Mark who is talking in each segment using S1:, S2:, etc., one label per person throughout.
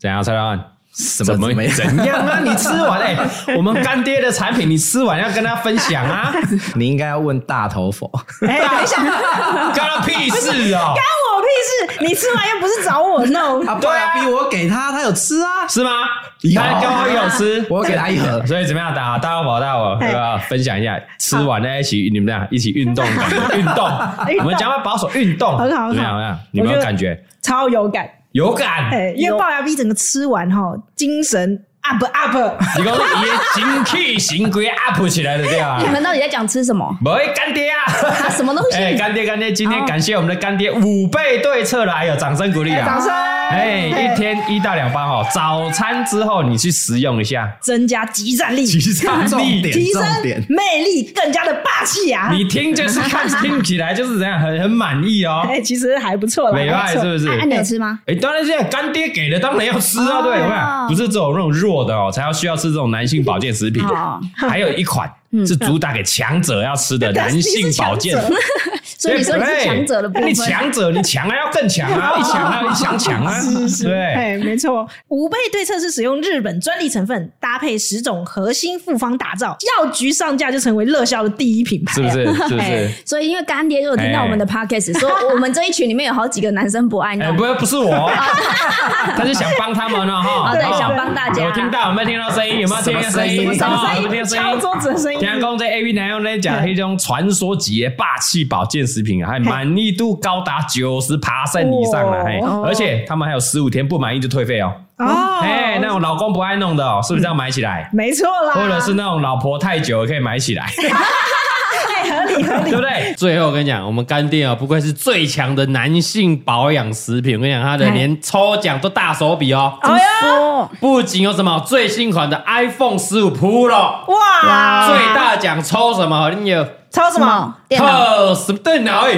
S1: 怎样？蔡老板，什
S2: 怎
S1: 么
S2: 怎么样
S1: 怎样啊？你吃 完哎、我们干爹的产品，你吃完要跟他分享 啊，
S2: 你应该要问大头 佛，
S3: 哎、等一下，干
S1: 干他屁事 哦、
S3: 我屁事！你吃完又不是找我弄，
S2: 他爸啊要逼我给他，他有吃啊，
S1: 是吗？
S2: 有
S1: 他刚好有吃，
S2: 我给他一盒。
S1: 所以怎么样？打大家好，大家好，
S3: 哎
S1: 要不要分享一下？吃完了一起你们俩一起运动，感觉运
S3: 哎
S1: 动，我们讲话保守，运动
S3: 很好
S1: 怎么样？
S3: 很好
S1: 怎么样？你们有
S3: 我觉得
S1: 感觉？
S3: 超有感。
S1: 有感，
S3: 哎、因为龅牙逼整个吃完哈，精神 up up。
S1: 你讲你的精气神归 up 起来的对啊
S4: 你。 们到底在讲吃什么？
S1: 不会干爹啊！
S4: 啊，什么东西？
S1: 哎，干爹干爹，今天
S4: 哦
S1: 感谢我们的干爹五倍对策了，哎呦，掌声鼓励
S3: 掌
S1: 啊！
S3: 声！
S1: 哎，一天一到两包哦，早餐之后你去食用一下，
S3: 增加集战力，
S1: 集战力
S2: 重点
S3: 提升
S2: 重点
S3: 魅力，更加的霸气啊！
S1: 你听就是看，听起来就是怎样，很很满意哦，
S3: 哎、其实还不错啦，
S1: 美外
S3: 还不
S1: 是
S3: 错。
S1: 不是？
S4: 啊，啊你有吃吗？
S1: 哎、当然是干爹给的，当然要吃啊，
S4: 哦
S1: 对，有没有？不是只有那种弱的哦，才要需要吃这种男性保健食品。
S4: 哦嗯
S1: 还有一款是主打给强者要吃 的男性保健，
S4: 所以你说你是强者的部
S1: 哎
S4: 分
S1: 你，强者，你强啊，要更强啊，一强啊，一强强 啊，对。
S3: 哎，没错，五倍对策是使用日本专利成分，搭配十种核心复方打造，药局上架就成为乐效的第一品牌、啊，
S1: 是不是？是
S4: 哎
S1: 不是？
S4: 所以因为干爹如果听到我们的 podcast，说我们这一群里面有好几个男生不爱
S1: 哎，
S4: 弄
S1: 不，不是我，他是想帮他们呢哈。
S4: 哦对
S1: 哦
S4: 想帮大家
S1: 有听到有没有听到声音？有没有听到声音？
S3: 什么
S1: 哦有
S3: 声
S1: 没有听
S3: 音？
S1: 到声
S3: 敲
S1: 音？
S3: 桌子的声音，
S1: 听讲这 A V 男用咧讲迄种传说级的霸气保健食品啊，还满意度高达九十爬升以上了，
S3: 哇
S1: 嘿，
S3: 哦
S1: 而且他们还有十五天不满意就退费哦。
S3: 哦，
S1: 哎，那种老公不爱弄的哦，是不是要买起来？
S3: 没错啦，
S1: 或者是那种老婆太久了可以买起来，
S3: 哎，合理合理
S1: 对不对？
S5: 最后我跟你讲，我们干爹啊，不愧是最强的男性保养食品。我跟你讲，他的
S4: 哎
S5: 连抽奖都大手笔哦。
S3: 哎
S4: 怎么说？
S5: 不仅有什么最新款的 iPhone 十五 Pro，
S3: 哇，
S5: 最大奖抽什么？你有
S3: 抽什
S4: 什
S3: 么
S4: 么？电脑？
S5: 特什么电脑？哎，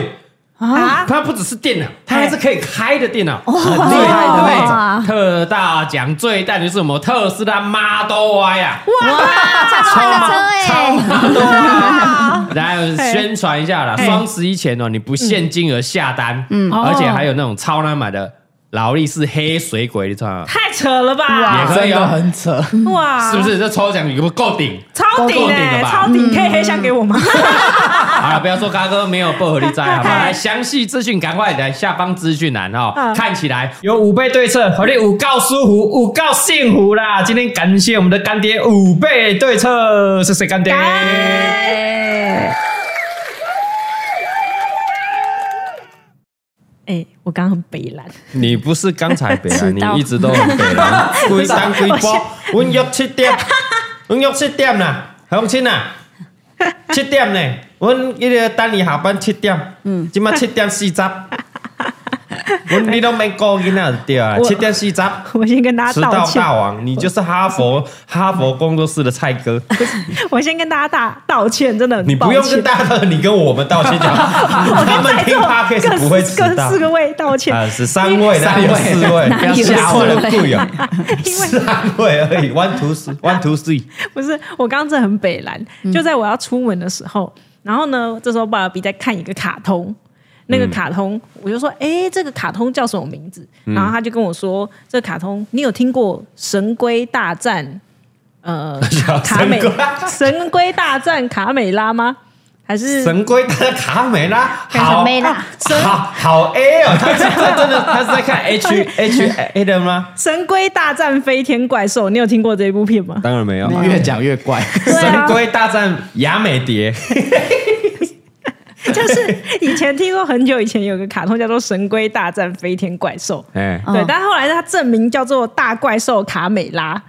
S3: 啊？
S5: 它不只是电脑，它还是可以开的电脑，很
S4: 哇
S5: 厉害的那
S4: 哇
S5: 种。特大奖最大的就是我们特斯拉 Model Y 啊，
S4: 哇，才超他的车哎！
S5: 来宣传一下啦！
S3: 嘿
S5: 双十一前哦，你不限金额下单，嗯，而且还有那种超难买的劳力士黑水鬼，你知道吗？
S3: 太扯了吧！
S5: 也可以
S2: 真的
S5: 哦，
S2: 很扯，
S3: 哇，
S5: 是不是？这抽奖有没有够顶？
S3: 超
S5: 够
S3: 顶
S5: 顶
S3: 哎、
S5: 了吧
S3: 超顶，可以黑箱给我吗？
S5: 好了，不要说嘎哥没有薄荷力在，好不好？
S3: 嗨
S5: 来，详细资讯赶快来下方资讯栏哈
S3: 哎嗯，
S5: 看起来
S1: 有五倍对策，好你五告舒服，五告幸福啦！今天感谢我们的干爹五倍对策，谢谢干爹。
S3: 哎、我刚刚很北蓝，
S5: 你不是刚才北
S4: 迟
S5: 南，你
S4: 到
S5: 一直都很北啊南，规三规波，我约七点，我约七点啦，红青啊，七点呢，我迄个等你下班七点，嗯，今麦七点四十，我你都没顾囡仔就对啊，
S3: 我
S5: 七点四十。
S3: 我先跟大
S5: 迟
S3: 家
S5: 到
S3: 道歉，
S5: 大王，你就是哈佛哈佛工作室的蔡哥，
S3: 我先跟大家大道歉，真的很
S5: 你不用
S3: 抱
S5: 跟
S3: 歉
S5: 大哥，你跟我们道歉讲，他们听 podcast 不会迟
S3: 各
S5: 到
S3: 四。个位道歉，
S5: 啊，十三位， 哪里有四位？
S4: 哪
S5: 不要
S4: 里有四位
S5: 吓我了，贵啊！
S3: 因为
S5: 三位而 已，one two three，one two three。
S3: 不是，我刚刚真的很北蓝，
S5: 嗯
S3: 就在我要出门的时候，然后呢，这时候爸爸比在看一个卡通，那
S5: 嗯
S3: 个卡通、我就说，哎、这个卡通叫什么名字？
S5: 嗯
S3: 然后他就跟我说，这个卡通你有听过《神龟大战》呃 卡美
S5: 神龟
S3: 《神龟大战卡美拉》吗？还是
S5: 神龟他的卡美拉，
S4: 卡
S5: 好
S4: 美拉
S5: 好好 A 哦，他是他真的他是在看 H H A 的吗？
S3: 神龟大战飞天怪兽？你有听过这一部片吗？
S5: 当然没有
S2: 你越讲越怪。
S3: 对
S5: 神
S3: 啊
S5: 龟大战雅美蝶，
S3: 就是以前听说很久以前有个卡通叫做《神龟大战飞天怪兽》，
S5: 哎，
S4: 嗯
S3: 对，但后来它证明叫做大怪兽卡美拉，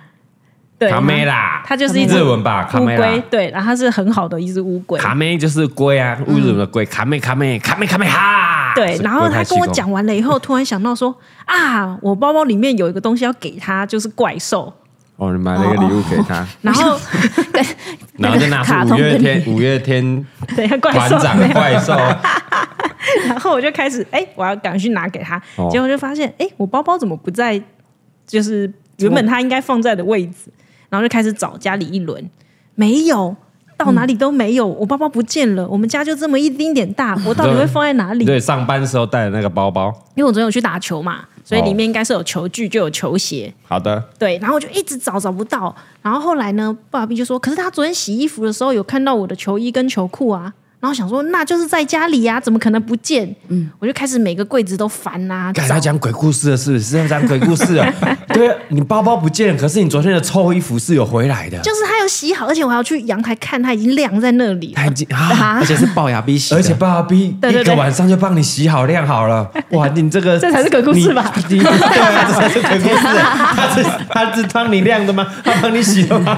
S3: 对，
S5: 卡美拉，
S3: 它就是一只
S5: 日文吧？卡
S3: 乌
S5: 美拉
S3: 龟，，对，然后它是很好的一只乌龟，
S5: 卡美就是龟啊，日文的龟，卡美卡美卡美卡美哈。
S3: 嗯对，然后
S5: 他
S3: 他跟我讲，完了以后，突然想到说啊，我包包里面有一个东西要给他，就是怪兽，
S5: 哦，你买了一个礼物给 他，
S3: 然后
S5: 然后就拿
S4: 卡
S5: 出
S4: 通
S5: 五月
S4: 跟
S5: 天五月天
S3: 等一下怪
S5: 团
S3: 兽
S5: 长的怪兽，
S3: 然后我就开始，哎、我要赶快去拿给他。
S5: 哦
S3: 结果就发现，哎、我包包怎么不在？就是原本他应该放在的位置，然后就开始找家里一轮，没有。到哪里都没有，我包包不见了，我们家就这么一丁点大，我到底会放在哪里？
S2: 对，上班时候带的那个包包。
S3: 因为我昨天有去打球嘛，所以里面应该是有球具，就有球鞋。
S2: 好的，
S3: 对，然后我就一直找找不到，然后后来呢，爸比就说，可是他昨天洗衣服的时候有看到我的球衣跟球裤啊，然后想说那就是在家里呀、怎么可能不见？嗯，我就开始每个柜子都翻啊，
S2: 敢
S3: 找
S2: 要讲鬼故事了，是不是？要讲鬼故事 了？对啊，你包包不见了，可是你昨天的臭衣服是有回来的，
S3: 就是他有洗好，而且我还要去阳台看，它已经晾在那里了。
S5: 他已经啊，而且是龅牙逼洗的，
S2: 而且爸爸逼
S3: 对对
S2: 一
S3: 对
S2: 个晚上就帮你洗好晾好了。哇，你这 个
S3: 这才是鬼故事吧
S2: 你你对啊，这才是鬼故事。他是他是帮你晾的吗？他帮你洗的 吗？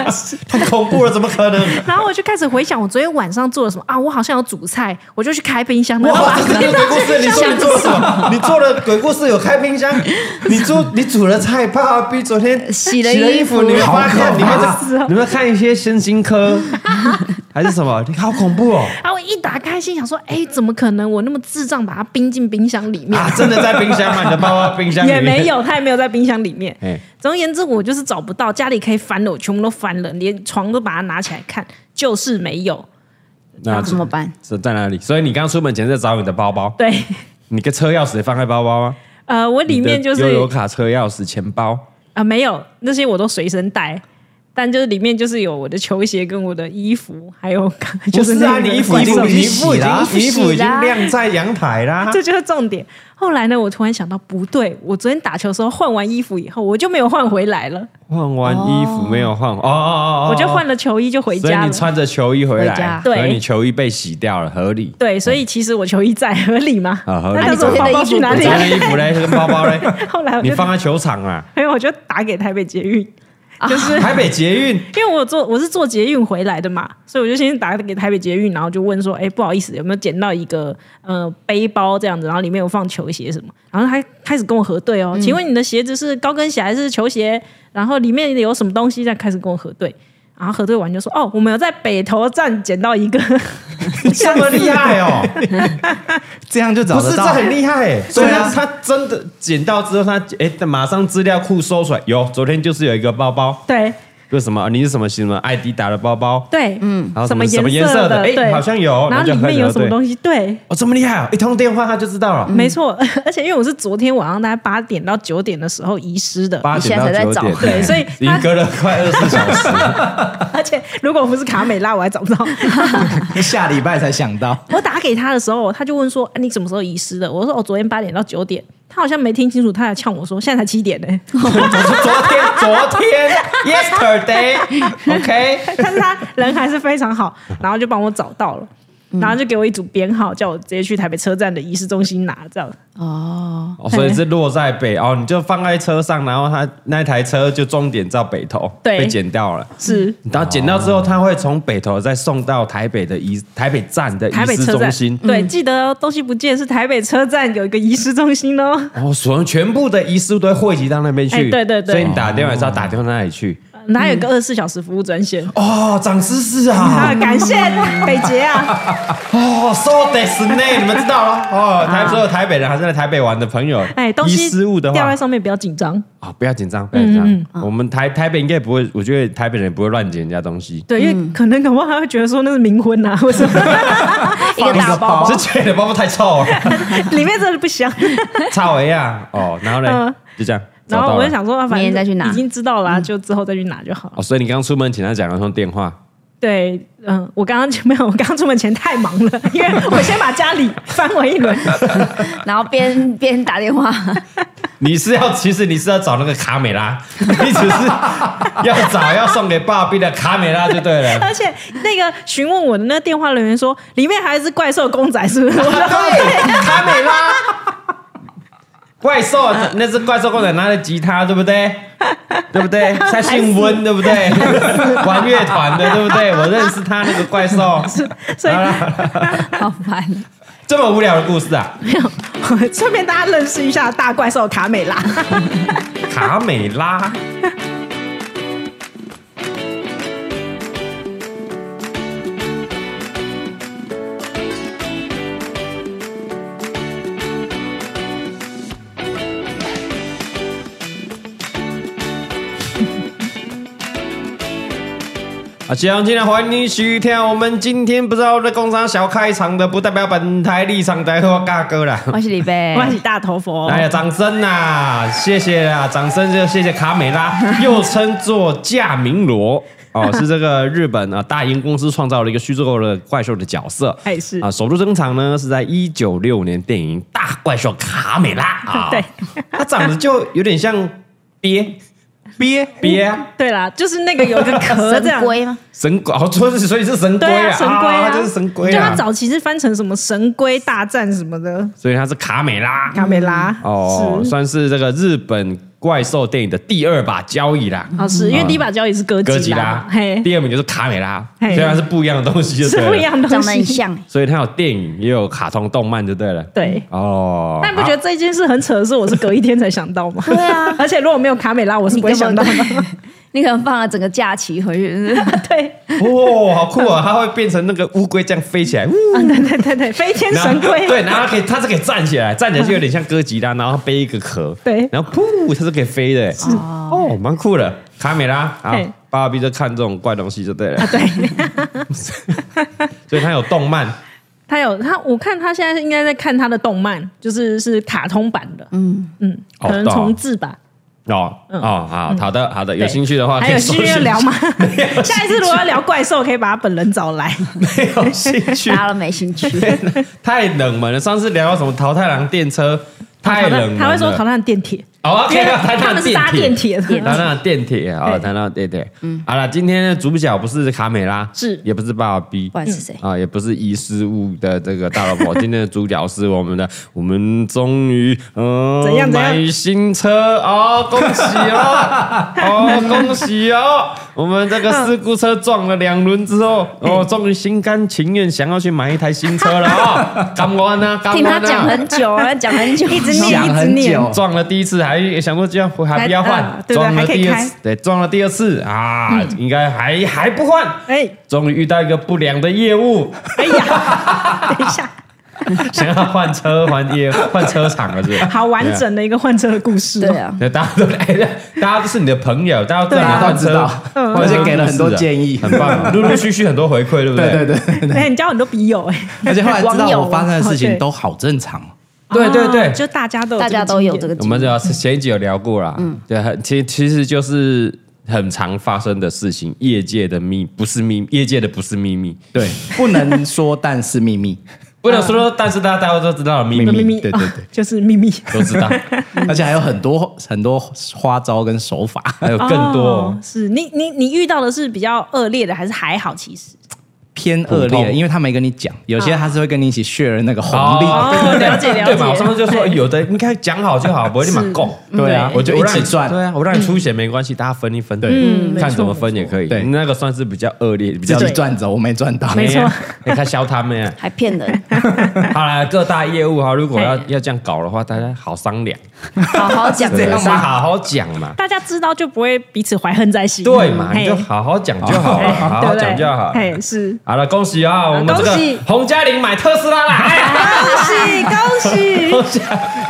S2: 太恐怖了，怎么可能？
S3: 然后我就开始回想我昨天晚上做了什么啊，我好像有煮菜，我就去开冰箱，然后
S2: 哇，
S3: 把
S2: 这是鬼故事！你说你做了什么？你做了鬼故事有开冰箱，你做你煮了菜，爸爸比昨天
S4: 洗了
S2: 洗了
S4: 衣
S2: 衣
S4: 服
S2: 服，你们
S5: 好
S2: 发
S5: 可怕
S2: 现你们
S3: 啊
S2: 在你们看一些身心 科还是什么？你好恐怖哦！
S3: 然后我一打开心想说，哎，怎么可能？我那么智障，把它冰进冰箱里面。
S2: 啊，真的在冰箱吗？你的包包冰箱里
S3: 也
S2: 面
S3: 没有，他也没有在冰箱里面
S2: 哎。
S3: 总而言之，我就是找不到，家里可以翻的，我全部都翻了，连床都把它拿起来看，就是没有。
S2: 那
S4: 那怎么办？
S2: 是在哪里？所以你刚出门前在找你的包包，
S3: 对，
S2: 你个车钥匙也放在包包吗？
S3: 呃，我里面
S2: 你的
S3: 就是
S2: 悠游卡、车钥匙、钱包。
S3: 啊、没有那些我都随身带，但就是里面就是有我的球鞋跟我的衣服，还有 就
S2: 不是
S3: 那
S2: 啊，
S3: 个
S2: 你衣服已经啊
S5: 衣服
S2: 你
S5: 已
S2: 衣
S5: 经
S2: 服已
S5: 洗
S2: 经
S5: 啦
S2: 你衣服已
S4: 洗啦
S2: 经晾在阳台啦。
S3: 啊这就是重点。后来呢，我突然想到，不对，我昨天打球的时候换完衣服以后，我就没有换回来了，
S2: 换完衣服没有换，哦哦哦，哦
S3: 我就换了球衣就回
S2: 所以
S3: 家
S2: 你
S3: 了。
S2: 穿着球衣回
S4: 回
S2: 来
S4: 家，
S3: 对
S2: 所以你球衣被洗掉了，合理。
S3: 对，所以其实我球衣在合理吗？
S2: 哦啊合理
S3: 那但是
S4: 啊
S3: 我
S4: 你昨
S3: 包包
S4: 天的衣服
S3: 去
S2: 昨
S3: 哪
S4: 不
S3: 里
S4: 见
S2: 天
S3: 了？
S2: 的衣服嘞，跟包 包嘞，
S3: 后来我
S2: 你
S3: 就
S2: 放在球场啊，
S3: 没有，我就打给台北捷运，就是、
S2: 台北捷运
S3: 因为我坐我是坐捷运回来的嘛，所以我就先打给台北捷运，然后就问说，哎、不好意思，有没有捡到一个呃背包这样子，然后里面有放球鞋什么？然后他开始跟我核对
S2: 嗯
S3: 哦，请问你的鞋子是高跟鞋还是球鞋？然后里面有什么东西？再开始跟我核对。然后核对完就说：“哦，我们有在北投站捡到一个，
S2: 这么厉害哦，
S5: 这样就找
S2: 不是
S5: 得
S2: 这
S5: 到。
S2: 很厉害哎，所
S5: 对
S2: 以
S5: 啊
S2: 他他真的捡到之后，他哎马上资料库搜出来，有昨天就是有一个包包，
S3: 对
S2: 就什么你是什么什么艾迪达的包包，
S3: 对，嗯
S2: 然后
S3: 什么
S2: 什么
S3: 颜
S2: 颜色
S3: 的？
S2: 的哎
S3: 对，
S2: 好像有
S3: 然
S2: 那
S3: 后
S2: 就
S3: 里面有
S2: 很
S3: 什么
S2: 对
S3: 东西？对，
S2: 哦这么厉害哦，一通电话他就知道了，
S3: 没错， 而且因为我是昨天晚上大概八点到九点的时候遗失的，
S2: 八点到
S4: 一下才在
S2: 九
S4: 找
S2: 点，
S3: 对所以
S2: 已
S3: 他
S2: 经隔了快二十四小时。
S3: 而且如果不是卡美拉，我还找 不到。
S5: 下礼拜才想到，
S3: 我打给他的时候，他就问说：“哎，你什么时候遗失的？”我说：“我哦昨天八点到九点。”他好像没听清楚，他还呛我说：“现在才七点呢、
S2: 昨天，昨天，yesterday，OK，、
S3: 但是他人还是非常 好，然后就帮我找到了。
S2: 嗯
S3: 然后就给我一组编号，叫我直接去台北车站的遗失中心拿，这样
S4: 哦，
S2: 哦所以是落在北哦，你就放在车上，然后他那台车就终点到北投，哦
S3: 对
S2: 被捡掉了。
S3: 是
S2: 然后捡到之后，他会从北投再送到台北的遗台北站的
S3: 台
S2: 遗
S3: 北
S2: 失
S3: 车站
S2: 中心。。
S3: 对，记得哦东西不见是台北车站有一个遗失中心哦。
S2: 哦，所有全部的遗失都会汇集到那边去。
S3: 哎对对对
S2: 所以你打电话也是要打电话那里去。
S3: 哪有一个二十四小时服务专线？
S2: 嗯哦，长知识
S3: 啊，
S2: 啊！
S3: 感谢北捷 啊！
S2: 哦，so this 呢，你们知道了哦。台所有台北人还是在台北玩的朋友，
S3: 哎，东
S2: 遗
S3: 西
S2: 失物的话，
S3: 掉在上面不要紧张，
S2: 啊、不要紧
S3: 嗯
S2: 张，不要紧张。我们台台北应该不会，我觉得台北人不会乱捡人家东西。
S3: 对，因为可能搞不好他会觉得说那是冥婚 啊，或者什么
S4: 一个大包包
S2: 是，觉得包包太臭了，
S3: 里面真的 不香。
S2: 臭一样哦。然后呢，
S3: 嗯
S2: 就这样。
S3: 然
S2: 找到
S3: 后
S2: 了嗯
S3: 我就想说，啊反
S4: 明
S3: 正
S4: 天再去拿
S3: 已经知道了啊，就之后再去拿就好。
S2: 哦，所以你刚出门请他讲了通电话，
S3: 对，嗯，我刚刚就没有，我刚刚出门前太忙了， 因为我先把家里翻完一 轮。
S4: 然后边边打电话，
S2: 你是要其实你是要找那个卡美拉，你只是要找要送给爸比的卡美拉就 对了。
S3: 而且那个询问我的那个电话人员说，里面还有一只怪兽公仔，是 不是？我说
S2: 对，卡美拉，怪兽
S5: 啊
S2: 那是怪兽公仔拿着吉他，对不 对？对不对？他姓温，对不对？ 玩乐团的，对不对？我认识他那个怪兽。
S3: 所以
S4: 好烦。
S2: 这么无聊的故事啊！
S3: 没有，顺便大家认识一下大怪兽卡美拉。
S2: 卡美拉，
S5: 啊，谢阳今天欢迎徐天，我们今天不知道在工商小开场的，不代表本台立场的和尬哥 啦。
S6: 我是李贝，
S3: 我是大头佛。哦
S5: 哎呀，掌声呐、谢谢啊，掌声就谢谢卡美拉， 又称作架明罗。哦，是这个日本啊大英公司创造了一个虚构的怪兽的角色，
S3: 哎是
S5: 啊，首度登场呢是在一九六年电影《大怪兽卡美拉》啊，
S3: 对，
S5: 它长得就有点像鳖鳖鳖啊
S3: 对啦，就是那个有一个壳这
S6: 神
S3: 样。
S6: 龟吗？啊
S5: 神龟， 哦，所以所以是神龟
S3: 对
S5: 啊，
S3: 啊，神龟
S5: 啊就是神龟
S3: 就
S5: 啊
S3: 他，早期是翻成什么神龟大战什么的，
S5: 所以它是卡美拉，
S3: 卡梅
S6: 嗯
S3: 拉
S5: 哦，
S3: 是
S5: 算是这个日本怪兽电影的第二把交椅啦。
S3: 哦是因为第一把交椅是哥
S5: 嗯哥吉
S3: 吉
S5: 拉
S3: 拉，嘿，，
S5: 第二名就是卡美拉，
S3: 嘿
S5: 虽然是不一样的东西，
S3: 是不一。样的东
S6: 长得很
S3: 西。
S6: 像，
S5: 所以它有电影，也有卡通动漫，就对了。
S3: 对，
S5: 哦，
S3: 但不觉得这件事很扯的是，我是隔一天才想到吗？对
S6: 啊，
S3: 而且如果没有卡美拉，我是不会想到的。
S4: 你可能放了整个假期回去，
S3: 对，
S5: 好哇，好酷啊！它会变成那个乌龟这样飞 起来，呜
S3: 啊对对对对，飞天
S5: 然后
S3: 神龟，
S5: 对，然后它可以，它是可以站起来，站起来就有点像哥吉拉，然后背一个 壳，
S3: 对
S5: 然后噗，它是可以飞的，是哦，蛮酷的。卡美拉啊
S3: 嘿，
S5: 爸爸比就看这种怪东西就对了，
S3: 对，
S5: 所以它有动漫，
S3: 他有他，我看他现在应该在看他的动漫，就是是卡通版的，嗯嗯，
S5: 哦
S3: 可能重置吧。
S5: 哦、
S3: 嗯
S5: 哦，好好的好的，有
S3: 对
S5: 兴趣的话可
S3: 还
S5: 以
S3: 有
S5: 搜
S3: 兴趣
S5: 寻？
S3: 要聊吗
S5: 没有兴趣
S3: 下一次如果要聊怪兽，可以把他本人找来。
S5: 没 有兴趣
S6: 大，家都没兴趣。
S5: 太冷门了。上次聊到什么桃太郎电车，太冷门了。
S3: 啊他会说讨厌电铁，
S5: 哦，OK，
S3: 因为
S5: 谈
S3: 他们是搭电铁的
S5: 谈到电铁啊，
S3: 对嗯
S5: 谈到电铁。好了，今天的主角不是卡美拉，
S3: 是
S5: 也不是爸爸 B，
S6: 不然是谁？
S5: 啊，也不是遗失物的这个大老婆。今天的主角是我们的，我们终于嗯，
S3: 怎样怎样
S5: 买新车哦，恭喜哦， 哦，恭喜哦！我们这个事故车撞了两轮之后，哦，终于心甘情愿想要去买一台新车了哦，干完啊，干
S4: 听
S5: 完
S4: 他讲
S5: 啊！
S4: 很久啊，讲很 久，一直
S2: 想很久，
S5: 撞了第一次还想说这样还不要
S3: 还
S5: 换
S3: 啊，对不对
S5: 撞了
S3: 还可以
S5: 第二
S3: 开
S5: 次，对，撞了第二次啊，应该还还不换，
S3: 哎
S5: 终于遇到一个不良的业务，
S3: 哎呀，等一下，
S5: 想要换车换业换车厂了是不是？
S3: 好完整的一个换车的故事、哦。
S4: 对，啊，
S5: 对，大家都来，大家都是你的朋友，大家都知道
S2: 对啊
S5: 你换车
S2: 大家都知道
S3: 嗯
S5: 换车
S2: 而且给了很多建议
S5: 很棒，啊陆陆续续很多回馈，对不
S2: 对对对，
S3: 哎，你交很多笔友哎、
S2: 而且后来知
S3: 网
S2: 道
S3: 友
S2: 我发生的事
S3: 哦
S2: 情
S3: 对
S2: 都好正常，
S5: 对对对
S3: 哦就大家都有
S6: 大家都有这个
S5: 我们这前一集有聊过啦，嗯，对，很其其实就是很常发生的事情，业界的秘不是秘，业界的不是秘密，
S2: 对，不能说但是秘密，
S5: 不能说，
S3: 嗯
S5: 但是大家大家都知道的秘
S3: 经
S5: 密，
S3: 验秘密，
S2: 对对对
S3: 哦就是秘密。
S5: 都知 道，
S2: 而且还有很多很多花招跟手法。
S5: 还有更多
S3: 哦、是你你你遇到的是比较恶劣的，还是还好？其实
S2: 偏恶
S5: 普
S2: 劣，
S5: 通
S2: 因为他没跟你讲，有些他是会跟你一起 share 那个红利。
S5: 哦，
S3: 了解嗯了解
S5: 对嘛？我上次就说有的应该讲好就好，不会立马供。
S2: 对啊，
S5: 我
S2: 我就
S5: 就
S2: 一
S5: 让
S2: 起
S5: 你
S2: 赚。
S5: 对啊，我让你出钱没关系，大家分一分，
S3: 嗯
S5: 看
S3: 没错
S5: 怎么分也可以。
S2: 没错对
S5: 那个算是比较恶劣，比
S2: 自
S5: 较
S2: 己赚走，我没赚到。
S3: 没错
S5: 哎呀你看削他们 啊！
S6: 还骗人，
S5: 好啦，各大业务哈，如果要
S3: 嘿
S5: 要这样搞的话，大家好商量，
S6: 好好讲
S5: 对，我
S6: 得
S5: 们
S6: 上。
S5: 好好讲嘛，
S3: 大家知道就不会彼此怀恨在心。
S5: 对嘛，你就
S3: 嘿
S5: 好好讲就好了，
S3: 哎
S5: 好
S3: 对
S5: 好
S3: 不对
S5: 讲就好。
S3: 嘿，是
S5: 好了，恭喜啊，我们这
S3: 恭
S5: 个
S3: 喜
S5: 洪嘉玲买特斯拉啦！ 哎
S3: 恭喜恭喜！
S5: 洪嘉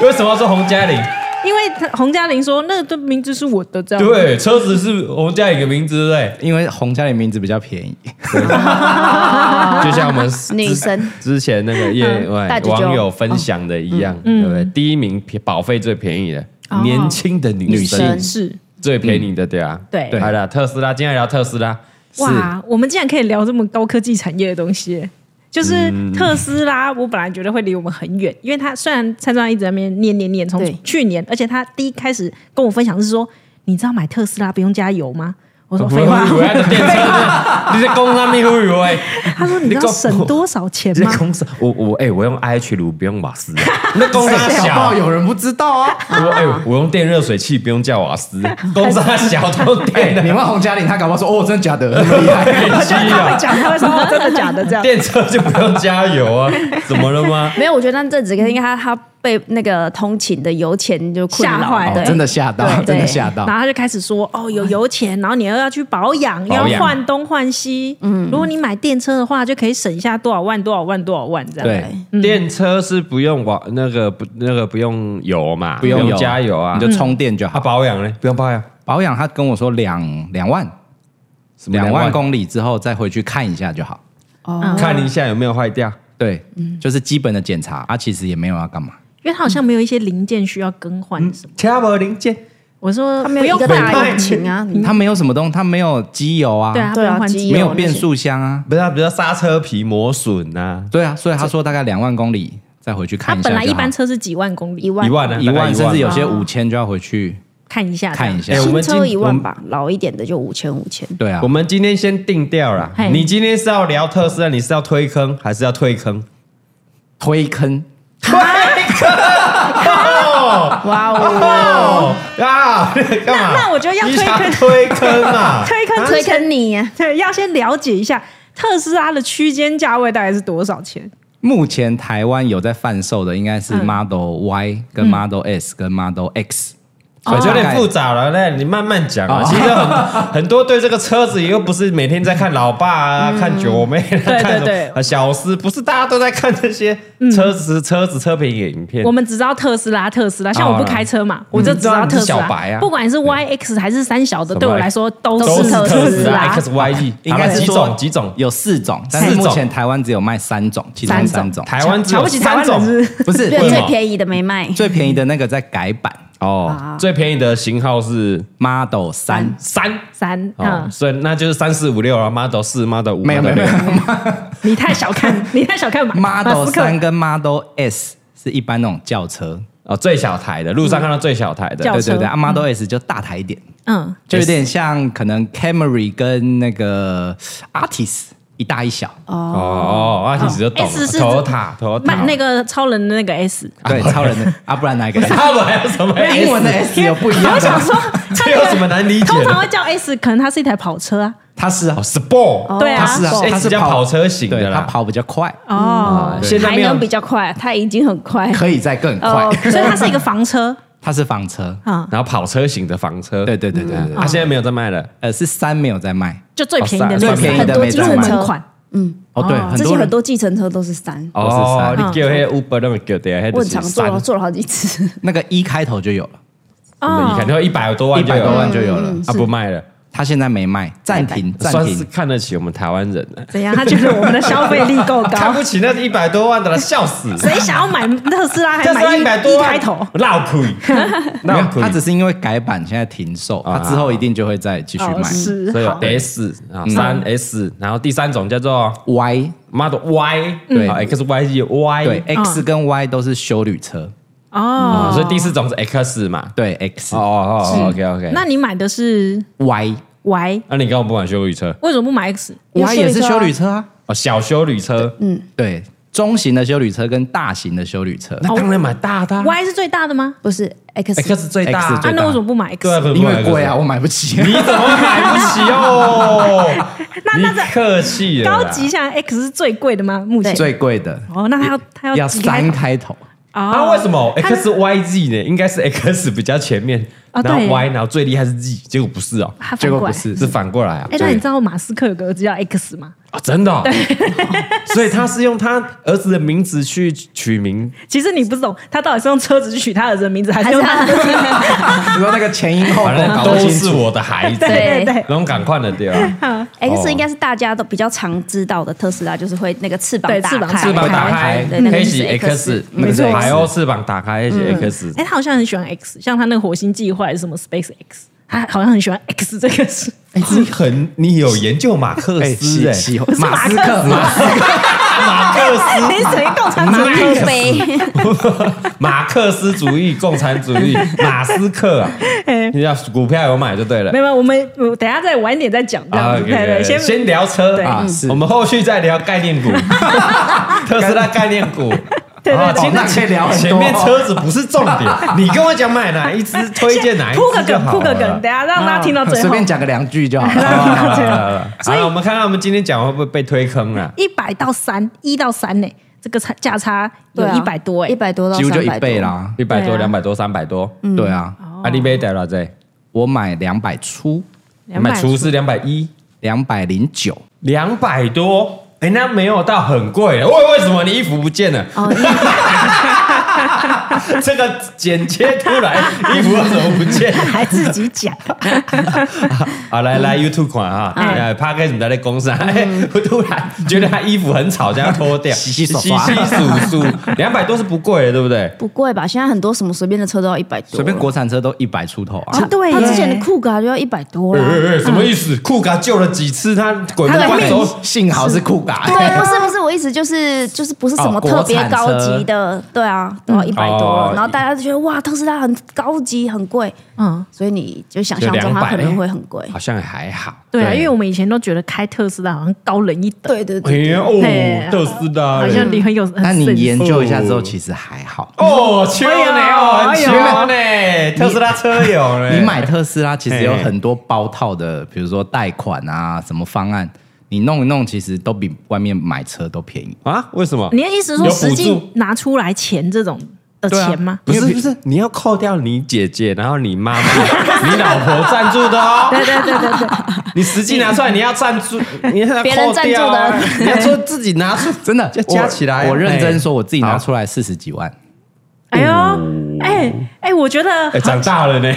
S5: 为什么要说洪嘉玲？
S3: 因为他洪嘉玲说那个名字是我的，这样
S5: 对，车子是洪嘉玲的名字，对
S2: 因为洪家的名字比较便宜，
S5: 不对？就像我 们
S6: 女生
S5: 之前那个业
S3: 嗯
S5: 外
S6: 大姐就
S5: 网友分享的一样，对不对？第一名便保费最便宜的，
S3: 哦
S5: 年轻的女
S6: 女
S5: 生
S6: 生
S3: 是
S5: 最便宜的，对啊，
S3: 嗯对对
S5: 好了，特斯拉，今天聊特斯拉，
S3: 哇，我们竟然可以聊这么高科技产业的东西耶。就是
S5: 嗯
S3: 特斯拉，我本来觉得会离我们很远，因为它虽然蔡庄一直在那边念念念，从
S6: 对
S3: 去年，而且他第一开始跟我分享是说，你知道买特斯拉不用加油吗？我
S5: 哦
S3: 说废话，
S5: 我要的电 车，你是工商秘忽悠哎。
S3: 他说你知道省多少钱
S5: 这
S3: 吗？
S5: 公司，我我哎、我用 IH 炉不用瓦斯，那公司
S2: 搞不
S5: 小
S2: 好，有人不知道啊。
S5: 我哎、我用电热水器不用叫瓦斯，公司小都电
S2: 哎，你
S5: 的，
S2: 问洪家玲，他搞不好说哦，真的假的，那么 厉害。
S5: 电机
S3: 他会
S5: 啊，
S3: 讲，他 会说哦真的假的这样。
S5: 电车就不用加油啊，怎么了吗？
S4: 没有，我觉得那这只应该他他被那个通勤的油钱就困
S3: 吓
S4: 扰
S3: 坏，
S2: 哦
S4: 对，
S2: 真的吓到，
S4: 对
S2: 真的吓到
S3: 然。后他就开始说：“哦，有油钱，然后你又要去保养，
S5: 哎保养
S3: 要换东换西。嗯，如果你买电车的话，就可以省下多少万、多少万、多少万这样。
S2: 对，
S5: 电车是不用瓦那个不那个不用油嘛，
S2: 不用油
S5: 加油啊，
S2: 你就充电就
S5: 它
S2: 好。
S5: 保养呢，不用保养，
S2: 保养他跟我说两两万，
S5: 什么
S2: 两
S5: 万
S2: 万公里之后再回去看一下就好。
S3: 嗯
S6: 哦，
S5: 看一下有没有坏掉。
S2: 对，就是基本的检查啊，其实也没有要干嘛。
S3: 因为它好像没有一些零件需要更换
S5: 嗯
S3: 什么。
S5: 掐无零件，
S3: 我说
S6: 他没有一
S3: 不
S6: 个
S3: 用
S6: 大
S3: 换
S6: 引擎啊，你
S2: 它没有什么东西，它没有机油嗯啊，
S3: 对啊，不
S6: 对
S3: 用
S6: 啊
S3: 换
S6: 机
S3: 机
S6: 油
S2: 没
S3: 油。
S2: 有变速箱啊，
S5: 不是啊不是啊刹车皮磨损呐，
S2: 对啊，所以他说大概两万公里再回去
S3: 它
S2: 看一下就
S3: 本
S2: 好。
S3: 来一般车是几万公里，
S6: 一万
S5: 一万啊，
S2: 一
S5: 大概
S2: 万，哦甚至有些
S6: 哦
S2: 五千就要回去
S3: 看一下，
S2: 看一。下
S5: 哎。我
S6: 新
S5: 们
S6: 车
S5: 今
S6: 一
S5: 我
S6: 万
S5: 们
S6: 吧，老一点的就五千五千。
S2: 对啊
S5: 我，们今天先定掉了
S3: 嘿。
S5: 你今天是要聊特斯拉，你是要推坑还是要退坑？
S2: 推坑
S6: 哇哦，
S5: 哦啊， 干嘛？
S3: 那我就要
S5: 你
S3: 推
S5: 想
S3: 坑
S5: 推坑 啊！
S3: 推坑
S6: 推
S3: 之前，
S6: 坑你啊，
S3: 对，要先了解一下特斯拉的区间价位大概是多少钱。
S2: 目前台湾有在贩售的应该是
S3: 嗯
S2: Model Y、跟 Model S、跟 Model X，所
S5: 我
S3: 哦
S2: 以
S5: 觉得有
S2: 大
S5: 点
S2: 概
S5: 复杂了嘞，你慢慢讲啊。其实很 很多对这个车子又不是每天在看老爸啊、看九妹啊、
S3: 嗯对
S5: 看什
S3: 对嗯
S5: 么啊小司，不是大家都在看这些车子、车子车评影片
S3: 我。们只知道特斯拉，特斯拉，像我不开车嘛，我就只知道特
S5: 啊嗯
S3: 斯
S5: 你是
S3: 拉。
S5: 小白啊
S3: 不管是 YX 还是三小的，
S5: 什么
S3: 对我来说都
S5: 都
S3: 是
S5: 是
S6: 特
S5: 特
S6: 斯
S5: 斯
S6: 拉
S5: 拉
S3: 啊
S5: XYE，
S2: 应该是
S5: 几
S2: 说
S5: 种几种，
S2: 有四种，但是
S5: 四种
S2: 目前台湾只有卖三种，其中三种
S5: 台湾只
S3: 瞧
S5: 有
S3: 不起台
S5: 三
S3: 湾人
S5: 种
S3: 是不是
S2: 不是
S6: 对，
S5: 为什
S6: 最
S5: 么
S6: 便宜的没卖，
S2: 最便宜的那个在改版
S5: 哦，最便宜的型号是
S2: Model 三，
S5: 三。
S3: 三
S5: 哦
S3: 啊，，
S5: 所以那就是三四五六了，model 四、model 五，
S2: 没有没有没有
S3: 你太小 看，你太小看马马
S2: ，Model
S3: 斯克
S2: 三跟 Model S 是一般那种轿车，
S5: 哦，最小台的，路上看到最小台的，
S3: 轿
S2: 对
S3: 车
S2: 对对啊，Model S 就大台一点，
S3: 嗯，
S2: 就有点像可能 Camry 跟那个 Artist 一大一小，
S5: 哦哦，阿提只就懂了
S3: S 是
S5: Toyota
S3: 卖
S5: Toyota
S3: 那个超人的那 个 S。
S2: 对，超人的啊，不然哪一个？哎
S5: 他们还有什么 S？
S2: 英文的 S 有不一样
S3: 我想
S2: 的，
S3: 说，
S5: 这有什么难理解的
S3: 通常会叫 S，可能它是一台跑车啊。
S2: 它是啊
S5: 哦，，Sport，
S3: 对啊
S2: 它是啊，
S5: S
S2: 它是
S5: 叫跑车型的
S2: 对，
S5: 啦
S2: 它跑比较快，
S3: 哦，
S5: 现在
S6: 还
S5: 没有
S6: 能比较快，它已经很快了。
S2: 可以再更快
S6: 哦，
S3: 嗯 所以它是一个房车
S2: 它是房车，
S3: 啊，
S5: 然后跑车型的房车，
S2: 对对对对对，
S5: 啊，现在没有在卖了，
S2: 呃，是三没有在卖，
S3: 就最便宜的
S5: 哦
S3: 那
S2: 最
S3: 个
S2: 便宜的
S6: 很多
S2: 没
S6: 计
S2: 在
S6: 程
S2: 卖
S6: 车
S3: 同款。
S2: 哦，对，
S6: 之前
S2: 人
S6: 很多计程车都是三，
S2: 都是
S5: 哦
S2: 三，
S5: 你叫那 Uber 那么叫的，那
S6: 我
S5: 就
S6: 很
S5: 是
S6: 常做
S5: 三
S4: 啊
S6: 了，，做了好几次。
S2: 那个一开头就有了，
S5: 你看，
S3: 哦，
S5: 要一百多万，
S2: 一百多万，就有了，
S5: 啊，不卖了，
S2: 它现在没卖，暂停暂
S5: 算是
S2: 停，
S5: 看得起我们台湾人了，
S3: 怎样？他觉得我们的消费力 够
S5: 看
S3: 高
S5: 不，起那一百多万的了，笑死！
S3: 谁想要买特斯 拉还
S5: 特斯拉
S3: 买一
S5: 一百多
S3: 一
S5: 万
S3: 开头？
S5: 闹亏，
S2: 没有
S5: 闹，亏，
S2: 它只是因为改版现在停售，它之
S5: 啊
S2: 后一定就会再继续
S3: 哦，
S2: 卖。
S3: 是
S5: 所以有
S3: 好
S5: S 啊，三 S，然后第三种叫做
S2: Y
S5: Model Y，
S2: 对
S5: ，X Y Z
S2: 对
S5: Y，
S2: X 跟 Y 都是修旅车，
S3: 哦
S5: 啊，所以第四种是 X 嘛，
S2: 对 X
S5: 哦哦，OK OK，
S3: 那你买的是
S2: Y
S3: Y，
S5: 那你刚刚不买修旅车
S3: 为什么不买 X？
S6: 有
S2: Y 也是
S6: 修
S2: 修
S6: 旅
S2: 旅车啊，
S5: 哦，小修旅车，
S2: 嗯对，中型的修旅车跟大型的修旅车，
S5: 那当然买大的啊
S3: Y 是最大的吗？
S6: 不是 X，,
S5: X 最大啊，
S2: X 最
S3: 啊，那为什么不买 X？
S5: 对啊，
S2: 因为贵啊，我 买不起。
S5: 你怎么买不起哦？
S3: 那那
S5: 你
S3: 这
S5: 客气了啦，
S3: 高级像 X 是最贵的吗？目前
S2: 最贵的
S3: 哦，那它要它
S2: 要
S3: 几哦开
S2: 三
S3: 头
S2: 开头，
S5: 啊？为什么
S3: 它
S5: X Y Z 呢？应该是 X 比较前面，
S3: 啊
S5: 然后
S3: 对
S5: Y，然后最厉害是 Z，结果不是哦，
S3: 它
S2: 结
S3: 反
S2: 果
S3: 过
S2: 不
S3: 来？
S2: 是，
S5: 是反过来啊
S3: 哎，那你知道马斯克有个儿子叫 X 吗？
S5: 啊，真的哦， 所以他是用他儿子的名字去取名
S3: 其实你不懂，他到底是用车子去取他儿子的名字，还是用他？
S2: 你说那个前因后
S5: 反
S2: 果
S5: 正
S2: 哦搞不
S5: 都
S2: 清
S5: 是
S2: 楚。
S5: 我的孩子，
S3: 对对对，
S5: 那种赶快的对 吧？
S4: 哎
S6: X 应该是大家都比较常知道的特斯拉，就是会那个翅膀
S3: 对
S6: 打
S3: 翅膀
S6: 开，
S5: 翅膀打开
S6: 对，那，
S5: 嗯可
S6: 个
S5: 以
S6: 就
S5: 写
S6: 是
S5: X，
S6: X，
S5: 那个
S3: 没
S5: 是
S3: 错
S5: X 海鸥翅膀打开，可以写 X，
S3: 哎，他好像很喜欢 X，像他那个火星计划还是什么 Space X，他好像很喜欢 X 这个是
S5: 哎，你很你有研究马克思哎，啊
S2: 喜
S3: 是马斯克
S2: 马斯
S5: 马克思
S3: 你是谁共产主义？
S6: 路飞，
S5: 马克思主义、共产主义、马斯克 啊，
S3: 哎
S5: 你要股票有买就对了
S3: 没。有，没有我们我等一下再晚一点再讲，这样
S5: 啊
S3: 子，
S5: ，OK，
S3: 对对，
S5: OK，
S3: 先
S5: 先聊车
S3: 对
S5: 啊
S2: 嗯，是
S5: 我们后续再聊概念 股，特斯拉概念股。
S3: 对对
S5: 啊
S3: 对
S5: 前面
S2: 那可以聊很多
S5: 前面车子不是重点，你跟我讲买哪一只，推荐哪一只
S3: 铺个
S5: 就
S3: 梗，
S5: 好
S3: 铺
S5: 了
S3: 个
S5: 啊
S3: 梗，等一下让大家听到最
S2: 随
S3: 后。
S2: 便讲个两句就好了。
S5: 好了好了好了
S3: 所
S5: 好
S3: 以
S5: 了，我们看看我们今天讲会不会被推坑啊？
S3: 一百到三，一到三呢，这个差价差有
S6: 对啊，
S3: 一百多哎、
S6: 一百多到
S2: 几乎就一
S6: 300多
S2: 倍。啦。
S5: 一百
S3: 对
S5: 多、
S3: 啊
S5: 两百多、三百多，
S2: 对啊，
S5: 啊，你买多少这？
S2: 我买两百出，
S3: 200
S5: 买厨师两百一，
S2: 两百零九，
S5: 两百啊多，哎，那没有到很贵了。为为什么你衣服不见了？
S6: 哦，因为
S5: 这个剪切出来，衣服为什么不见？
S6: 还自己讲，
S5: 好，来来 YouTube 款啊，
S3: 哎
S5: 哎 p a r k 怎么在那公司啊？哎
S3: 嗯
S5: 我 突然觉得他衣服很吵，这样脱掉，
S2: 洗洗手
S5: 洗
S2: 刷
S5: 洗数数，两百多是不贵的，对不对？
S4: 不贵吧？现在很多什么随便的车都要一百多了，
S2: 随便国产车都一百出头啊。
S4: 他
S6: 对
S4: 他
S6: 耶
S4: 之前的酷咖就要一百多
S5: 哎
S4: 啦。
S5: 哎哎什么意思？酷咖救了几次，他鬼门 关
S2: 幸
S5: 走
S2: 好幸好是酷嘎，
S4: 对，不是不是，我意思就是就是不是什么特别高级的，对啊，都要一百多
S5: 哦
S4: 了，然后大家就觉得哇，特斯拉很高级，很贵，
S3: 嗯，
S4: 所以你就想象
S5: 就200
S4: 中它可能会很贵。
S5: 好像还好。
S3: 对啊，因为我们以前都觉得开特斯拉好像高人一等，
S4: 对对对，
S5: 哎
S3: 嘿
S5: 哦，特斯拉，
S3: 好像你很有，
S2: 但你
S3: 很 sense
S2: 研究一下之后，其实还好。
S5: 哦，秋呢哦，
S3: 哎
S5: 很
S3: 呦
S5: 秋呢，特斯拉车友呢，
S2: 你买特斯拉其实有
S5: 嘿嘿
S2: 很多包套的，比如说贷款啊，什么方案，你弄一弄，其实都比外面买车都便宜。
S5: 啊？为什么？
S3: 你的意思是说
S5: 有补助
S3: 实际拿出来钱这种的
S5: 啊
S3: 钱吗？
S5: 不是不是，你要扣掉你姐姐，然后你 妈妈、你老婆赞助的哦。对对对对对，你实际拿出来，你要赞助，你要扣掉啊
S4: 别人赞助的，
S5: 你要说自己拿出，
S2: 真 的，
S5: 就加起来哎
S2: 我我认真说，我自己拿
S5: 好
S2: 出来四十几万，
S3: 哎呦，哎哎，我觉得
S5: 嗯哎，长大了呢，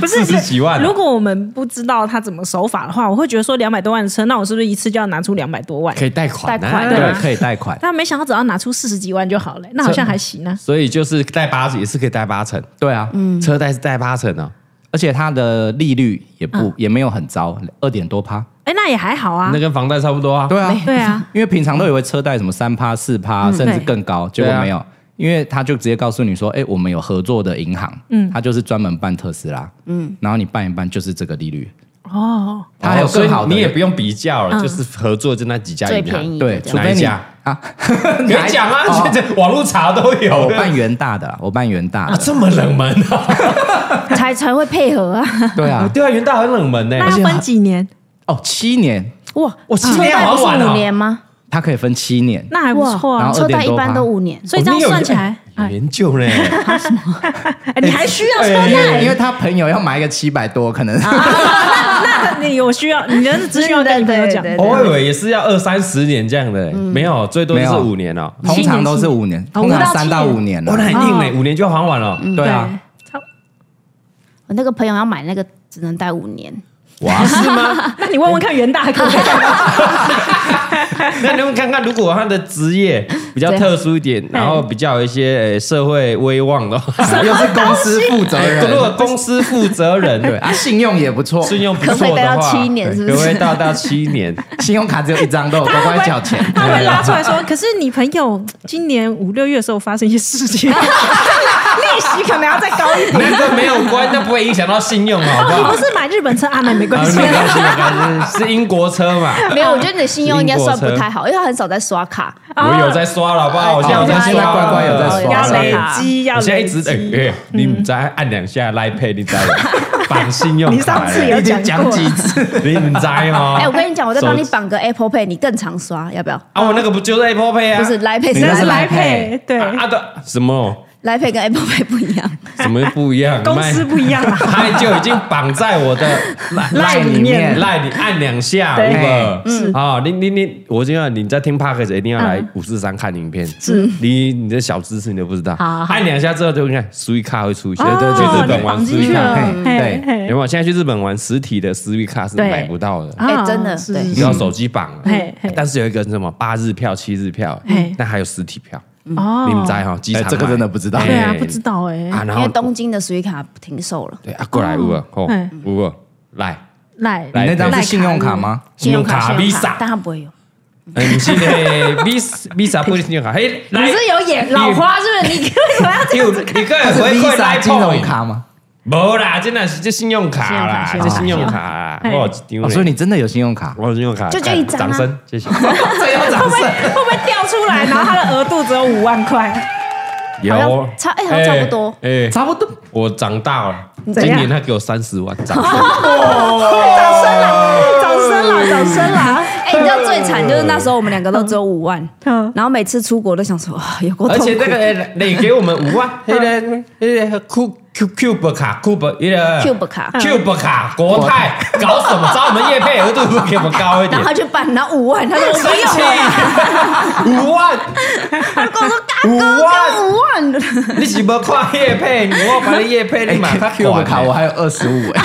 S3: 不是
S5: 40几万啊
S3: 如果我们不知道他怎么手法的话，我会觉得说两百多万的车，那我是不是一次就要拿出两百多万？
S5: 以贷款啊
S4: 贷款
S2: 对，
S3: 对
S2: 可以贷款，
S3: 但没想到只要拿出四十几万就好了，那好像还行啊。
S5: 所以就是贷八，也是可以贷八成，嗯
S2: 对啊，
S5: 车贷是贷八成哦。
S2: 而且它的利率也不也没有很糟，二点多趴，
S3: 哎，那也还好啊
S5: 那。跟房贷差不多啊。
S2: 对啊，
S3: 对 啊，
S2: 因为平常都以为车贷什么三趴、四趴，甚至更高，结果没有，因为他就直接告诉你说，哎，我们有合作的银行，嗯，他就是专门办特斯拉，嗯，然后你办一办就是这个利率，
S3: 哦，
S2: 它还有更好
S5: 所
S2: 的，
S5: 以你也不用比较了，就是合作就那几家银行
S4: 最 便宜
S2: 对，
S4: 这
S2: 除
S4: 样
S5: 哪
S2: 非
S5: 一
S2: 你
S5: 家
S2: 啊，
S5: 可以讲啊，
S2: 哦
S5: 现在网络查都有。
S2: 我办元大的啦，我办元大
S5: 啊，
S2: 的，
S5: 这么冷门啊？
S4: 才才会配合啊！
S2: 对 啊，
S5: 对啊，元大很冷门呢。
S3: 那要分几年？
S2: 哦，七年，
S4: 哇，
S5: 我
S4: 车
S5: 七年
S4: 贷
S5: 好
S4: 不是
S5: 晚哦
S4: 五年吗？
S2: 它可以分七年，
S3: 那还不错
S2: 哇然
S3: 啊
S2: 后。
S4: 车贷
S2: 2.多
S4: 一
S2: 吧
S4: 般都五年，
S3: 所以这样算起 来，
S5: 哦有
S3: 哎，
S5: 研究呢，
S3: 哎你还需要车
S2: 因
S5: 哎
S3: 贷？
S2: 为因为他朋友要买个七百多，可能
S3: 那你有需要，你真的只需要跟你朋友讲。
S4: 对对对
S5: 哦我以为也是要二三十年这样的，没有，最多就是五年哦。
S2: 通常都是五年，
S3: 哦
S2: 通
S3: 五到
S2: 常
S3: 七
S2: 三到五年
S5: 哇，那很
S2: 了，
S5: 硬嘞，五年就还完了。
S2: 对啊，
S3: 差不多
S4: 我那个朋友要买那个，只能贷五年。
S5: 哇，是 吗？
S3: 那你问问看袁大哥，
S5: 那你们看看，如果他的职业比较特殊一点，然后比较有一些呃社会威望 的话，
S2: 又是公司负责
S5: 如果
S2: 人，
S5: 公司负责人
S2: 对啊，信用也不错，
S5: 信用不
S4: 可不可以
S5: 错
S4: 贷
S5: 的
S4: 到
S5: 话，
S4: 七年是不
S5: 可不可以
S4: 是？
S5: 到到七年？
S2: 信用卡只有一张，都有乖乖缴钱。
S3: 他会拉出来说：“可是你朋友今年五六月的时候发生一些事 情，利息可能要再高一点。
S5: 那个没有关，那不会影响到信用，好不
S3: 你
S5: 好
S3: 不？是买日本车啊？那没
S5: 啊
S3: 关 系
S5: 没。关系，没关系，是英国车嘛。
S4: 没有，我觉得你的信用应该算不
S5: 哦英国车
S4: 太好，因为他很少在刷卡。
S5: 我
S3: 哦
S5: 有在刷了，好不好？我现哦在有在
S2: 现在
S5: 刷，
S2: 乖乖有在刷
S3: 要累积，要
S5: 我现在
S3: 累
S5: 一直哎
S3: 积。
S5: 哎，你们再按两下来 pay，你知道吗绑信用卡嘞，
S3: 你上次有
S2: 已经
S3: 讲过
S2: 讲几次？
S5: 你们知哦吗？
S4: 哎，我跟你讲，我再帮你
S5: 手机
S4: 绑个 Apple Pay，你更常刷，要不要？
S5: 啊，我那个不就是 Apple Pay 啊？
S4: 不是来 Pay，
S2: 你那是
S4: 来
S2: 来
S3: 来
S2: 配
S3: 配，对，
S5: 啊的什么
S4: Pay 跟 Apple Pay 不一样。
S5: 什么不一样？
S3: 公
S5: 卖
S3: 司不一样啊。
S5: 它就已经绑在我的
S2: 赖里面
S5: 赖你按两下
S3: 对
S5: ，Uber，嗯，啊，你你你，我就要你在听 Podcast 一定要
S3: 嗯
S5: 来五四三看影片，是，你你的小知识你都不知道，
S4: 好好
S5: 按两下之后就你看 s u i c a 会出现，
S3: 哦
S5: 去日本
S3: 你
S5: 玩
S3: 绑
S5: s
S3: 进
S5: u i
S3: 去
S5: c a
S3: 了
S2: 嘿，
S3: 嘿
S2: 对，
S5: 有没有？现在去日本玩实体的 s u i c a 是
S3: 对
S5: 买不到的，
S3: 啊
S4: 哎真的
S3: 是
S4: 对
S5: 你要手机绑
S4: 嗯
S5: 了
S3: 嘿嘿，
S5: 但是有一个什么八日票、七日票
S3: 嘿，
S5: 那还有实体票，
S3: 哦
S5: 你们在哈？机
S2: 哎
S5: 场
S2: 这个
S5: 买
S2: 真的不知道
S3: 对啊
S5: 哎，
S3: 不知道哎，
S5: 啊，然
S4: 因为
S5: 后
S4: 东哦京的 s 卡停售了，
S5: 对啊，过来五个，吼
S3: 嗯
S5: 五个来。
S3: 赖
S2: 你
S5: 来
S2: 那张是信用卡吗？
S5: 信用卡
S4: 信用
S5: Visa
S4: 但它不会有。
S5: 嗯，不是嘞 ，Visa Visa 不是信用卡，嘿，
S4: 你
S5: 来，
S4: 是有演老花是不是？你 为什么要这
S5: 有你个
S2: 它是
S5: 回馈来
S2: Visa 金融
S5: point
S2: 卡吗？
S5: 无啦，真的是这信用卡啦，
S4: 信
S5: 这
S4: 用卡
S5: 信用卡啦，
S3: 信用卡
S5: 我有一张
S2: 哦，
S5: 嘞
S2: 所以你真的有信用卡？
S5: 我有信用卡，哎
S4: 就就一张啊
S5: 掌声，谢谢。
S2: 这要掌声。
S3: 会不会掉出来？然后他的额度只有五万块，
S4: 好像
S5: 有哦
S4: 差哎好像差不多
S5: 哎，
S2: 差不多，
S5: 我长大了，今
S3: 怎样
S5: 年他给我三十万，掌声。
S3: 掌声啦，掌声啦，掌声啦！
S4: 哎、哎、你知道最惨就是那时候我们两个都只有五万，
S3: 嗯
S4: 然后每次出国都想说啊，有过
S5: 而
S4: 痛苦
S5: 且。那个哎你给我们五万，那个那个 Q Q Cube 卡 Cube 那个
S4: Cube 卡
S5: Cube 卡国泰搞什么？找我们业配额度不给我们高一点
S4: 然后？他去办，然后五万，他说我
S5: 生
S4: 没有
S5: 气
S4: 啊，，
S5: 五万，
S4: 他
S5: 五
S4: 跟我说大哥
S5: 万，
S4: 跟五万，啊
S5: 你是不看叶配？你我把那叶配你哎马上
S2: 哎 Q 卡我还有二十五哎，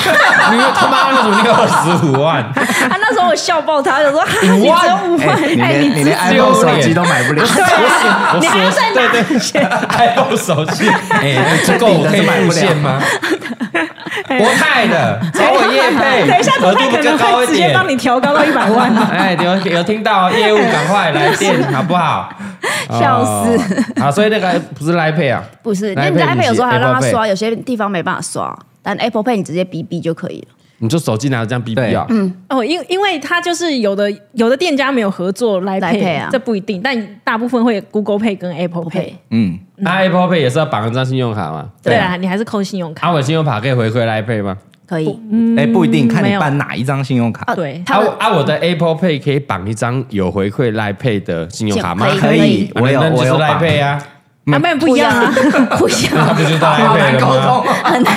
S5: 你他妈为什么你有二十五万？
S4: 他那时候我笑爆他，我说哈你 只有五 万，
S2: 你
S4: 哎、
S2: 连你连
S5: 丢
S2: iPhone 手机都买不了，
S5: 我
S4: 你还要
S5: 我
S4: 再
S5: 对对，还有手机，哎，这够我可以入线吗？
S4: 哎
S5: 国泰的找我叶配，
S3: 等一下，
S5: 额
S3: 国
S5: 度
S3: 泰可能
S5: 更高
S3: 会
S5: 一
S3: 直接
S5: 点。
S3: 帮你调高到一百万嘛。
S5: 哎，有有听到业务，赶快来电好不好？
S4: 笑死！
S5: 啊，所以那个不是来配啊，
S4: 不是，那
S5: Line
S4: 你在
S5: Pay
S4: Apple 有时候还要让他
S5: Apple Pay
S4: 刷，有些地方没办法刷，但 Apple Pay 你直接哔哔就可以了。
S5: 你就手机拿着这样哔哔啊，
S4: 嗯
S3: 哦，因因为它就是有的有的店家没有合作来
S4: 来
S3: 配
S4: 配啊
S3: 这不一定，但大部分会有 Google Pay 跟 Apple Pay
S4: Pay。
S2: 嗯，
S5: 那啊 Apple Pay 也是要绑一张信用卡嘛？
S3: 对啊，你还是扣信用卡。
S5: 阿伟信用卡可以回馈来配吗？
S4: 可以，
S2: 哎不一定看
S3: 没
S2: 你
S3: 有哦
S2: 办哪一张信用卡，
S4: 啊
S3: 对
S5: 啊
S4: 他们
S5: 啊，我的 Apple Pay 可以绑一张有回馈来配的信用卡吗？
S4: 可
S2: 可
S4: 以
S2: 以，
S5: 啊
S2: 我有
S5: 那就
S2: 我
S5: 是
S2: 有
S5: 来
S2: 绑
S5: 配 啊，
S3: 啊，那不一样啊，
S4: 不一样，啊
S5: 那不就是来
S2: 好
S5: 配
S2: 难
S5: 了
S2: 沟
S5: 吗？
S2: 通哦，
S4: 很难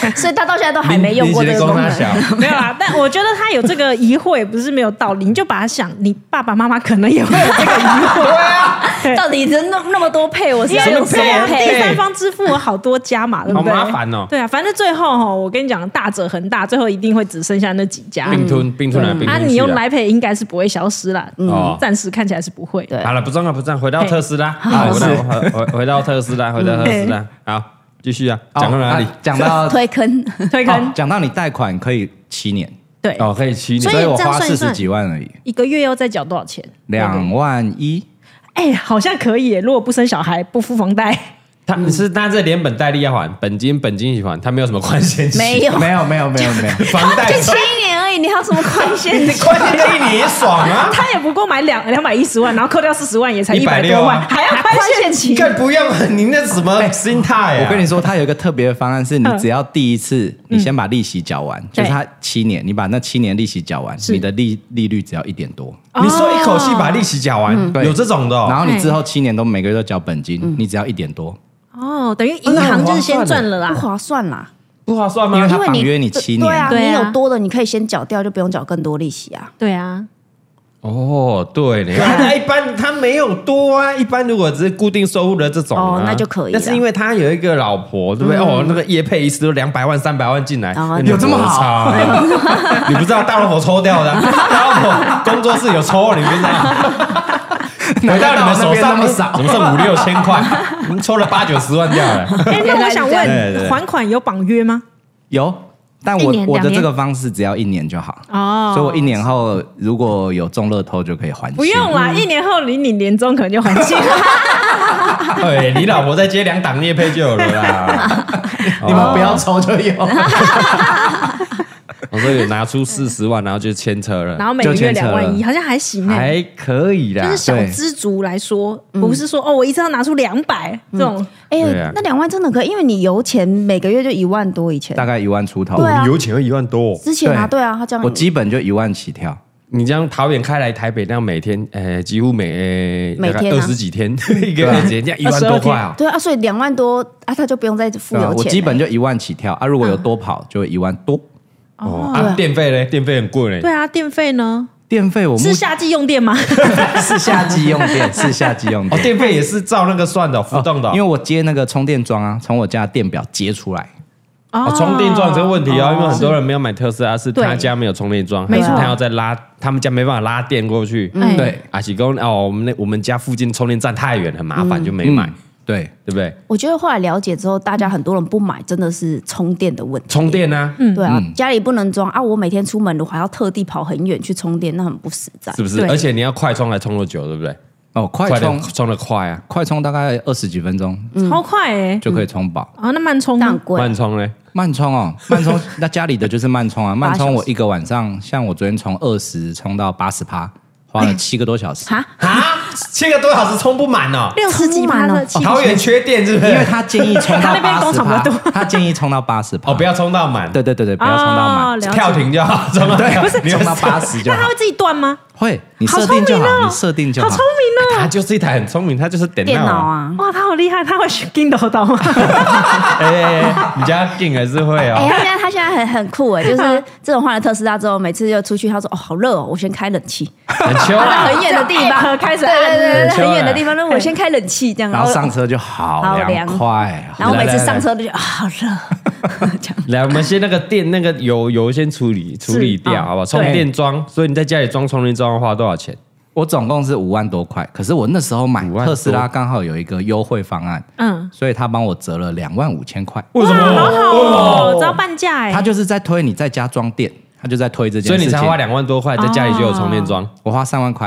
S4: 对，所以他到现在都还没用过这个功
S5: 你
S4: 能
S5: 是在。讲他小
S3: 没有啦。但我觉得他有这个疑惑也不是没有道理，你就把它想，你爸爸妈妈可能也会有这个疑惑。对啊，
S4: 到底人那那么多配，我是要用什么
S5: 配啊
S3: 第
S4: 配？
S3: 三方支付我好多家嘛，对不对？
S5: 好麻烦哦
S3: 对啊，反正最后哈，我跟你讲，大者恒大，最后一定会只剩下那几家。
S5: 并啊吞并吞了，并
S3: 嗯啊，
S5: 吞去
S3: 你用
S5: 了
S3: 来配应该是不会消失啦，
S5: 哦
S3: 嗯暂时看起来是不会。
S4: 对
S5: 好了，不重要，不重要，回到
S3: 嘿
S5: 特斯拉，好，回
S2: 是
S5: 到回回回到特斯拉，回到特斯拉，好，继续啊，讲到哪里
S2: 哦？啊讲到
S4: 推坑，
S3: 推
S2: 哦
S3: 坑，
S2: 讲到你贷款可以七年，
S3: 对，
S5: 哦，可以七年
S4: 所以
S2: 所以我
S4: 这样
S2: 花
S4: 算一
S2: 四
S4: 算
S2: 十几万而已，
S3: 一个月要再缴多少钱？
S2: 两万一。
S3: 哎，好像可以耶，如果不生小孩，不付房贷，
S5: 他是他这连本带利要还，本金本金一起还，他没有什么宽限期，
S4: 没有
S2: 没有没有没有没 有，
S5: 房贷
S4: 就七年而已，你还有什么宽限
S5: 你
S4: 期？
S5: 宽限期你也爽啊，
S3: 他也不过买两两百一十万，然后扣掉四十万，也才一百
S5: 160
S3: 多万，
S5: 啊
S3: 还要宽限期。
S5: 更不用你那什么心态啊？
S2: 我跟你说，它有一个特别的方案，是你
S3: 嗯
S2: 只要第一次你先把利息缴完，就是它七年，你把那七年利息缴完，你的利利率只要一点多，
S5: 你说一口气把利息缴完，
S2: 对
S5: 有这种的哦，
S2: 然后你之后七年都每个月都缴本
S3: 嗯
S2: 金，你只要一点 多，
S3: 哦，等于银行就是先赚了
S4: 不
S3: 啦。
S4: 划算啦，
S5: 不划算
S2: 因为
S5: 吗？
S2: 它绑约你七
S4: 对
S2: 年，，
S4: 啊
S3: 对
S4: 你
S3: 啊
S4: 有多的你可以先缴掉，就不用缴更多利息啊。
S3: 对啊，
S5: 哦，对嘞，那一般他没有多啊，一般如果只是固定收入的这种啊
S4: 哦那就可以
S5: 那
S4: 了
S5: 是因为他有一个老婆，对不对？哦，那个叶配一次都两百万、三百万进来
S4: 哦，
S5: 那
S2: 有这么
S5: 摩擦啊？你不知道大老婆抽掉的啊，大老婆工作室有抽，啊你不知道？回到你们手上
S2: 那么少，
S5: 怎么剩五六千块？你们抽了八九十万掉了。
S3: 哎，那我想
S4: 原
S5: 来是这
S3: 问，
S5: 样
S3: 还款有绑约吗？
S2: 有。但
S3: 一
S2: 我
S3: 年
S2: 我的
S3: 两年
S2: 这个方式只要一年就好，
S3: 哦
S2: 所以我一年后如果有中乐透就可以还清。
S3: 不用啦，一年后领你年终可能就还 清了。
S5: 哎，你老婆再接两档叶配就有了啦。
S2: 你们不要抽就 有。
S3: 嗯
S5: 我说有拿出四十万，然后就牵扯了，
S3: 然后每个月
S2: 就牵扯
S3: 两
S2: 了啊
S3: 万一，好像还行哎、
S5: 还可以啦。
S3: 就是小
S2: 对
S3: 知足来说，不是说哦，我一次要拿出两百这种，
S4: 哎呦
S5: 对啊，
S4: 那两万真的可以，因为你油钱每个月就一万多以前。
S2: 大概一万出头。
S4: 对啊
S5: 油钱要一万多、
S4: 之前啊，对啊，他这样
S2: 我基本就一万起跳，
S5: 你这样桃园开来台北，那样每天，呃，几乎每呃
S4: 每天啊
S5: 二十几天，一个月直接这样一万多块啊！
S4: 对啊，所以两万多啊，他就不用再付
S2: 对啊
S4: 油钱了。
S2: 我基本就一万起跳啊。如果有多跑，就一万多。
S5: 哦，啊，电费嘞，电费很贵嘞
S3: 对。啊，电费呢
S2: 电费我目
S3: 是夏季用电吗？
S2: 是夏季用电，是夏季用
S5: 哦，
S2: 电，
S5: 电费也是照那个算的，浮动的哦，
S2: 因为我接那个充电桩啊，从我家的电表接出来。
S5: 哦充电桩有这个问题啊，因为很多人没有买特斯拉，是
S3: 对
S5: 他家没有充电桩，
S3: 没错
S5: 还是他要再拉，他们家没办法拉电过去。
S3: 哎
S2: 对，
S5: 阿喜公哦，我们那我们家附近充电站太远，很麻烦，就没买，
S2: 嗯，对，
S5: 对不对？
S4: 我觉得后来了解之后，大家很多人不买，真的是充电的问题。
S5: 充电呢，
S4: 对啊，家里不能装啊，我每天出门我还要特地跑很远去充电，那很不实在
S5: 是。不是？
S3: 对
S5: 而且你要快充还充得久，对不对？
S2: 哦，快充
S5: 的，充得快啊，
S2: 快充大概二十几分钟
S3: 超快哎、
S2: 就可以充饱。
S3: 啊，那慢充
S4: 但很
S3: 呢？
S4: 贵，
S5: 慢充嘞。
S2: 慢充哦，慢充，那家里的就是慢充啊，慢充
S4: 八小
S2: 我一个晚上，像我昨天从二十充到八十趴，花了七个多小时。
S4: 哈，
S5: 啊，七个多小时充不满哦。
S3: 六十几趴的气
S5: 桃园缺电是不是？
S2: 因为他建议冲
S3: 他
S2: 到
S3: 那边
S2: 八
S3: 工
S2: 十
S3: 厂
S2: 趴
S3: 比较，
S2: 他建议冲到八十趴。
S5: 哦，不，要充到满，
S2: 对对对对，不要冲到
S3: 哦
S2: 满，
S5: 跳停就好，充到满
S2: 对，
S3: 不是
S2: 冲到八十就
S3: 那
S2: 好
S3: 他会。自己断吗？
S2: 会，你
S3: 好
S2: 设
S3: 聪
S2: 定就
S3: 明
S2: 好，哎
S3: 哦，
S2: 你设定就
S3: 好聪明
S5: 他
S3: 哦。
S5: 就是一台很聪明，他就是电
S4: 电
S5: 脑
S4: 脑
S5: 啊。
S4: 啊。
S3: 哇，他好厉害，他会选 Kindle 刀 吗？
S5: 哎哎，哎你家劲还是会
S4: 哎、
S5: 哦。
S4: 他现在他现在很很酷哎，就是自从换了特斯拉之后，每次就出去，他说哦好热哦，我先开冷气，
S5: 很秋
S4: 到
S5: 啊，
S4: 很远的地方
S3: 开始
S4: 对对对对，
S5: 很秋
S4: 很远的
S5: 哎
S4: 地方，那我先开冷气这样，
S2: 然后上车就好
S4: 好
S2: 凉
S4: 凉
S2: 快。
S4: 然后每次
S5: 来来
S4: 上车都觉得啊好热，这样
S5: 来，我们先那个电那个油油先处理处理掉，
S3: 哦
S5: 好不好？充电桩，所以你在家里装充电桩要花多少钱？
S2: 我总共是五万多块，可是我那时候买
S5: 5万多
S2: 特斯拉刚好有一个优惠方案，
S3: 嗯，
S2: 所以他帮我折了两万五千块。
S5: 为什
S3: 哇，好
S5: 么？
S3: 好哦，只要半价哎
S2: 他。就是在推你在家装电，他就在推这件
S5: 所
S2: 事
S5: 以你
S2: 情。
S5: 才花，两万多块，在家里就有充电桩。
S2: 我花三万块，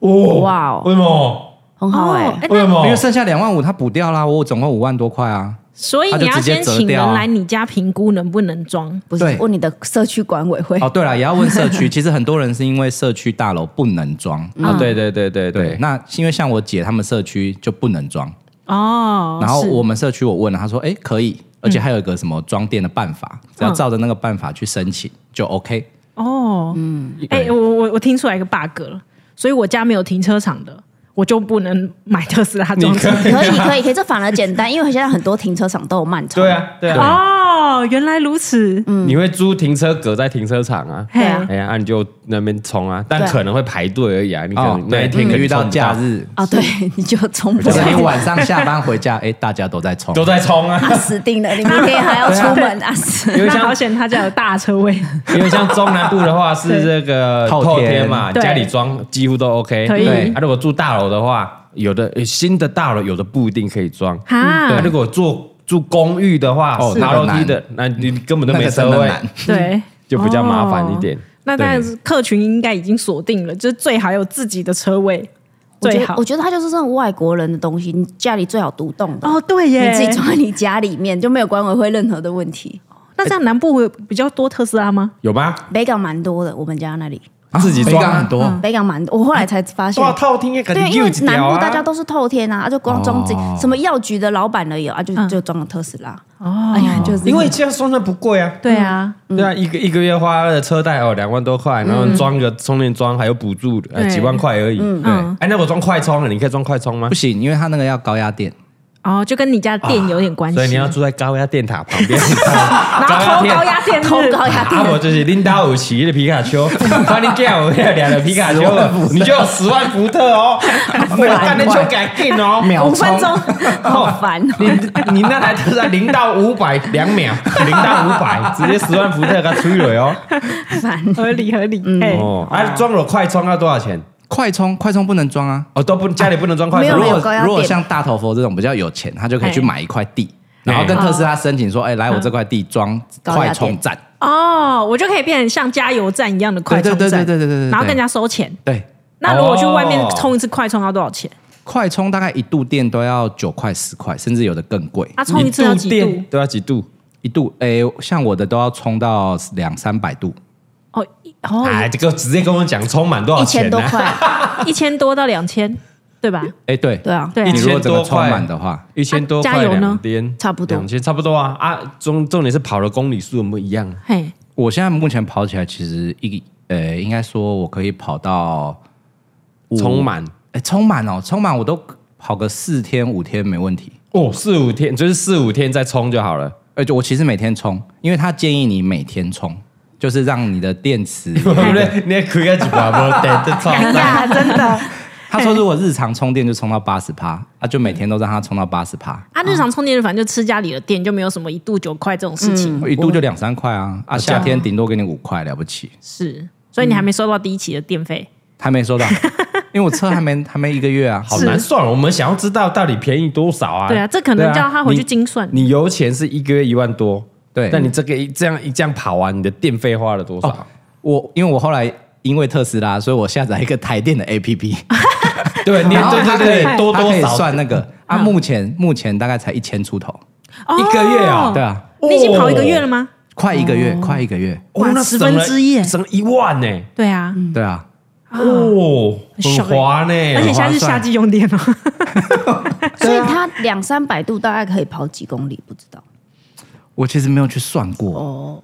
S5: 哦
S4: 哇哦
S5: 为什么？
S4: 很好哎、
S3: 哎
S5: 为什
S2: 因为
S5: 么？
S2: 剩下两万五他补掉啦，我总共五万多块啊。
S3: 所以你要先请
S5: 啊
S3: 人来你家评估能不能装。
S4: 不是
S2: 对
S4: 问你的社区管委会
S5: 哎
S2: 哦， 对了，也要问社区，其实很多人是因为社区大楼不能装。
S5: 啊，对对对对
S2: 对，
S5: 对，
S2: 那因为像我姐他们社区就不能装，
S3: 哦，
S2: 然后
S3: 是
S2: 我们社区我问了，他说：“哎，可以，而且还有一个什么装电的办法，
S4: 嗯
S2: 只要照着那个办法去申请就 OK。
S3: 哦，嗯，哎、我我我听出来一个 bug 了，所以我家没有停车场的，我就不能买特斯拉装车。
S4: 可以可以可以，这反而简单，因为现在很多停车场都有慢充。
S5: 对，啊对啊，
S3: 哦，原来如此，
S5: 你会租停车格在停车场啊？
S3: 嘿、
S4: 嗯啊
S5: 哎呀，那你就那边冲啊，但
S4: 对
S5: 可能会排队而已啊。你可
S2: 哦，
S5: 能那
S2: 对，
S5: 一天可能
S2: 遇到
S5: 冲不
S2: 假日，
S4: 哦对，你就冲不
S2: 就是
S4: 来
S2: 你，晚上下班回家，哎，大家都在冲。
S5: 都在冲 啊，
S4: 啊死定了，你明天还要出门啊死。
S5: 因为
S3: 那
S5: 像
S3: 好险他家有大车 位，
S5: 因为像中南部的话是这个
S2: 透
S5: 透
S2: 天
S5: 天嘛，
S3: 对
S5: 家里装几乎都 OK。
S3: 可以
S5: 对啊，如果住大楼的话，有的呃新的大楼有的不一定可以装。
S3: 哈
S4: 嗯
S5: 对，如果住住公寓的话
S2: 哦，
S5: 爬
S2: 那
S5: 楼
S2: 个
S5: 梯
S2: 难
S5: 的，那你根本都
S2: 那
S5: 没
S2: 个真
S5: 车
S2: 的
S5: 位，
S2: 难
S3: 对，
S5: 就比较麻烦一点
S3: 哦。那当然是客群应该已经锁定了，就是最好有自己的车位，
S4: 我觉
S3: 最
S4: 得
S3: 好
S4: 我。觉得它就是这种外国人的东西，你家里最好独栋的，
S3: 哦，对耶，
S4: 你自己装在你家里面就没有管委会任何的问题。
S3: 那这样南部会比较多特斯拉吗？
S5: 有吗？
S4: 北港蛮多的，我们家那里
S2: 啊
S5: 自己
S2: 北
S5: 装
S2: 港
S5: 啊
S2: 很多，
S4: 北港蛮多，我后来才发现
S5: 哇，。透天也肯定
S4: 对，因为
S5: 有一
S4: 南
S5: 条
S4: 部
S5: 啊
S4: 大家都是透天啊，啊就光装这
S2: 哦
S4: 什么药局的老板而已啊，就就装了特斯拉。
S3: 哦，
S4: 哎呀，就是
S5: 因为这样算算不贵啊。
S3: 对啊，
S5: 对啊，一个一个月花的车贷哦两万多块，然后装个充电桩还有补助的，呃
S3: 对
S5: 几万块而已。对
S3: 嗯，
S5: 哎，那我装快充了，你可以装快充吗
S2: 不？行，因为他那个要高压电。
S3: 哦，就跟你家店有点关系，
S5: 所以你要住在高压电塔旁边，
S3: 然
S5: 高
S3: 后投高压电
S4: 偷
S3: 日
S4: 高压
S5: 啊，我就是领导有骑的皮卡丘，把 你给我两个皮卡丘，你就有十万伏特哦，我干那就改进 哦，
S2: 秒
S4: 五分
S2: 冲
S4: 钟，好烦哦。
S5: 你你那台特斯拉零到五百两秒，零到五百直接十万伏特给它吹了哦。
S3: 合理合理，哎、
S5: 哦，啊，装了快充要多少钱？
S2: 快充，快充不能装啊。
S5: 哦，都不家里不能装快
S4: 没
S5: 充，
S4: 有
S2: 如
S5: 如果
S2: 果
S4: 高压电
S2: 如果像大头佛这种比较有钱，他就可以去
S3: 哎
S2: 买一块地，然后跟特斯拉申请说，哎，来我这块地装
S4: 嗯高压
S2: 快
S4: 电
S2: 充站。
S3: 哦，我就可以变成像加油站一样的快充站，
S2: 对对对对对对对对
S3: 然后跟人家收钱。
S2: 对，
S3: 那如果去外面
S5: 哦
S3: 充一次快充要多少钱？
S2: 快充大概一度电都要九块十块，甚至有的更贵。
S3: 啊，充一次要几
S5: 电
S3: 度？
S5: 都啊要几度？
S2: 一度，哎、像我的都要充到两三百度，
S3: 哦，一哦，
S5: 哎，这个直接跟我讲充满多少
S4: 一千
S5: 钱
S4: 多
S5: 呢？
S4: 块，
S3: 一千多到两千，对吧？
S2: 哎、对，
S4: 对啊，
S3: 对啊
S2: 你如果
S5: 1000
S2: 整个充
S5: 多块
S2: 满的话，
S5: 一千多
S3: 啊
S5: 块
S3: 加油呢
S5: 两天，
S4: 差不多
S5: 两千差不多啊啊！重重点是跑的公里数有没有一样？
S3: 嘿，
S2: 我现在目前跑起来其实一，呃、应该说我可以跑到五
S5: 充，满
S2: 哎、充满哦，充满我都跑个四天五天没问题。
S5: 哦，四五天就是四五天再充就好了。。
S2: 而且我其实每天充，因为他建议你每天充，就是让你的电池
S5: 对不对？你也开个几把波电，这操！
S3: 呀，真的
S2: 他说如果日常充电就充到八十趴，啊，就每天都让它充到八十趴，
S3: 啊，日常充电日反正就吃家里的电，就没有什么一度九块这种事情，
S2: 一度就两三块啊，啊，
S5: 这样
S2: 夏天顶多给你五块，了不起。
S3: 是。所以你还没收到第一期的电费，
S2: 还 没收到，因为我车还没还没一个月啊，好
S5: 好
S2: 难。
S5: 难算，我们想要知道到底便宜多少啊？
S3: 对啊这可能
S5: 对啊
S3: 叫他回去精算
S5: 你你油钱是一个月一万多，
S2: 对
S5: 但你这个一这样一这样跑啊完，你的电费花了多
S3: 哦
S5: 少？
S2: 我因为我后来因为特斯拉，所以我下载一个台电的 APP，
S5: 对，你
S2: 然后
S5: 对
S2: 它
S5: 对
S2: 可以
S5: 对，多
S2: 它
S5: 多
S2: 可以
S5: 少嗯
S2: 算那个啊，目前目前大概才一千出头，
S3: 哦
S5: 一个月啊
S2: 对啊，
S3: 你已经跑一个月了吗？
S5: 哦
S2: 快一个月，快一个月，
S5: 哇，
S3: 哇
S5: 那
S3: 十
S5: 省了
S3: 分之一耶
S5: 省了一万呢。
S3: 对啊，
S2: 对啊，
S5: 哦，很
S3: 爽欸
S5: 滑呢，
S3: 而且现在是夏季用电哦，
S4: 所以它两三百度大概可以跑几公里，不知道。
S2: 我其实没有去算过，
S5: 哦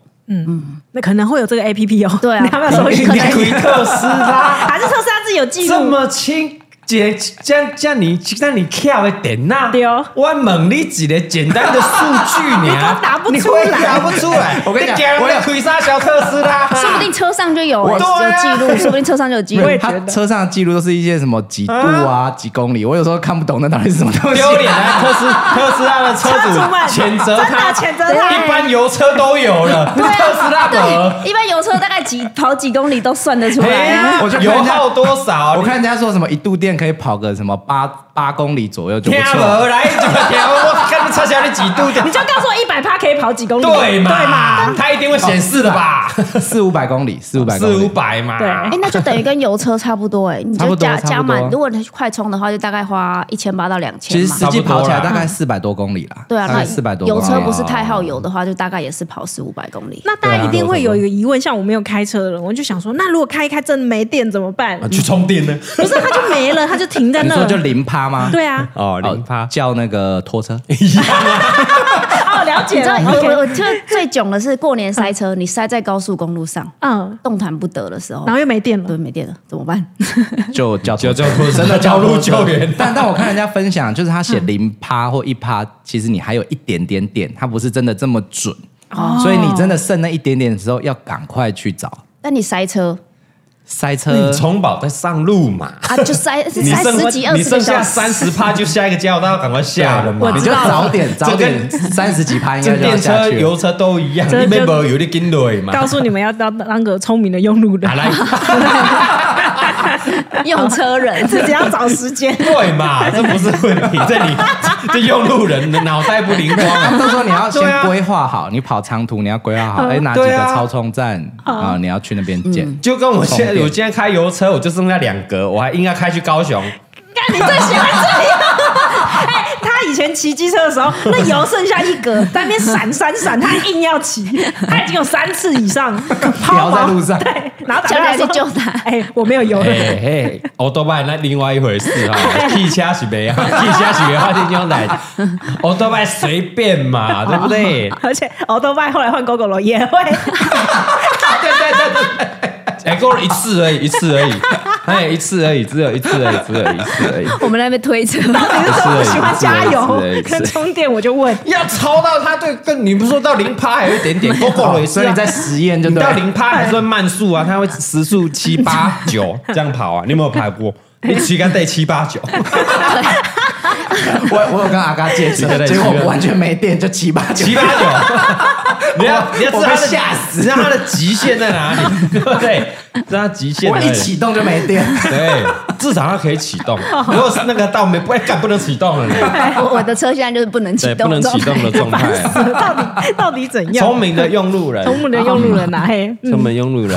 S3: 那可能会有这个 A P P 哦。
S4: 对啊
S3: 你要不要搜一
S5: 划
S3: 下
S5: 算，？你推特斯拉
S3: 还是特斯拉自己有记
S5: 这
S3: 录？
S5: 么轻。这这样这样你，这样你跳的点呐？
S3: 对哦
S5: 我问你几个简单的数据呢？ 你
S3: 答不
S5: 你
S3: 出
S5: 会答不出来。我跟你讲，我要推啥小特斯拉？
S4: 说不定车上就有、欸、
S5: 对啊
S4: 有记录，说不定车上就有记 录。
S2: 他车上的记录都是一些什么几度啊、几公里，我有时候看不懂那到底是什么 东西。
S5: 丢脸啊！特斯特斯拉的车
S3: 车主
S5: 主
S3: 们
S5: 谴责
S3: 真的
S5: 他，
S3: 啊谴责他
S5: 一般油车都有了，
S4: 对
S5: 特斯拉
S4: 啊，
S5: 的。
S4: 对，一般油车大概几跑几公里都算得出
S5: 哎
S4: 来啊。
S5: 呀
S2: 我就看
S5: 油
S2: 人家
S5: 耗多少？
S2: 我看人家说什么一度电可以跑个什么八八公里左右就
S5: 听
S2: 不错
S5: 无
S2: 了。
S5: 来，这个听我看你车小你几度的
S3: 你，就告诉我一百趴可以跑
S4: 哎
S3: 几公里？
S5: 对嘛？
S3: 对啊嘛？
S5: 它一定会显示的吧？
S2: 四五百公里，四五百公
S5: 四
S2: 里，
S5: 五百嘛。
S3: 对
S4: 哎、那就 等于跟油车差不多哎、你
S2: 差不
S4: 就
S2: 多
S4: 加
S2: 差不多
S4: 加满，如果你快充的话，就大概花一千八到两千
S2: 其实
S4: 嘛。
S2: 实际跑起来大概四百多公里啦。
S4: 对啊，那
S2: 四百多公
S4: 油
S2: 里。
S4: 车不是太耗油的话，就大概也是跑四五百公里。
S3: 那大家一定会有一个疑问，像我没有开车的人，我就想说，那如果开一开真的没电怎么办？
S5: 去充电呢？
S3: 啊不是，它就没了，它就停在
S2: 你
S3: 那
S2: 说。就零趴 吗？
S3: 对啊，
S5: 哦
S2: 哦，叫那个拖 车。
S3: 哦，了
S4: 你
S3: 解
S4: 知道
S3: 了
S4: 我我
S3: ，OK，
S4: 我就最囧的是过年塞车，你塞在高速公路上，
S3: 嗯，
S4: 动弹不得的时候
S3: 然，后又没电
S4: 对，
S3: 了，
S4: 没电了怎么办？
S2: 就叫
S5: 就叫拖
S2: 拖
S5: 车
S2: 车真的叫拖车
S5: 道路救援
S2: 但但我看人家分享，就是他写
S4: 嗯
S2: 零趴或一趴，其实你还有一点点点，它不是真的这么准。
S4: 哦
S2: 所以你真的剩那一点点的时候，要赶快去找
S4: 但你塞车
S2: 塞车
S5: 你。充饱再上路嘛。
S4: 啊，就 塞
S5: 你
S4: 塞
S5: 剩
S4: 十几二
S5: 你
S4: 十
S5: 剩
S4: 个
S5: 下
S4: 小时。
S5: 三十趴，就下一个加油站要赶快下了嘛
S2: 你。就早点
S5: 这
S2: 早
S5: 跟
S2: 点三十几趴应
S5: 这
S2: 该就要
S5: 电
S2: 下
S5: 车、
S2: 去了。
S5: 油车都一样，
S3: 这
S5: 你没
S3: 就
S5: 没有你跟对嘛。
S3: 告诉你们要当当个聪明的用路人
S5: 啊，，来，
S4: 用 车人
S3: 自己要找时间。
S5: 对 嘛，这不是问题，这你 这用路人的脑袋不灵光啊。
S2: 到时候你 要
S5: 对啊
S2: 先规划好，你跑长途你要规划
S4: 哦
S2: 好，哎，哪几
S5: 对
S2: 个
S5: 啊
S2: 超充站啊，你要去那边捡。
S5: 就跟我现
S2: 充
S5: 在，
S2: 电
S5: 我今天开油车，我就剩下两格，我还应该开去高雄。
S3: 看你最喜欢这样。哎，他以前骑机车的时候，那油剩下一格，在那边闪闪闪，他硬要骑，他已经有三次 以上抛
S2: 飘
S3: 锚
S2: 在路上
S3: 对，然后打
S4: 叫
S3: 电话
S4: 他去
S3: 说
S4: 救他
S3: 哎，我没有油了。
S5: 嘿嘿，奥多麦那另外一回事哈，汽车是没啊，汽车是没发电用来，奥多麦随便嘛，对不对？
S3: 而且奥多麦后来换 GoGo 了，也会
S5: 对对对对对，哎，够了一次而已，一次而已，哎，一次而已，只有一次而已，只有一次 而已。
S4: 我们在那 边推车，
S3: 你是说我喜欢加油
S5: 是的是的
S3: 跟充电，我就问。
S5: 要超到它对，跟你不是说到零趴还有一点点，够够了，
S2: 所以你在实验就
S5: 你
S2: 对
S5: 到
S2: 了。
S5: 零趴还算慢速啊，它会时速七八九这样跑啊，你有没有跑过？你膝盖带七八九，
S2: 我 我有跟阿嘎借车
S5: 对对，对
S2: 结果完全没电，就七八九
S5: 七八九，你要你要知道
S2: 我
S5: 他
S2: 被
S5: 的
S2: 吓死
S5: 你知道他的极限在哪里，对不对？知道他极限
S2: 我
S5: 在哪里。
S2: 一启动就没电。
S5: 对，至少它可以启 动。
S4: 哦
S5: 如果是那个到没不哎干不能启动了呢，
S4: 我我的车现在就是不能 启
S5: 对，
S4: 动，
S5: 不能启动的状态。啊
S3: 到底到底怎样？
S5: 聪明的用路人，
S3: 聪明的用路人呐、啊，嘿，
S4: 嗯
S5: 聪明用路人，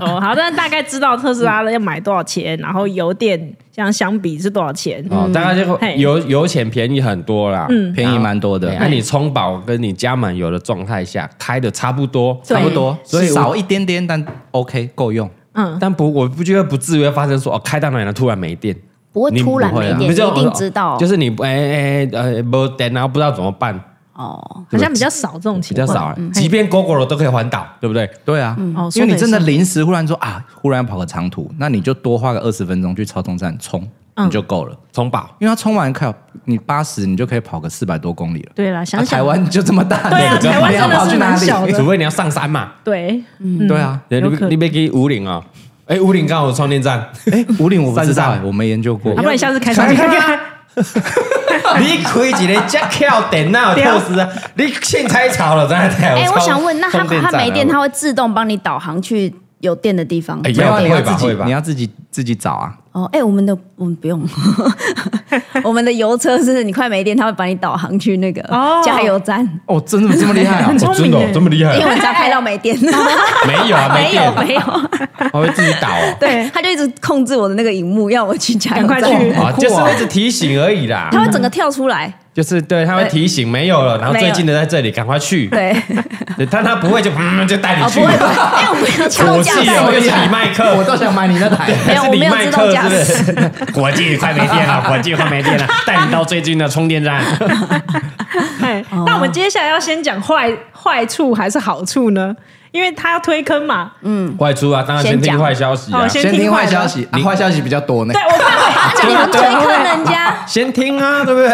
S3: 哦，好，但大概知道特斯拉要买多少钱，然后油电相相比是多少钱？
S5: 哦，大概就
S3: 嘿
S5: 油油钱便宜很多啦，
S4: 嗯
S3: 嗯
S2: 便宜蛮多的
S5: 对。那你充饱跟你加满油的状态下开的差不多，
S3: 对
S2: 差不多，
S5: 所
S2: 所
S5: 以
S2: 以
S5: 我
S2: 少一点点，但 OK 够用。
S3: 嗯，
S5: 但不我不觉得不至于会发生说哦开到哪里了突然没电，
S4: 不会
S5: 你
S4: 突然
S5: 不会
S4: 没
S5: 啊
S4: 电，
S5: 不
S4: 你
S5: 是
S4: 一定
S5: 我
S4: 知道
S5: 就是你哎哎呃没电，然后不知道怎么办，
S4: 哦。
S3: 好像比较少这种
S5: 比
S3: 情
S5: 较
S3: 况，
S5: 少啊
S3: 嗯，
S5: 即便 GoGo 都可以环岛，对不对？
S2: 对啊，
S3: 哦
S2: 因为你真的
S3: 说得也是
S2: 临时忽然说啊，忽然要跑个长途，那你就多花个二十分钟去超充站充，
S3: 嗯
S2: 你就够了。
S5: 充饱。
S2: 因为它充完靠你八十，你就可以跑个四百多公里了。
S3: 对啦，
S2: 啊
S3: 想想
S2: 台湾就这么大，
S3: 对啊
S2: 你
S3: 台湾
S2: 要
S3: 真的
S2: 跑去
S3: 是
S2: 哪
S3: 蛮
S2: 里
S3: 小的
S5: 除非你要上山嘛，
S3: 对，
S2: 对啊，
S5: 你
S3: 有可
S5: 你别给五岭啊，哎，五岭刚好有充电 站，
S2: 哎，五岭我不知
S5: 山
S2: 道，
S5: 上
S2: 哎我没研究过
S3: 啊要、。不然你下次开上
S5: 看
S3: 去
S5: 看
S3: 看看。
S5: 你开一个只跳电脑特斯拉，你凊彩吵了，真的太。
S4: 啊哎，我想问，那它
S5: 充电
S4: 它
S5: 站
S4: 没电，
S5: 啊
S4: 它会自动帮你导航去有电的地方？
S5: 哎
S2: 没有啊，
S5: 会
S2: 你
S5: 吧
S2: 要自己
S5: 会吧
S2: 你要自己自己找啊。
S4: 哦，哎，我们的我们不用， 我们的油车是你快没电，它会把你导航去那个
S3: 哦
S4: 加油站，
S2: 哦，真的这么厉害 啊！
S5: 哦真的哦这么厉害
S4: 因为
S5: 啊？
S4: 我们家开到没 电，
S5: 没有啊，没
S4: 没有
S5: 电，
S4: 没有，
S5: 我会自己导 哦。
S4: 对，它就一直控制我的那个荧幕，要我去加
S3: 赶
S4: 油
S3: 快去
S4: 站，
S5: 啊，就是一直提醒而已啦。
S4: 啊它会整个跳出来，
S5: 就是对，他会提醒没有了，然后最近的在这里，赶快去。
S4: 对，
S5: 对，但他不会就嗯就带你
S4: 哦，
S5: 去
S4: 不。会，不会哎，我没有自
S5: 国
S4: 动
S5: 际
S4: 驾
S5: 哦，
S4: 驶，
S5: 又是李麦克，
S2: 我都想买你那 台。
S4: 没有，
S5: 是
S4: 我没
S5: 李
S4: 有
S5: 麦
S4: 自
S5: 克
S4: 动驾
S5: 是
S4: 驶。
S5: 不是？ 国际快没电了，国际快没电了，带你到最近的充电站。
S3: 哎，那我们接下来要先讲坏坏处还是好处呢？因为他要推坑嘛，
S5: 坏处啊，当然先
S4: 嗯先
S5: 听
S4: 讲
S5: 坏消息啊
S3: 哦，
S2: 先听坏消息，啊坏消息比较多呢
S3: 对。我怕
S4: 啊，叫你们推坑人家，
S5: 先听啊，对不对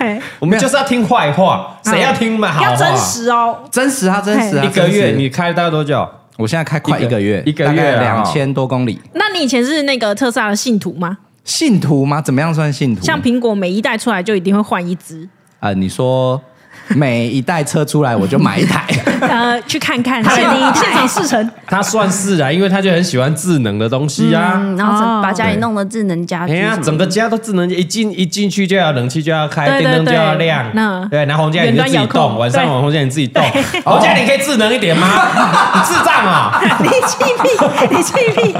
S3: 哎？
S5: 我们就是要听坏话，谁要听嘛？好
S3: 要
S5: 话
S3: 真实哦，
S2: 真实啊，真实啊！
S5: 一个
S2: 真
S5: 月
S2: 实
S5: 你开大概多久？
S2: 我现在开快
S5: 一个
S2: 一个月，
S5: 一个月啊
S2: 两千多公里。
S3: 那你以前是那个特斯拉的信徒吗？
S2: 信徒吗？怎么样算信徒？
S3: 像苹果每一代出来就一定会换一 只，
S2: 呃，你说每一代车出来我就买一台，
S3: 呃，去看看现现场试乘。
S5: 他算是啊，因为他就很喜欢智能的东西啊。
S4: 嗯，然后整
S3: 哦
S4: 把家里弄得智能家
S5: 哎
S4: 居什
S5: 呀，
S4: 么
S5: 整个家都智能，一进一进去就要冷气就要开，
S3: 对对
S5: 电灯就要
S3: 对
S5: 亮
S3: 那，
S5: 对，然后红家你就自己
S3: 远端遥
S5: 动，
S3: 控
S5: 晚上
S3: 对哦
S5: 红家你自己动，红家你可以智能一点吗？ 你智障啊！
S3: 你气屁，你气 屁，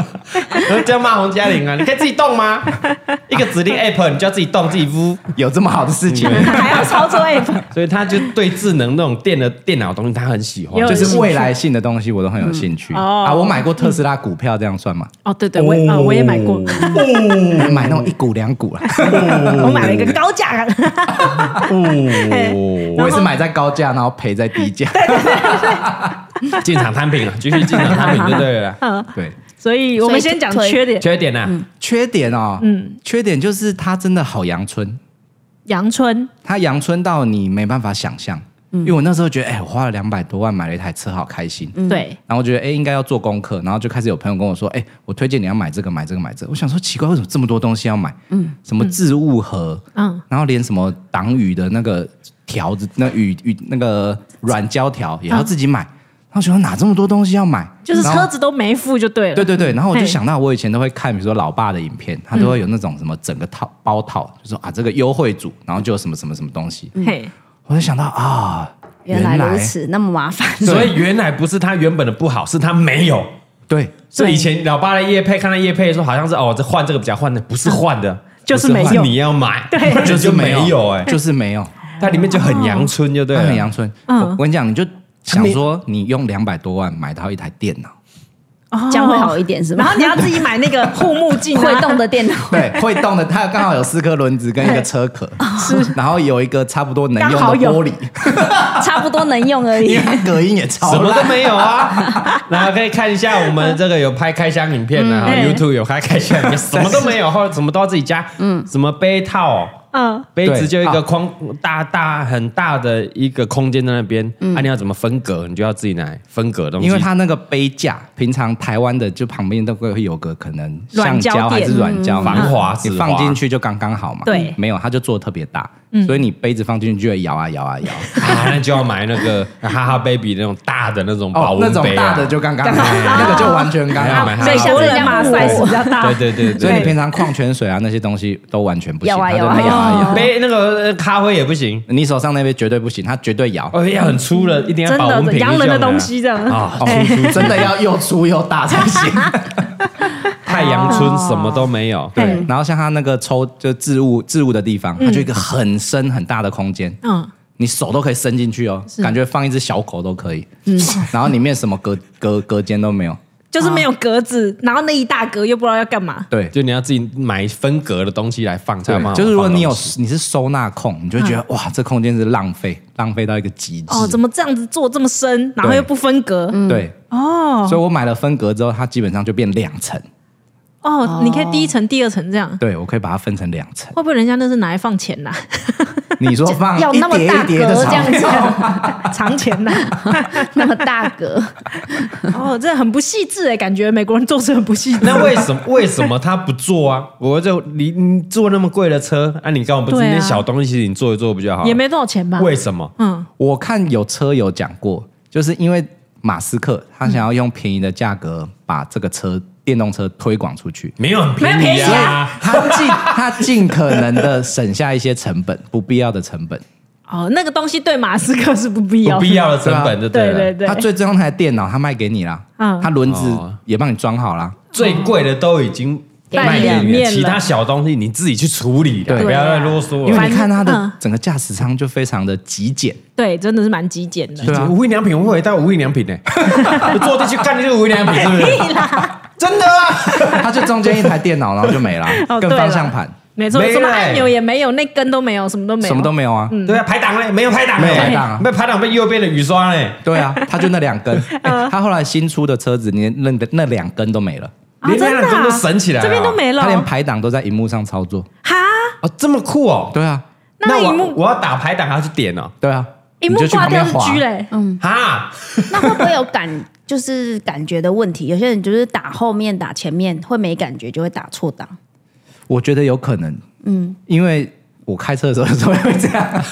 S5: 我就骂洪嘉玲啊，你可以自己动 吗？一个指令 app 你就要自己动自己呜，
S2: 有这么好的事情？
S3: 还要操作 app，
S5: 所以他就对智能那种电的电脑东西他很喜欢
S3: 有。
S2: 就是未来性的东西我都很有兴趣
S3: 嗯哦
S2: 啊！我买过特斯拉股票，这样算吗？
S3: 哦，对对，我也、呃我也买过，
S2: 买那种一股两股啊啦，
S3: 我买了一个高价的， 嘿
S2: 我也是买在高价，然后赔在低 价。
S5: 进场摊平了，继续进场摊平就对了。
S2: 对，
S3: 所以我们先讲缺 点，
S5: 缺点啊呢？
S2: 缺点哦，嗯，缺点就是它真的好阳春，
S3: 阳春
S2: 它阳春到你没办法想象。
S3: 嗯
S2: 因为我那时候觉得，哎、我花了两百多万买了一台车，好开心。
S3: 对。
S2: 然后我觉得，哎、应该要做功课，然后就开始有朋友跟我说，哎、我推荐你要买这个，买这个，买这个。我想说，奇怪，为什么这么多东西要买？嗯，什么置物盒，
S3: 嗯
S2: 嗯，然后连什么挡雨的那个条子，那雨雨那个软胶条也要自己买。然后我想说哪这么多东西要买？
S3: 就是
S2: 然后
S3: 车子都没付就对了，
S2: 对对对，然后我就
S3: 嘿
S2: 想到我以前都会看，比如说老爸的影片，他都会有那种什么整个套包套，就说啊这个优惠组，然后就有什么什么什么东西，
S3: 嘿，
S2: 我就想到啊，
S4: 原来如，此，那么麻烦。
S5: 所以原来不是他原本的不好，是他没有。
S2: 对，
S5: 是以前老爸的叶配看到叶配说好像是哦，这换这个比较换的，不是换的，
S3: 就是
S5: 不
S3: 没
S5: 换
S3: 有
S5: 你要买，
S3: 对
S5: 就是
S2: 没
S5: 没有哎，
S2: 就是没有，
S5: 它里面就很阳春，就对啊
S2: 他
S5: 了，
S2: 很阳春。
S3: 嗯
S2: 我我跟你讲，你就想说你用两百多万买到一台电脑，
S3: 哦
S4: 这样会好一点是吗
S3: 然后你要自己买那个护目镜、 啊，
S4: 会动的电脑，
S2: 对，会动的，它刚好有四颗轮子跟一个车壳，是，然后有一个差不多能用
S3: 刚好
S2: 的
S3: 有
S2: 玻璃，
S4: 差不多能用而
S2: 因
S4: 已
S2: 为。它隔音也超
S5: 什么都
S2: 烂。
S5: 没有 啊。然后可以看一下我们这个有拍开箱影片啊、
S3: 嗯
S5: y o u t u b e 有开开箱 影片，什么都没有，或者什么都要自己加，嗯，什么杯套哦、
S3: 嗯，
S5: 杯子就一
S2: 对
S5: 个
S2: 啊
S5: 空、大大很大的一个空间在那边，那、你要怎么分隔，你就要自己来分隔东西。
S2: 嗯因为它那个杯架，平常台湾的就旁边都会有个可能橡胶还是软胶嘛
S5: 软胶垫嗯防滑
S2: 你
S5: 止滑
S2: 放进去就刚刚好嘛。
S3: 对
S2: 没有它就做得特别大，所以你杯子放进去就会摇啊摇啊摇。
S5: 啊，那就要买那 个哈哈 baby 那种大的那种保
S2: 哦，那
S5: 温
S2: 种
S5: 杯、啊
S2: 大的就刚刚好，
S5: 刚好
S2: 那个就完全刚
S5: 要
S2: 刚
S5: 买
S2: 好。
S5: 哈
S2: 哦
S3: 美
S5: 哈
S3: 国
S5: baby。
S3: 人嘛 size 比较大，
S5: 对对对对，
S2: 所以你平
S5: 常
S2: 常矿泉水啊那些东西都完全不行，
S4: 摇啊
S2: 它就
S4: 摇啊
S2: 摇啊摇。
S5: 杯那个呃咖啡也不行，
S2: 你手上那杯绝对不行，它绝对摇。
S5: 哦，要很粗的，一定要
S3: 真
S5: 保温
S3: 的
S5: 瓶
S3: 洋
S5: 就
S3: 人的
S5: 这样
S3: 东西这样，
S5: 啊，
S2: 哦，真的要又粗又大才 行。
S5: 太阳村什么都没有，
S3: 对
S2: 然后像它那个抽就置物置物的地方，它就一个很深很大的空间，
S3: 嗯，
S2: 你手都可以伸进去哦，感觉放一只小狗都可以。 然后里面什么隔隔隔间都没有，
S3: 就是没有格子，然后那一大格又不知道要干嘛，
S2: 对。
S5: 就你要自己买分隔的东西来放，才有办
S2: 对，
S5: 法
S2: 就是如果
S5: 放
S2: 你有
S5: 东西
S2: 你是收纳控，你就会觉得哇，这空间是浪费，浪费到一个极致。
S3: 哦，怎么这样子做这么深，然后
S2: 对
S3: 又不分隔，
S2: 对，
S3: 哦
S2: 所以我买了分隔之后，它基本上就变两层。
S3: 哦，你可以第一层、第二层这样，
S2: 对，我可以把它分成两层。
S3: 会不会人家那是拿来放钱 呐，
S2: 你说放
S4: 要
S2: 一
S4: 那么
S2: 叠
S4: 大
S2: 一
S4: 格
S2: 叠的
S4: 这
S2: 钞
S4: 样 子，
S3: 藏钱呐？
S4: 那么大格，
S3: 哦，这很不细致哎，感觉美国人做事很不细致。
S5: 那为什么为什么他不做啊？我就你你坐那么贵的车，啊，你干嘛不
S3: 对啊
S5: 那些小东西你坐一坐不就好了？
S3: 也没多少钱吧？
S5: 为什么？
S3: 嗯，
S2: 我看有车友讲过，就是因为马斯克他想要用便宜的价格把这个车电动车推广出去，
S5: 没有很
S3: 没有
S5: 便宜
S3: 便宜
S5: 啊，
S2: 他尽他尽可能的省下一些成本，不必要的成本。
S3: 哦，那个东西对马斯克是不必要
S5: 不
S3: 的，
S5: 必要的成本就
S3: 对啊
S5: 了。
S3: 对对，
S2: 他最终那台电脑他卖给你啦，
S3: 嗯
S2: 他轮子
S5: 哦
S2: 也帮你装好啦。
S5: 最贵的都已经卖给
S3: 带里
S5: 你的
S3: 面
S5: 其他
S3: 了啊
S5: 小东西你自己去处理啦，
S2: 对
S5: 不要再啰嗦
S2: 因
S5: 了。
S2: 为你看它
S3: 反正嗯
S2: 的整个驾驶舱就非常的极简，
S3: 对，真的是蛮极简的。
S2: 对啊
S5: 无印良品我会带无印良 品呢，坐进去看就是无印良品，是不 是？真的啊，
S2: 它就中间一台电脑，然后就没了
S3: 嗯 哦，
S2: 跟
S3: 对
S2: 方
S3: 了
S2: 向盘
S3: 没错，
S5: 没了
S3: 什么按钮也没有，那根都没有，什么都没有，
S2: 什么都没有啊，
S3: 嗯
S5: 对啊，排档嘞，没有排档嘞，
S2: 没有排档啊
S5: 没有排档被右边的雨刷嘞，
S2: 对啊，它就那两 根，
S3: 嗯
S2: 欸它后来新出的车子连那那两根都没了，
S3: 啊
S5: 连
S3: 真
S5: 那
S3: 的啊
S5: 两根都省起来了，
S3: 这边都没了哦
S2: 它，连排档都在荧幕上操作，
S3: 哈，
S5: 啊，这么酷哦。
S2: 对啊，
S3: 那
S5: 我
S3: 荧幕
S5: 我要打排档还要去点哦，
S2: 对啊，
S3: 荧
S2: 你
S3: 幕
S2: 就去
S3: 挂
S2: 旁
S3: 掉
S2: 边
S3: 是
S2: 滑
S3: G 嘞，
S5: 哈，
S6: 那会不会有感，就是感觉的问题？有些人就是打后面打前面会没感觉，就会打错档。
S2: 我觉得有可能，嗯，因为我开车的时候有时候会这样，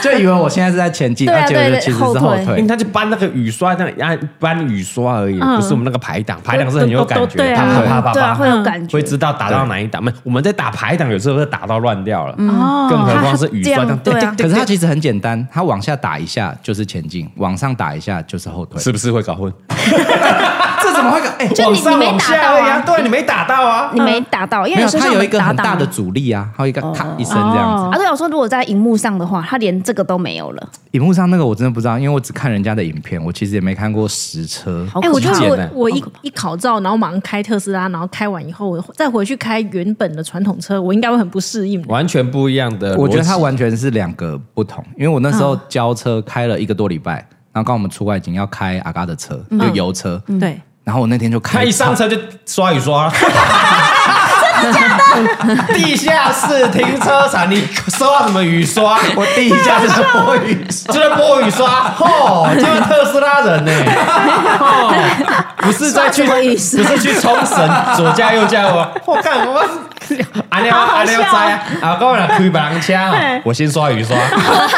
S2: 就以为我现在是在前进，
S6: 对啊
S2: 而且
S6: 对
S2: 其实是
S6: 后退
S2: 后
S5: 因为
S2: 退。
S5: 他就搬那个雨刷，那个按搬雨刷而已，
S3: 嗯
S5: 不是我们那个排档，排档是很有感
S3: 都都
S5: 觉，
S3: 对
S5: 啪
S3: 啊
S5: 啪啪啪
S6: 对啊，
S5: 啪，
S6: 会有感觉
S5: 嗯会。知道打到哪一档。没有，我们在打排档，有时候会打到乱掉了，
S3: 哦
S5: 更何况是雨刷这样，
S6: 这样对嗯啊
S2: 可是它其实很简单，它往下打一下就是前进，往上打一下就是后退。
S5: 是不是会 搞混？
S2: 这怎么会搞？哎、
S6: 就
S5: 往
S6: 你
S5: 上
S6: 你
S5: 往
S6: 没打
S5: 下
S6: 到
S5: 而已啊，
S6: 啊，
S5: 对，你没打到啊，
S6: 你没打到，因
S2: 没
S6: 为
S2: 有，
S6: 身
S2: 它
S6: 上
S2: 有一个
S6: 打
S2: 很
S6: 档
S2: 大的阻力啊，还有一个咔一声这样子。
S4: 哦
S6: 啊。对啊，我说如果在荧幕上的话，他连这个都没有了，
S2: 荧、幕上那个我真的不知道，因为我只看人家的影片，我其实也没看过实车。
S6: 好
S3: 哎、
S6: 可
S3: 我觉
S6: 怕
S3: 得
S5: 简
S3: 我
S5: 单
S3: 我一一考照，然后马上开特斯拉，然后开完以后，我再回去开原本的传统车，我应该会很不适应的。
S5: 完全不一样的逻辑。
S2: 我觉得它完全是两个不同，因为我那时候交车开了一个多礼拜，然后刚好我们出外景要开阿嘎的车，就油车，
S3: 对，
S2: 然后我那天就开，
S5: 他一上车就刷 雨刷， 地下室停车场，你收到什么雨刷？
S2: 我第一下就是摸 鱼，
S5: 就是波雨刷， 吼、哦，就是特斯拉人呢、哦，不是在去，
S6: 刷什么
S5: 不
S6: 雨刷
S5: 是去冲绳左驾右驾哦， 我干我，阿廖阿廖灾啊，啊，我俩推白人 车哦，我先刷雨刷，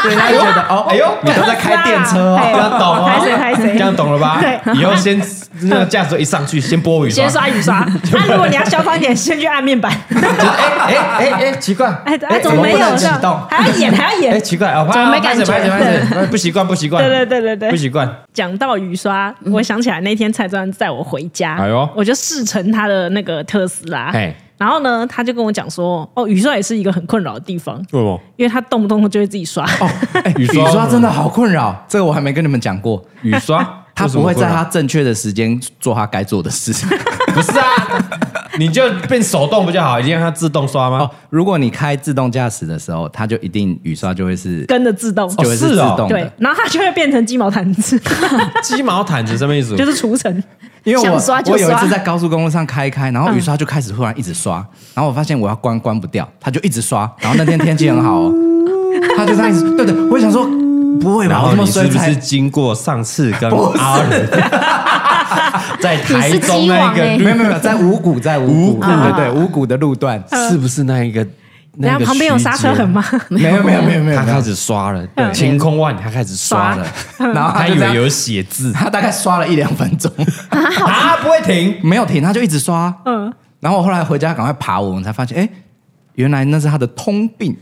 S2: 对，他就觉得哦，
S5: 哎呦，
S2: 你都在开电车
S3: 哎
S2: 哦，
S5: 这样懂哦，
S3: 拍谁拍谁
S5: 这样懂了吧？以后先那个驾驶座一上去，先波雨 刷
S3: 先，刷雨刷。那、啊如果你要嚣张一点，先去按面板。
S5: 就是哎哎哎哎，奇怪，
S3: 哎、哎，怎
S5: 怎么
S3: 没
S5: 不
S3: 有
S5: 能启动
S3: 还要演，还要
S5: 哎、
S3: 演。
S5: 奇怪啊，怎
S6: 么没感觉
S5: 拍手拍手拍手不习惯，不习惯，
S3: 对对对对对啊
S5: 不习惯。
S3: 讲到雨刷，我想起来那天蔡专载我回家，
S5: 哎呦
S3: 我就试乘他的那个特斯拉
S5: 嘿。
S3: 然后呢，他就跟我讲说，哦，雨刷也是一个很困扰的地方，
S5: 为什么？
S3: 因为他动不动就会自己刷。
S2: 哦，哎
S5: 雨
S2: 雨
S5: 刷
S2: 刷真的好困扰，这个我还没跟你们讲过。
S5: 雨刷？
S2: 他不会在他正确的时间做他该做的事
S5: 不是啊，你就变手动不就好？一定让它自动刷吗
S2: 哦？。如果你开自动驾驶的时候，它就一定雨刷就会是
S3: 跟着自动，
S2: 就
S5: 哦
S2: 会是
S5: 是
S2: 自
S5: 哦
S2: 动
S3: 对
S2: 的，，
S3: 然后它就会变成鸡毛掸子，
S5: 鸡毛掸子什么意思？
S3: 就是除尘。
S2: 因为我
S6: 想刷就嗯
S2: 我有一
S6: 刷
S2: 次在高速公路上开一开，然后雨刷就开始忽然一直刷，然后我发现我要关关不掉，它就一直刷，然后那天天气很好哦，
S6: 嗯
S2: 它就这样一直对对，我想说不会
S5: 然
S2: 吧，我
S5: 后
S2: 这
S5: 你
S2: 么
S5: 是
S2: 衰
S5: 不
S2: 才
S5: 是经过上次跟阿仁 在台中
S6: 你是鸡
S5: 那
S6: 王
S5: 个
S6: 欸
S5: 绿
S2: 没有没有没有，在五股，在五 股，对对对，五股的路段，
S5: 是不是那一个？
S3: 啊嗯
S5: 那
S3: 然后
S5: 个
S3: 旁边有刹车嗯痕吗？
S2: 没有没有没有没有，
S5: 他
S2: 没
S5: 开
S2: 有
S5: 始刷了，对晴空万里，他开始刷了，
S3: 嗯
S2: 然后
S5: 他
S2: 就
S5: 以
S2: 这
S5: 为
S2: 样
S5: 有写字
S2: 他大概刷了一两分钟，
S5: 啊，不会停，
S2: 没有停，他就一直刷。嗯，然后我后来回家赶快爬文，我们才发现，哎，原来那是他的通病。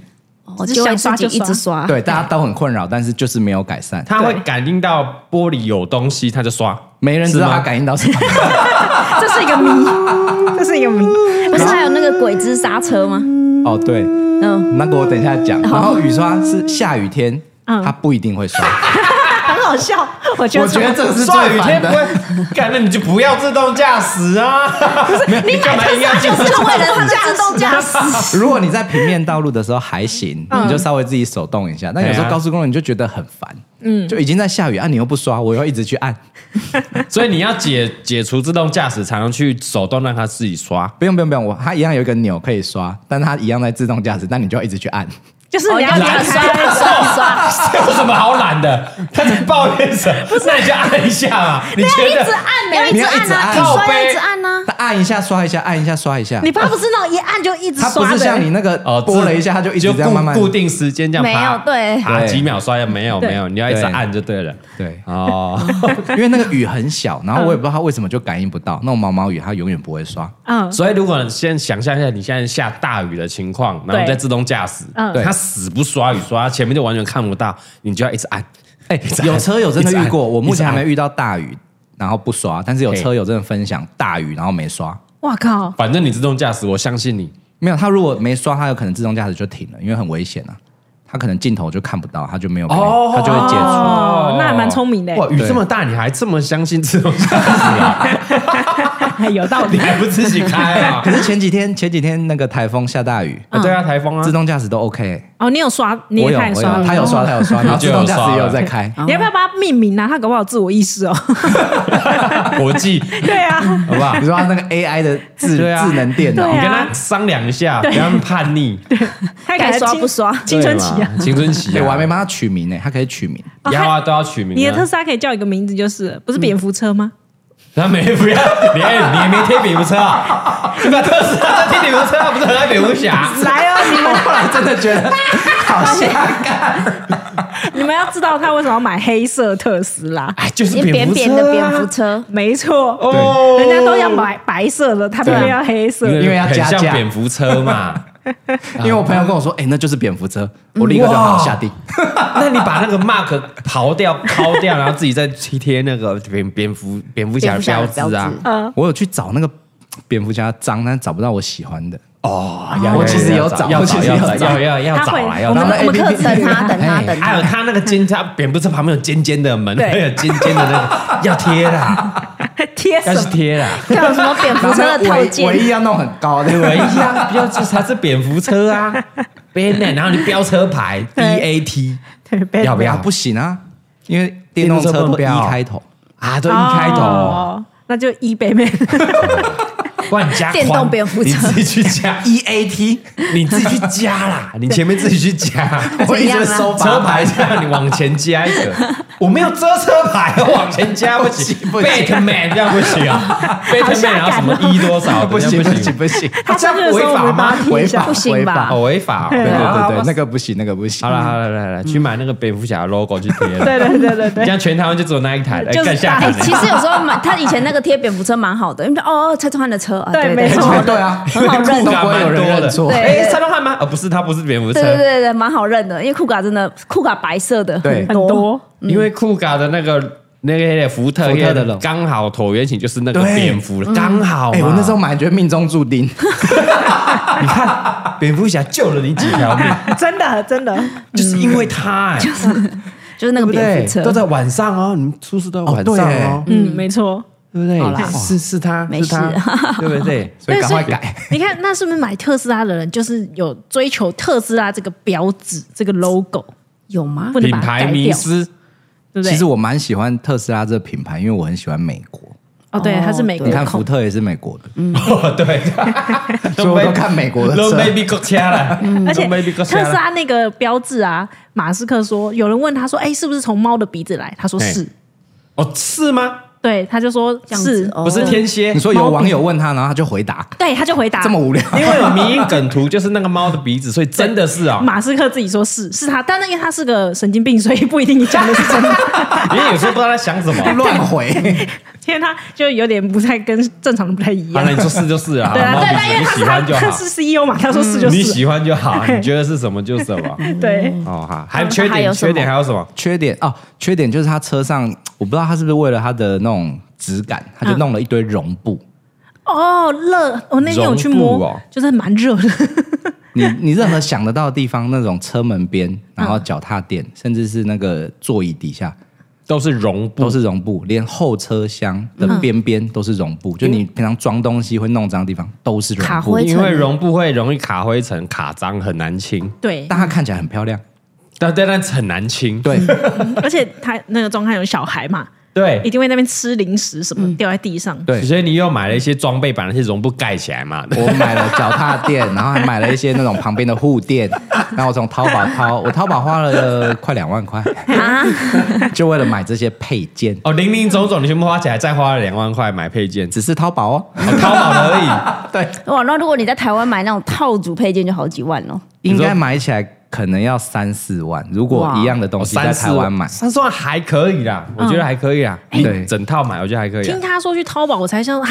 S6: 我
S3: 只
S6: 就
S3: 想
S6: 会
S3: 刷
S6: 自己
S3: 就
S6: 一直刷。
S2: 对，大家都很困扰，但是就是没有改善，
S5: 啊他会感应到玻璃有东西，他就刷。
S2: 没人知道
S5: 是吗
S2: 他感应到什么。
S3: 这是一个 谜，这是一个谜。
S6: 不是还有那个鬼之刹车吗？
S2: 哦，对，
S6: 嗯，
S2: 那个我等一下讲。然后雨刷是下雨天，
S3: 嗯
S2: 他不一定会刷。
S3: 很好笑，我觉得
S2: 我觉得这个是
S5: 下
S2: 最
S5: 雨
S2: 烦
S5: 天不
S2: 的。
S5: 会， 干那你就不要自动驾驶啊！你干嘛硬要进
S6: 就是为了它的 自动驾驶。
S2: 如果你在平面道路的时候还行，
S5: 嗯
S2: 你就稍微自己手动一下。但有时
S5: 对啊
S2: 候高速公路你就觉得很烦，嗯，就已经在下雨啊，你又不刷，我又一直去按。
S5: 所以你要解解除自动驾驶，才能去手动让它自己刷。
S2: 不用不用不用，我它一样有一个钮可以刷，但它一样在自动驾驶，但你就要一直去按。
S3: 就是
S6: 哦
S3: 你要
S6: 要这
S3: 打
S6: 样刷
S3: 开，
S6: 刷刷，
S5: 有什么好懒的？他在抱怨什 么？那你就按一下嘛。你觉
S6: 一直按
S5: 得
S6: 呢，要一
S2: 你
S6: 直
S2: 要一
S6: 按
S2: 直
S6: 啊，
S2: 按
S6: 你
S5: 靠
S6: 刷
S5: 背
S6: 要一直按啊。
S2: 它按一下刷一下，按一下刷一下，
S3: 你爸不是那种一按就一直
S2: 它不
S3: 刷
S2: 是像你那
S3: 的。
S2: 个拨了一下，它就一直
S5: 哦就
S2: 这样慢慢
S5: 固固定时间这样
S6: 没
S5: 爬
S6: 有对
S5: 爬
S2: 对
S5: 几秒刷也没有
S3: 对
S5: 没有，你要一直按就对了。
S2: 对，
S5: 哦，
S2: 因为那个雨很小，然后我也不知道它为什么就感应不到，那种毛毛雨它永远不会刷。
S3: 嗯，
S5: 所以如果你先想象一下，你现在下大雨的情况，然后
S3: 对
S5: 你在自动驾驶，
S3: 嗯
S5: 它死不刷雨刷，前面就完全看不到，你就要一直按。
S2: 哎
S5: 直，按
S2: 有车友真的遇过，
S5: 一直按
S2: 我目前还
S5: 一直
S2: 没
S5: 按
S2: 遇到大雨然后不刷，但是有车友真的分享大雨然后没刷，
S3: 哇靠！
S5: 反正你自动驾驶，我相信你。
S2: 没有，他如果没刷，他有可能自动驾驶就停了，因为很危险啊。他可能镜头就看不到，他就没有给你，
S5: 哦
S2: 他就会解除。
S3: 哦，那还蛮聪明的，
S5: 哇，雨这么大，你还这么相信自动驾驶啊？
S3: 有道
S5: 你
S3: 理。
S5: 还不自己开
S6: 嗯
S5: 啊
S2: 可？是前几天前几天那个台风下大 雨，
S5: 啊对啊，台风啊
S2: 自，动驾驶都 OK，
S3: 哦，你有刷，你
S2: 我
S3: 也
S2: 有
S3: 看
S2: 我
S3: 刷
S2: 有，
S3: 了，
S2: 他有刷他有 刷，然后
S5: 就
S2: 自
S5: 有
S2: 动驾
S5: 刷
S2: 驶也有
S5: 了
S2: 在开。
S3: 你要不要把它命名啊？它搞不好有自我意识哦。
S5: 国际
S3: 对啊，
S5: 好不好？
S2: 你说他那个 AI 的智
S5: 对啊
S2: 智能电脑
S3: 对
S5: 你
S3: 啊
S5: 跟他商量一下，不要那么叛逆。
S3: 它
S4: 该刷
S3: 青
S4: 不刷
S3: 青春期
S5: 对
S3: 啊哦
S5: 嘛，！青春期
S2: 哎，
S5: 啊，
S2: 我还没帮他取名呢，他可以取名。
S5: 以后啊都要取名啊。
S3: 你的特斯拉可以叫一个名字，就是了不是蝙蝠车吗？
S5: 他没不要，你哎你也没贴蝙蝠车 啊？你把特斯拉贴蝙蝠车，不是很爱蝙蝠侠？
S3: 来哦，你们
S2: 后来真的觉得好像
S3: 你们要知道他为什么要买黑色特斯拉，
S5: 哎，就是蝙
S4: 扁
S5: 蝠
S4: 扁
S5: 车
S4: 的
S5: 啊
S4: 蝙蝠车，
S3: 没错，
S5: 哦，
S3: 人家都要买白色的，他偏偏要黑色的。
S2: 因为要
S5: 很
S2: 加
S5: 像
S2: 价
S5: 蝙蝠车 嘛。
S2: 因为我朋友跟我说，哎、那就是蝙蝠车，我立刻就好下定。
S5: 那你把那个 mark 刨掉、抠掉，然后自己再贴贴那个蝙蝙蝠蝙蝠侠
S4: 蝙蝠侠
S5: 标
S4: 的
S5: 志啊。
S3: 嗯，
S2: 我有去找那个蝙蝠侠章，但找不到我喜欢的。
S5: 哦
S2: 要我其实有找
S5: 要
S2: 我其
S5: 找
S2: 实
S5: 要
S2: 有
S5: 找
S2: 找
S5: 要要要
S3: 他
S5: 找啊，
S3: 会
S5: 要
S4: 我
S5: 找
S4: 们
S5: 啊。
S2: 然后
S4: 我们
S2: APP
S4: 课程他等他
S2: 哎
S4: 等
S5: 还有
S4: 他，
S5: 他那个尖，他蝙蝠车旁边有尖尖的门，
S3: 对
S5: 还有尖尖的那个，要贴啦，
S3: 贴什
S5: 要去
S3: 么？
S5: 贴啦。
S4: 看有什么蝙蝠车的套
S2: 唯唯
S4: 件，
S2: 一要弄很高 的，
S5: 对，一样，不要这才是蝙蝠车啊 b a n 然后你标车牌 B
S3: 对
S5: A T
S3: 对
S5: 要不要
S2: 啊不行啊，因为电动
S5: 电
S2: 车
S5: 动车
S2: 都
S5: 不
S2: 一
S5: 能标
S2: 开头。
S5: 啊，都一开头，
S3: 哦那就一北妹。
S5: 不然你加宽
S4: 电动蝙蝠车
S5: 你自己去加 E A T，你自己去加啦，你前面自己去加，
S2: 我一直在收
S5: 车
S2: 八
S5: 牌
S2: 百，
S5: 这样啊你往前加一个，我没有遮车牌，我往前加不行
S2: 不行
S5: ，Batman 这样不行啊，Batman 然后什么 E 多少，
S2: 不
S5: 这
S2: 行
S5: 样
S2: 不
S5: 不
S2: 行，不行，
S3: 他上去的时候，我们把它贴一
S2: 违
S3: 下
S2: 法。
S4: 不行
S2: 违法
S4: 吧
S5: 好违法哦，
S2: 对对
S5: 啊
S2: 对对，那个不行，那个不行。
S5: 好了，好了，来来，去买那个蝙蝠侠的 logo 去贴了。
S3: 对对对 对
S5: 这
S3: 对，
S5: 样全台湾就只有那一台了，哎
S3: 就是
S5: 更下
S4: 哎，
S5: 台。
S4: 其实有时候蛮，他以前那个贴蝙蝠车蛮好的，因为哦，哦蔡宗翰的车啊，
S3: 对
S4: 对
S3: 没错
S2: 哎对啊，
S4: 很好认
S5: 酷
S2: 都
S5: 咖
S2: 不会有
S5: 蛮
S2: 人
S5: 多
S2: 认
S5: 的，
S2: 错。
S4: 对
S5: 哎，山东汉吗？哦，不是，它不是蝙蝠车，
S4: 对对对对，蛮好认的，因为酷嘎真的酷嘎白色的
S2: 对
S3: 很多。
S4: 嗯
S5: 因为酷咖的那个那个福特
S2: 福特的龙
S5: 刚好椭圆形就是那个
S2: 对
S5: 蝙
S4: 嗯
S5: 蝠了，刚好嘛。
S2: 哎，我那时候买觉得命中注定，
S5: 你看蝙蝠侠救了你几条 命，
S3: 真的真的，
S5: 就是因为他，哎，
S4: 就是那
S5: 对
S4: 个
S5: 不
S4: 蝙蝠
S5: 对？都
S4: 车，
S5: 在晚上哦，你们出事都在晚
S2: 哦对
S5: 上
S2: 哎
S5: 哦，
S3: 嗯，没错。
S5: 对不对
S4: 好啦？
S5: 是是他，
S4: 没
S5: 是他
S4: 事，
S5: 对不对？
S2: 所以赶快
S3: 对所以
S2: 改。
S3: 你看，那是不是买特斯拉的人就是有追求特斯拉这个标志、这个 logo，
S4: 有吗？
S3: 不能把它改掉，
S5: 失，
S3: 对不对？
S2: 其实我蛮喜欢特斯拉这个品牌，因为我很喜欢美国。
S3: 哦，对，它是美国
S2: 你看福
S3: 控，
S2: 特也是美国的，
S5: 哦 对，
S2: 所以我都看美国 的
S5: 都
S2: 车。
S5: 被美国掐了，
S4: 嗯
S3: 而且
S5: 都被美国
S3: 特
S5: 掐
S3: 斯
S5: 了。
S3: 拉那个标志啊，马斯克说，有人问他说，哎，是不是从猫的鼻子来？他说
S5: 嘿
S3: 是，
S5: 哦，是吗？
S3: 对，他就说
S4: 这样子
S3: 是，
S4: 哦
S5: 不是天蝎，
S2: 你说有网友问他，然后他就回答，
S3: 对，他就回答
S2: 这么无聊。
S5: 因 为有迷因梗图，就是那个猫的鼻子，所以真的是 啊、
S3: 马斯克自己说是是他，但那因为他是个神经病，所以不一定你讲的是真的。
S5: 因为有时候不知道在想什么。
S2: 乱回，
S3: 因为他就有点不太跟正常的不太一
S5: 好
S3: 样
S5: 了，。你说是就是啊，
S3: 对啊，
S5: 猫
S3: 对，但
S5: 鼻
S3: 因
S5: 子你喜
S3: 为他是
S5: 欢就
S3: 他
S5: 好嗯
S3: 是，CEO 嘛，他说是就
S5: 你
S3: 是，
S5: 喜欢就好，你觉得是什么就什么。
S3: 对，
S5: 哦，好，还缺
S4: 还
S5: 点，
S4: 有什么
S5: 缺点还有什么？
S2: 缺点哦，缺点就是他车上，我不知道他是不是为了他的那种质感，他就弄了一堆绒布。
S3: 哦，热！我那天有去
S5: 绒布
S3: 摸
S5: 哦，
S3: 就是蛮热的。
S2: 你你任何想得到的地方，那种车门边，然后脚踏垫，甚至是那个座椅底下，
S5: 都是绒布，
S2: 都是绒布，连后车厢的边边都是绒布。就你平常装东西会弄脏的地方，都是绒
S4: 卡
S2: 布
S4: 灰。
S5: 因为绒布会容易卡灰尘、卡脏，很难清。
S3: 对，
S2: 但它看起来很漂亮，
S5: 但但但很难清。
S2: 对，
S3: 而且他那个状态有小孩嘛，一
S5: 对
S3: 定会在那边吃零食什么掉在地上。
S2: 对
S5: 所以你又买了一些装备，把那些绒布盖起来嘛。
S2: 我买了脚踏 垫，然后还买了一些那种旁边的护垫，然后我从淘宝淘，我淘宝花了快两万块，
S6: 啊
S2: 就为了买这些配件，
S5: 哦，零零总总你全部花起来，再花了两万块买配件，只
S2: 只是淘宝哦，
S5: 哦淘宝的而
S2: 对，
S4: 哇，那如果你在台湾买那种套组配件就好几万哦，
S2: 应该买起来可能要三四万，如果一样的
S5: 已。
S2: 东西
S5: 哦三
S2: 在
S5: 四
S2: 台湾买，
S5: 三四万还可以啦，我觉得还可以啦。
S2: 嗯
S5: 你
S2: 对
S5: 整套买我觉得还可以啊啦
S3: 听。他说去淘宝，我才想啊，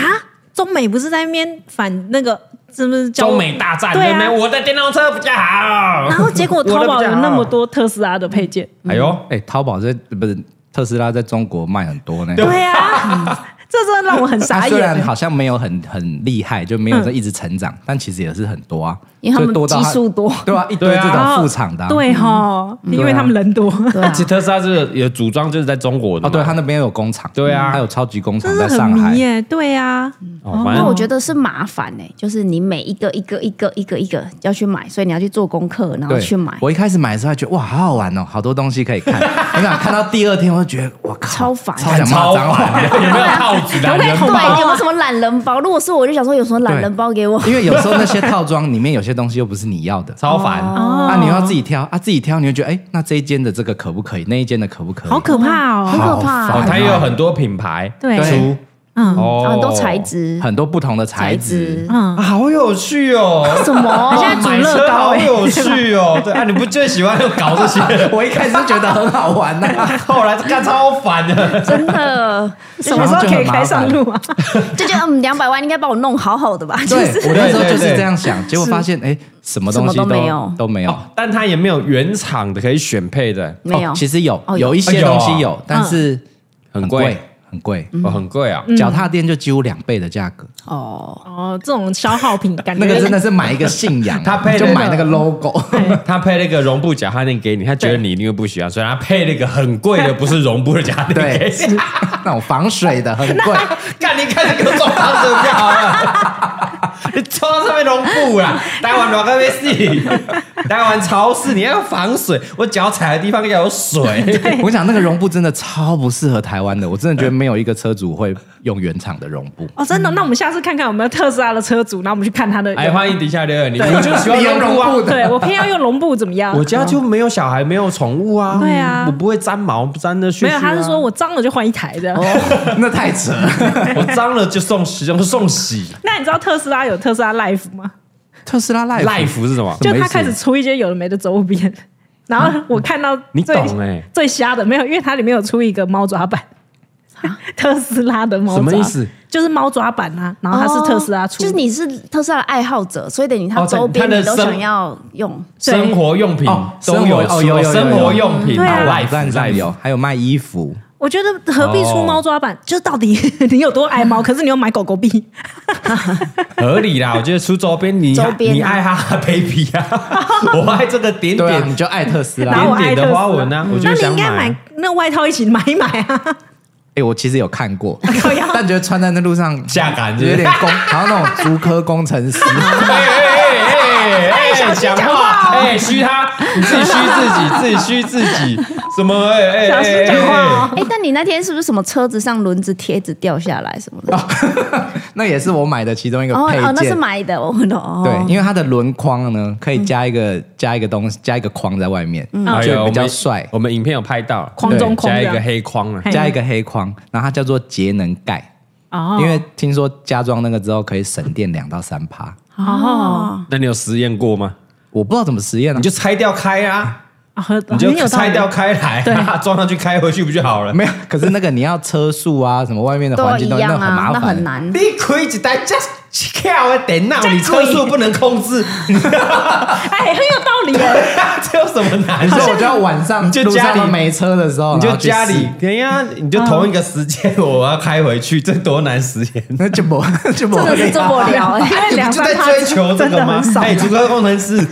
S3: 中美不是在那边反那个是不是叫
S5: 中美大战，
S3: 对
S5: 不
S3: 啊。
S5: 我的电动车比较好。
S3: 然后结果淘宝有那么多啊特斯拉的配件，
S5: 我的比较好，哎呦，
S2: 哎，淘宝在不是特斯拉在中国卖很多呢，
S5: 对
S3: 对啊，这真的让我很傻
S2: 他虽然
S3: 眼。
S2: 好像没有很很厉害，就没有在一直成
S5: 嗯
S2: 长，但其实也是很多啊，
S6: 因为他
S2: 就
S6: 们
S2: 多到
S6: 基
S2: 他
S6: 数多，
S2: 对啊，一堆
S5: 对啊
S2: 这
S3: 然
S2: 种
S3: 后
S2: 副厂的啊、
S3: 欸对哈，因为他们人多，
S6: 对啊，
S5: 其实特斯拉是有组装就是在中国的
S2: 哦，
S5: 嘛，
S2: 对他那边有工厂，
S5: 对啊
S2: 他有超级工厂
S3: 真
S2: 在
S3: 的很
S2: 上海
S3: 迷，耶。对啊呀，
S5: 哦，反
S6: 那
S5: 正
S6: 我觉得是麻烦哎、就是你每一个一个一个一个一个要去买，所以你要去做功课，然后
S2: 对，
S6: 去买，
S2: 我一开始买的时候还觉得哇，好好玩哦，好多东西可以看。 我想看到第二天，我就觉得我靠，
S6: 超烦
S2: 超想骂
S5: 超
S2: 脏 话。哦
S5: 有没有套子 的人
S6: 对，
S5: 包？
S6: 哎有没有什么懒人包？如果是我，我就想说有什么懒人包给我。
S2: 因为有时候那些套装里面有些东西又不是你 要的，
S5: 超烦，
S6: 嗯
S3: 哦
S2: 啊，你又要自己挑啊，自己挑，你就觉得哎，那这一间的这个可不可以？那一间的可不可以？
S3: 好可
S2: 好
S3: 怕哦。
S6: 很可怕
S2: 烦
S5: 哦，它也有很多品牌
S3: 对
S5: 出，
S3: 嗯
S5: 哦
S6: 然后很多材，质，
S2: 很多不同的材质，
S5: 啊
S3: 嗯，
S5: 好有趣哦。
S6: 什 么？
S3: 现在煮
S5: 买
S3: 乐
S5: 车
S3: 高
S5: 好
S3: 欸
S5: 有趣哦，对啊，你不最喜欢搞这 些，
S2: 我一开始就觉得很好玩啊呐、
S5: 后来干超烦的，
S6: 真的，
S3: 什么时候可以开上路啊？
S6: 就觉得嗯，两百万应该帮我弄好好的吧？ 就
S2: 对
S6: 是，嗯
S2: 我那时候就是这样想，结果发现哎，什么东西
S6: 什么都没有
S2: 都没有。
S5: 哦但它也没有原厂的可以选配的，
S6: 没有
S2: 哦，其实有
S6: 哦有嗯
S2: 有一些
S5: 有啊
S2: 东西有，但是
S5: 很
S2: 贵
S5: 贵，
S2: 很贵。
S5: 哦，很贵啊，
S3: 嗯
S2: 脚踏垫就几乎两倍的价格，
S6: 哦，
S3: 哦，这种消 耗品感觉
S2: 那个真的是买一个信仰啊，
S5: 他配
S2: 就
S5: 那个
S2: 买那个 logo，
S5: 他配那个绒布假哈垫给你，他觉得你一定会不喜欢，所以他配那个很贵的，不是绒布的假哈垫给
S2: 对
S5: 你。，
S2: 那种防水的很 贵，
S5: 看你看这个装到什么好了？ 你装到上面绒布啦，台湾哪个没 事？台湾潮湿，你要防水，我脚踩的地方要有 水。
S2: 我想那个绒布真的超不适合台湾的，我真的觉得没有一个车主会用原厂的绒 布。
S3: 哦，真的。那我们下次看看有没有特斯拉的车主，然后我们去看他的。
S5: 哎，欢迎底下留言，你我就喜欢绒布啊。
S3: 对我偏要用绒布怎么样？
S5: 我家就没有小孩，没有宠物啊，
S3: 对啊
S5: 我不会沾毛，不沾的絮絮啊哦
S3: 没有，他是说我脏了就换一台这样。
S2: 那太扯了，
S5: 我脏了就送洗，就送洗。
S3: 那你知道特斯拉有特斯拉 Life 吗？
S2: 特斯拉 Life
S5: 赖服是什么？
S3: 就
S2: 什么
S3: 他
S2: 意思
S3: 开始出一些有的没的 周边，然后我看到
S5: 啊你
S3: 最
S5: 懂欸
S3: 最瞎的没有，因为它里面有出一个猫爪板，
S5: 啊
S3: 特斯拉的猫爪
S5: 什么意思？
S3: 就是猫爪板啊，然后它是
S4: 哦
S3: 特斯拉出，
S6: 就是你是特斯拉的爱好者，所以等于它
S5: 哦对
S6: 周边
S5: 它的
S6: 你都
S5: 生
S6: 想要用。
S3: 对
S5: 生活用品
S2: 哦
S5: 都有
S2: 生活哦有有有有
S5: 生活用品
S3: 对啊
S2: 网
S5: life
S2: 站上
S5: life
S2: 有，还有卖衣服，
S3: 我觉得何必出猫抓板？就是到底 你有多爱猫，可是你又买狗狗 币，
S5: 合理啦，我觉得出周边你
S6: 周边啊
S5: 你爱哈哈 baby 啊，我爱这个点
S2: 对啊，你
S5: 点
S2: 就爱特斯
S3: 然
S2: 拉
S3: 后。我
S5: 点
S3: 爱
S5: 点
S3: 特斯
S5: 的
S3: 拉
S5: 花纹啊，我
S3: 那
S5: 就
S3: 你
S5: 想
S3: 应该买那外套一起买一买啊！
S2: 哎，我其实有看 过
S3: 靠腰，
S2: 但觉得穿在那路上
S5: 下感
S2: 有
S5: 觉。
S2: 点工，好像那种竹科工程师。
S5: 哎哎哎哎哎，讲话哎虚他，你自己虚自己，自己虚自己，什么哎哎
S3: 小
S5: 哎
S3: 心讲话
S5: 哎
S3: 哦
S4: 嗯
S5: 哎，
S6: 哎，但你那天是不是什么车子上轮子贴纸掉下来什么的？
S2: 那也是我买的其中一个
S6: 哦
S2: 配
S6: 哦，那是
S2: 件。
S6: 买的，我哦。
S2: 对，因为它的轮框呢，可以加一个、加一个东西，加一个框在外面，
S6: 嗯哦
S5: 哎呦
S2: 就
S5: 我
S2: 比较
S5: 们
S2: 帅。
S5: 我们影片有拍到，
S3: 框中
S5: 对
S3: 框
S5: 加
S3: 这
S5: 一
S3: 样
S5: 个黑框啊，
S2: 加一个黑框，然后它叫做节能盖，
S3: 哦
S2: 因为听说加装那个之后可以省电两到三趴。
S3: 哦，
S5: 那你有实验过吗？
S2: 我不知道怎么实验呢、
S6: 嗯
S5: 你就拆掉开啊，
S3: 哦很
S5: 你
S3: 很有
S5: 就
S3: 道理
S5: 拆掉开来啊， 装上去开回去不就好了？
S2: 没有，可是那个你要车速啊，什么外面的环
S6: 都
S2: 境
S6: 一
S2: 都那
S6: 样
S2: 很
S6: 啊，
S2: 麻
S6: 那
S2: 烦，
S6: 很难。
S5: 你开一台这巧的电脑，你车速不能控制，
S3: 哎，很有道理耶！
S5: 这有什么难
S2: 所以我
S5: 受
S2: 就？要晚上
S5: 你就
S2: 路
S5: 家
S2: 上
S5: 里
S2: 都没车的时候，
S5: 你
S2: 然
S5: 就
S2: 后去
S5: 家里
S2: 试，
S5: 等一下，你就同一个时间，我要开回去，这多难实 验！
S2: 那就不 就不
S6: 真的是这么聊哎、
S3: 因为
S5: 你
S3: 两
S5: 不是
S3: 三
S5: 在
S3: 趴
S5: 追求这
S3: 真
S5: 个
S3: 的
S5: 吗
S3: 很少？，
S5: 哎，主科工程 师，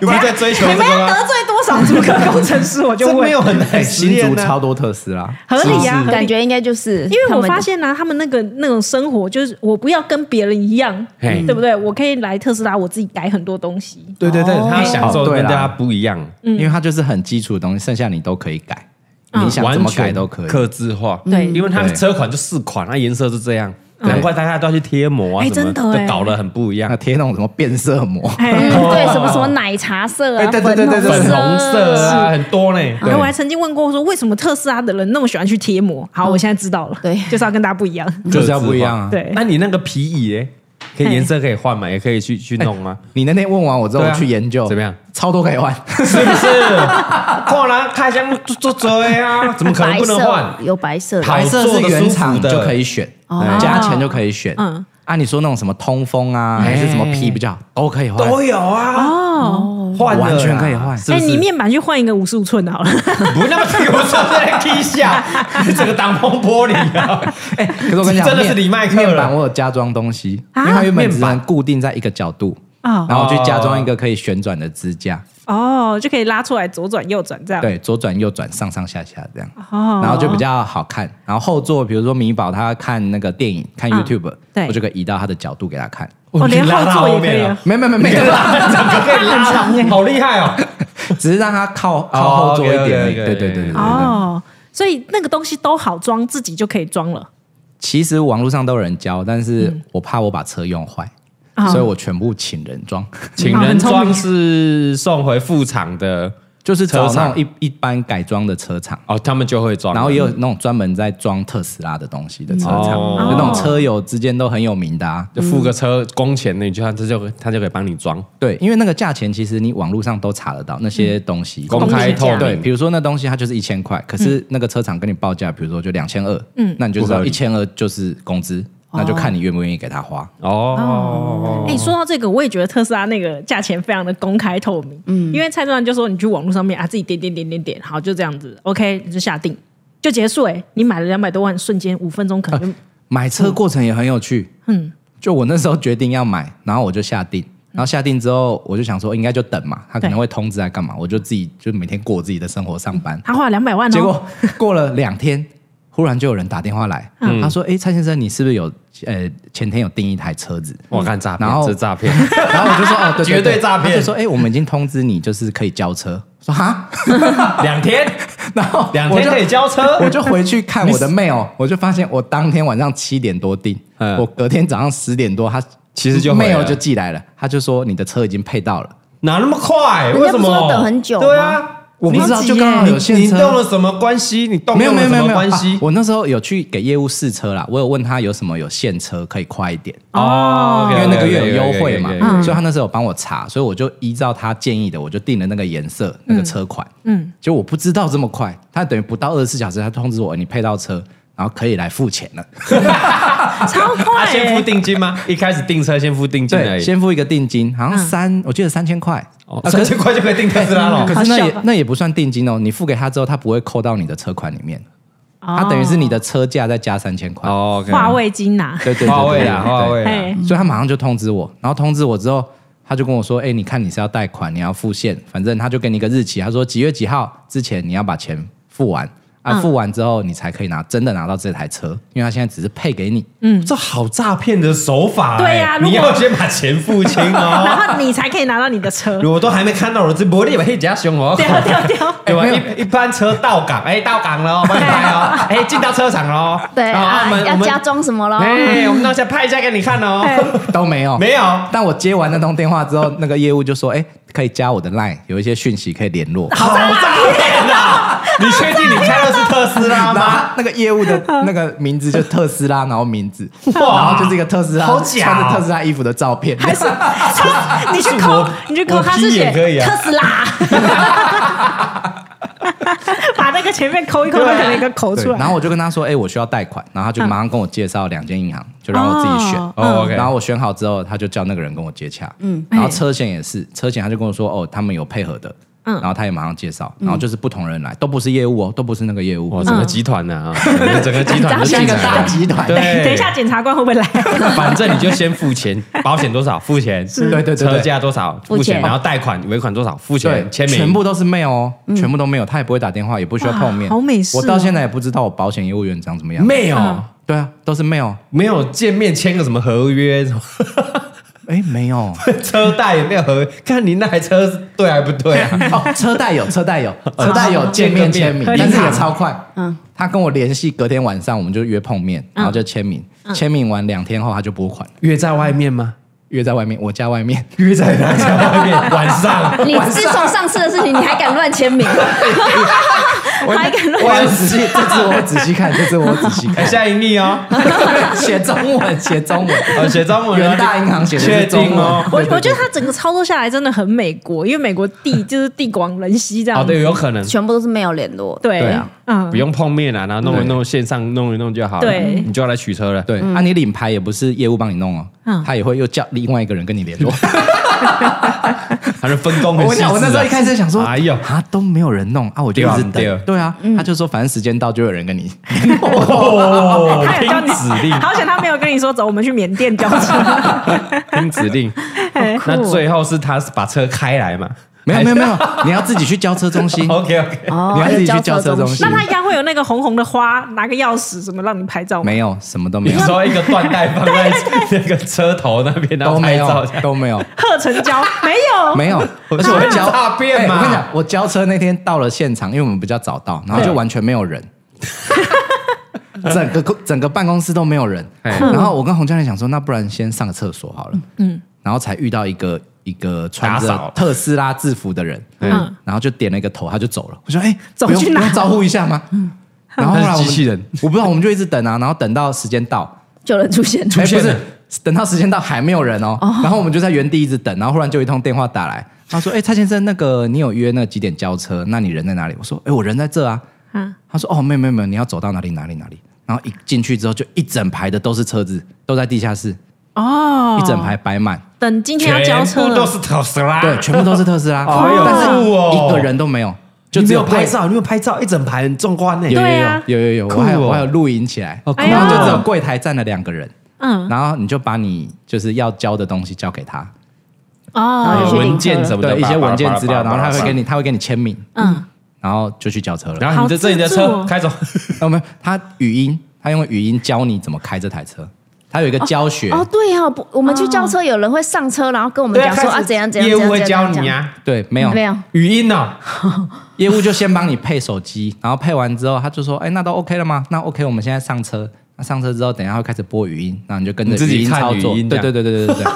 S5: 你不是在追求
S3: 哎
S5: 这
S3: 你们
S5: 个
S3: 要
S5: 吗？
S3: 得罪多少主科工程师？我就
S5: 这
S3: 问
S5: 没，有很难实
S2: 哎新
S5: 验啊
S3: 啊
S2: 竹
S6: 啊
S5: 呢
S2: 超。多特斯拉，
S3: 合理啊，合理
S6: 欸感觉应该就是因
S3: 因为我发现呢、他们那个那种生活，就是我不要跟别人一样，
S5: 嘿
S3: 对不对？我可以来特斯拉，我自己改很多东西。
S5: 对对对，他享受
S2: 哦对
S5: 跟
S2: 啦
S5: 大家不一样，
S6: 嗯
S2: 因为它就是很基础的东西，剩下你都可以改，
S3: 嗯
S2: 你想怎
S5: 完
S2: 么
S5: 全
S2: 改都可以。
S5: 刻字化。
S3: 对
S5: 因为它的
S2: 对
S5: 车款就四款，它颜色是这样，
S2: 对
S5: 难怪大家都要去贴膜啊
S3: 哎
S5: 什么，
S3: 真的哎
S5: 就搞得很不一样
S2: 那。贴那种什么变色膜，
S3: 哎，
S6: 嗯对什么什么奶茶色啊，
S2: 哎对对对对对
S5: 粉
S6: 色
S5: 红色啊，很多呢。
S2: 对
S3: 我还曾经问过说，为什么特斯拉的人那么喜欢去贴膜？好，我现在知道了，
S6: 对
S3: 就是要跟大家不一样。
S2: 就是要不一样啊。
S3: 对哎
S5: 那你那个皮椅耶，可以颜色可以换嘛，也可以去去弄吗？
S2: 你那天问完我之后，
S5: 对啊
S2: 我去研究
S5: 怎么样，
S2: 超多可以换。
S5: 是不是？
S3: 哎
S5: 换啦，啊开箱做做 呀，怎么可能
S6: 白
S5: 不能
S6: 色
S5: 换？
S6: 有白色的
S5: 好
S2: 白色是原厂
S5: 做得舒服的
S2: 就可以选，加钱就可以选。
S3: 嗯
S5: 哎
S2: 啊，你说那种什么通风啊，还是什么皮比较好，都可以换。
S5: 都有啊，
S3: 哦，
S5: 换了啦
S2: 完全可以换
S5: 是不是
S3: 哎你面板去换一个五十五寸的好了，
S5: 不那么给我说在踢下， 你整个挡风玻璃啊！
S2: 哎，可是我跟你讲，
S5: 真的是
S2: 面
S5: 李麦克了
S2: 面板，我有加装东西，因
S3: 啊
S2: 为它原本只
S5: 面
S2: 能
S5: 板哦
S2: 固定在一个角度，
S3: 哦
S2: 然后我去加装一个可以旋转的支架，
S3: 哦，就可以拉出来左转右转这样。，
S2: 对，左转右转，上上下下这样，
S3: 哦，
S2: 然后就比较好看。然后后座，比如说米宝他看那个电影，看
S3: 嗯
S2: YouTube，
S3: 对
S2: 我就可以移到他的角度给他看。
S3: 哦，连
S5: 你拉到
S3: 后座也
S5: 后
S3: 可以
S5: 面
S3: 啊
S5: 了，
S2: 没没没没有啦，
S5: 可以拉
S3: 欸
S5: 长，好厉害哦！
S2: 只是让他靠靠后座一点而已。
S5: OK，OK，OK，
S2: 对对对对对。对
S3: 哦，所以那个东西都好装，自己就可以装了。
S2: 其实网络上都有人教，但是我怕我把车用坏，
S3: 嗯啊
S2: 所以我全部请人装，
S5: 请人装是送回副厂的
S2: 就是找
S5: 车
S2: 那
S5: 厂
S2: 种一一般改装的车厂。
S5: 哦，他们就会装了，
S2: 然后也有那种专门在装特斯拉的东西的车厂，
S5: 哦
S2: 就那种车友之间都很有名的、啊。
S5: 就付个车工钱，那你就他这就他就可以帮你装。
S2: 对，因为那个价钱其实你网络上都查得到那些东西，
S5: 公
S3: 嗯开透明嗯
S2: 对，比如说那东西它就是一千块，可是那个车厂跟你报价，比如说就两千二，嗯，那你就知
S5: 不合
S2: 道
S5: 理
S2: 一千二就是工资，那
S3: 哦
S2: 就看你愿不愿意给他花。
S5: 哦，
S3: 哎、说到这个，我也觉得特斯拉那个价钱非常的公开透明。嗯，因为蔡主任就说你去网络上面啊，自己点点点点点，好就这样子，OK，你就下定就结束、哎，你买了两百多万，瞬间五分钟可能就、
S2: 买车过程也很有趣，
S3: 嗯，
S2: 就我那时候决定要买，然后我就下定。然后下定之后，我就想说应该就等嘛，他可能
S3: 对
S2: 会通知来干嘛，我就自己就每天过我自己的生活上班。
S3: 他花了两百万、哦，
S2: 结果过了两天，忽然就有人打电话来，
S3: 嗯
S2: 他说：“哎、蔡先生，你是不是有呃前天有订一台车子
S5: 我看诈骗
S2: 然，后
S5: 这诈骗，
S2: 然后我就说：“哦，对
S5: 绝对诈骗
S2: 他就说：“哎、我们已经通知你，就是可以交车。”说：“哈。
S5: 两天，”
S2: 然后
S5: 两
S2: 我
S5: 天
S2: 就
S5: 可以交车
S2: 我就回去看我的 mail，我就发现我当天晚上七点多订，
S5: 嗯
S2: 我隔天早上十点多，他
S5: 其实就回了
S2: mail 就寄来了，他就说你的车已经配到了，
S5: 哪那么快？
S6: 家
S5: 为什
S6: 不是
S5: 么
S6: 说等很久吗
S5: 对啊，
S2: 我不知道，就刚好
S5: 你
S2: 有现
S5: 你
S2: 车。
S5: 动了什么关系？你动
S2: 没有
S5: 用
S2: 没
S5: 了
S2: 有
S5: 哦什
S2: 没
S5: 么
S2: 有没有
S5: 关系
S2: 啊？我那时候有去给业务试车啦，我有问他有什么有现车可以快一点，
S5: 哦
S2: 因为那个月有优惠嘛，
S5: 嘛，
S2: 所以他那时候有帮我查，所以我就依照他建议的，我就定了那个颜色、那个车款。嗯，就我不知道这么快，他等于不到二十四小时，他通知我你配到车，然后可以来付钱了。
S3: 超快、
S5: 他先付
S3: 欸，
S5: 定金吗？一开始订车先付定金而
S2: 对，
S5: 已，
S2: 先付一个定金，好像三，我记得三千块。
S5: 哦
S2: 啊可
S5: 三
S2: 是
S5: 千块就可以订特斯拉了。
S2: 可是那
S3: 好
S2: 也
S3: 笑吧
S2: 那也不算定金哦，你付给他之后，他不会扣到你的车款里面，他啊等于是你的车价再加三千块。
S5: 哦，OK
S3: 话哦嗯位金呐、
S2: 对对对对
S5: 话位
S2: 对
S5: 啦，
S2: 对
S5: 话位啦。
S3: 哎、
S2: 所以他马上就通知我，然后通知我之后，他就跟我说：“哎、你看你是要贷款，你要付现，反正他就给你一个日期，他说几月几号之前你要把钱付完啊，
S3: 嗯
S2: 付完之后你才可以拿真的拿到这台车，因为他现在只是配给你。
S5: 这好诈骗的手法、欸！
S3: 对呀如果
S5: 你要先把钱付清
S3: 然
S5: 哦。
S3: 后你才可以拿到你的车，
S5: 我都还没看到我的直播，你以为黑加熊哦？
S3: 丢丢丢，
S5: 对吧？
S2: 哎没有
S5: 一一班车到港，哎，到港了哦，帮你拍哦，哎，进到车场了哦。
S6: 对
S5: 然后啊
S6: 啊，
S5: 我们我
S6: 要
S5: 们
S6: 加装什么咯？
S4: 哦
S5: 哎，我们到下拍一下给你看哦。
S2: 都没有，
S5: 没有
S2: 但我接完那通电话之后，那个业务就说：“哎、可以加我的 LINE，有一些讯息可以联络。”
S5: 好诈骗啊！你确定你开的是特斯拉
S2: 然后
S5: 吗？
S2: 他那个业务的那个名字就特斯拉，然后名字，
S5: 嗯哇
S2: 然后就是一个特斯拉
S5: 好假哦
S2: 穿着特斯拉衣服的照片，
S3: 还是他你去抠
S5: 我，
S3: 你去抠，
S5: 我
S3: 他是
S5: 批
S3: 写
S5: 也可以啊
S3: 特斯拉，把那个前面抠一抠，
S5: 对
S3: 他可能一个抠
S2: 对
S3: 哦出，来。啊
S2: 然后我就跟他说：“哎、我需要贷款。”然后他就马上跟我介绍两间银行，就让我自己选。
S3: 哦
S5: 哦，OK
S2: 然后我选好之后，他就叫那个人跟我接洽。嗯，然后车险也是，车险他就跟我说：“哦，他们有配合的。”
S3: 嗯
S2: 嗯，然后他也马上介绍，然后就是不同人来，都不是业务哦，都不是那个业务。
S5: 哇，
S3: 嗯
S5: 整个集团呢啊，整个集团就
S2: 像
S5: 进
S2: 一个
S5: 来
S2: 大
S5: 了。
S2: 集团。
S5: 对
S3: 等一下，检察官会不会来？
S5: 反正你就先付钱，保险多少付钱，
S2: 对对对对
S5: 车价多少付
S6: 付
S5: 钱，
S6: 钱
S5: 然后贷款尾款多少付
S2: 对
S5: 钱，，签名
S2: 全部都是 mail 哦，全部都没有，他也不会打电话，也不需要碰面。
S3: 嗯哇好美式哦
S2: 我到现在也不知道我保险业务员长什么样。
S5: 没有。
S2: 对啊，都是 mail。
S5: 没有见面签个什么合约，什么
S2: 哎，没有。
S5: 车贷也没有合约，看你那台车是对还不对 啊？
S2: 哦，车贷有，车贷有，车贷有见面签名，
S5: 见个面
S2: 但是也超快。嗯，他跟我联系，隔天晚上我们就约碰面，
S3: 嗯
S2: 然后就签名，签名完两天后他就拨款，
S5: 约在外面吗？
S2: 约在外 面，我家外面。
S5: 约在哪家外面？晚 上，
S6: 你自从上次的事情，你还敢乱签名？
S3: 还敢
S2: 我
S3: 乱
S2: 要仔 细，这次我会仔细看，这次我会仔细
S5: 哎，
S2: 看。
S5: 下一密哦，
S2: 写中文，写中 文。
S5: 哦，写中文哦，
S2: 元大银行写的
S5: 确
S2: 是中文
S5: 定哦。
S3: 我我觉得他整个操作下来真的很美国，因为美国地就是地广人稀这
S5: 哦，
S3: 样。
S5: 对，有可能
S6: 全部都是没有联络。
S3: 对
S2: 对啊
S3: 嗯
S5: 不，用碰面啦，然后弄一
S2: 对
S5: 弄线上弄一弄就好了，
S3: 对
S5: 你就要来取车了。
S2: 嗯对，啊，你领牌也不是业务帮你弄哦
S3: 嗯，
S2: 他也会又叫另外一个人跟你联络。
S5: 还是分工很
S2: 我
S5: 细致、
S2: 讲，
S5: 啊。
S2: 我那时候一开始想说，
S5: 哎
S2: 哎
S5: 呦
S2: 呦， 啊都没有人弄啊，我就一直等
S5: 对啊对啊。
S2: 对啊，
S3: 嗯
S2: 他就说反正时间到就有人跟你。
S5: 哦
S3: 他有叫你
S5: 听指令，
S3: 好险他没有跟你说走，我们去缅甸交车。
S5: 听指令。
S6: 哎
S5: 那
S6: 哦
S5: 最后是他把车开来嘛
S2: 没有没有没有，你要自己去交车 中心，
S5: ？OK OK，
S2: 你
S6: 哦
S2: 要自己去交车中
S6: 西
S2: 心
S3: 那。他一样会有那个红红的花，拿个钥匙什么让你拍照吗？
S2: 没有，什么都没
S5: 你
S2: 有，
S5: 说一个缎带放在那个车头那边，然后
S2: 都
S5: 拍
S2: 没
S5: 照
S2: 有
S5: 这，样。哦
S2: 都没有，
S3: 贺 成交没有，
S2: 没有。
S5: 我
S2: 而且我
S5: 说
S2: 交
S5: 诈骗
S2: 哎
S5: 嘛
S2: 我跟你讲，我交车那天到了现场，因为我们比较早到，然后就完全没 有人，整个公整个办公室都没有人。
S5: 哎
S2: 然后我跟洪教练想说，那不然先上个厕所好了。嗯，然后才遇到一个一个穿
S5: 打扫
S2: 着特斯拉制服的人，
S5: 嗯
S2: 嗯，然后就点了一个头，他就走了。我说，哎，
S3: 走
S2: 不用
S3: 去
S2: 不
S3: 哪
S2: 用招呼一下吗？然后后来我
S5: 他是
S2: 们
S5: 机器人，
S2: 我不知道，我们就一直等啊，然后等到时间到，
S6: 就能出现出
S2: 哎，
S6: 现
S2: 不
S6: 了，
S2: 是，等到时间到还没有人哦，然后我们就在原地一直等，然后忽然就有一通电话打来，他说：“哎、蔡先生，那个你有约那个几点交车？那你人在哪里？”我说：“哎、我人在这啊。”他说：“哦，没有没有没有，你要走到哪里哪里哪里。”然后一进去之后，就一整排的都是车子，都在地下室，
S3: 哦，
S2: 一整排摆满，
S3: 等今天要交
S5: 全
S3: 车
S5: 部
S3: 了
S5: 都是特斯拉，
S2: 对，全部都是特斯拉，
S5: 哎呦
S2: 但是
S5: 酷哦
S2: 一个人都没有，
S5: 就
S2: 就只
S5: 只有
S2: 对
S5: 拍。照，你有拍照，一整排很壮观呢。
S2: 有有
S3: 对啊
S2: 有有有有，
S5: 酷
S2: 我还有
S5: 哦
S2: 我还有录影起来，
S3: 哎呦
S2: 然后就只有柜台站了两个人，
S3: 嗯
S2: 然后你就把你就是要交的东西交给他，
S3: 哦，
S6: 有
S5: 呃文件什么的，
S2: 对一些文件资料，然后他会给
S5: 你，
S2: 你，他会给你签名，
S3: 嗯，
S2: 然后就去交车了。
S5: 然 后你在这里的
S3: 好自助
S5: 车
S3: 哦
S5: 开走，
S2: 哦，没有，他语音，他用语音教你怎么开这台车，他有一个教学，
S6: 哦，对哦，不，我们去叫车，有人会上车，然后跟我们
S5: 对
S6: 讲说
S5: 开
S6: 啊，
S5: 始
S6: 怎样怎样，
S5: 业
S6: 怎
S5: 务
S6: 样
S5: 会
S6: 怎
S5: 教
S6: 样怎
S5: 你
S6: 样，
S5: 啊，
S2: 对，没有，
S6: 没有，
S5: 语音哦，
S2: 业务就先帮你配手机，然后配完之后，他就说，哎，那都 OK 了吗？那 OK，我们现在上车。那上车之后，等一下会开始播语音，然后你就跟着
S5: 你自己
S2: 语音
S5: 看
S2: 操
S5: 语
S2: 作。
S5: 音
S2: 对
S5: 这样
S2: 对对对对对对。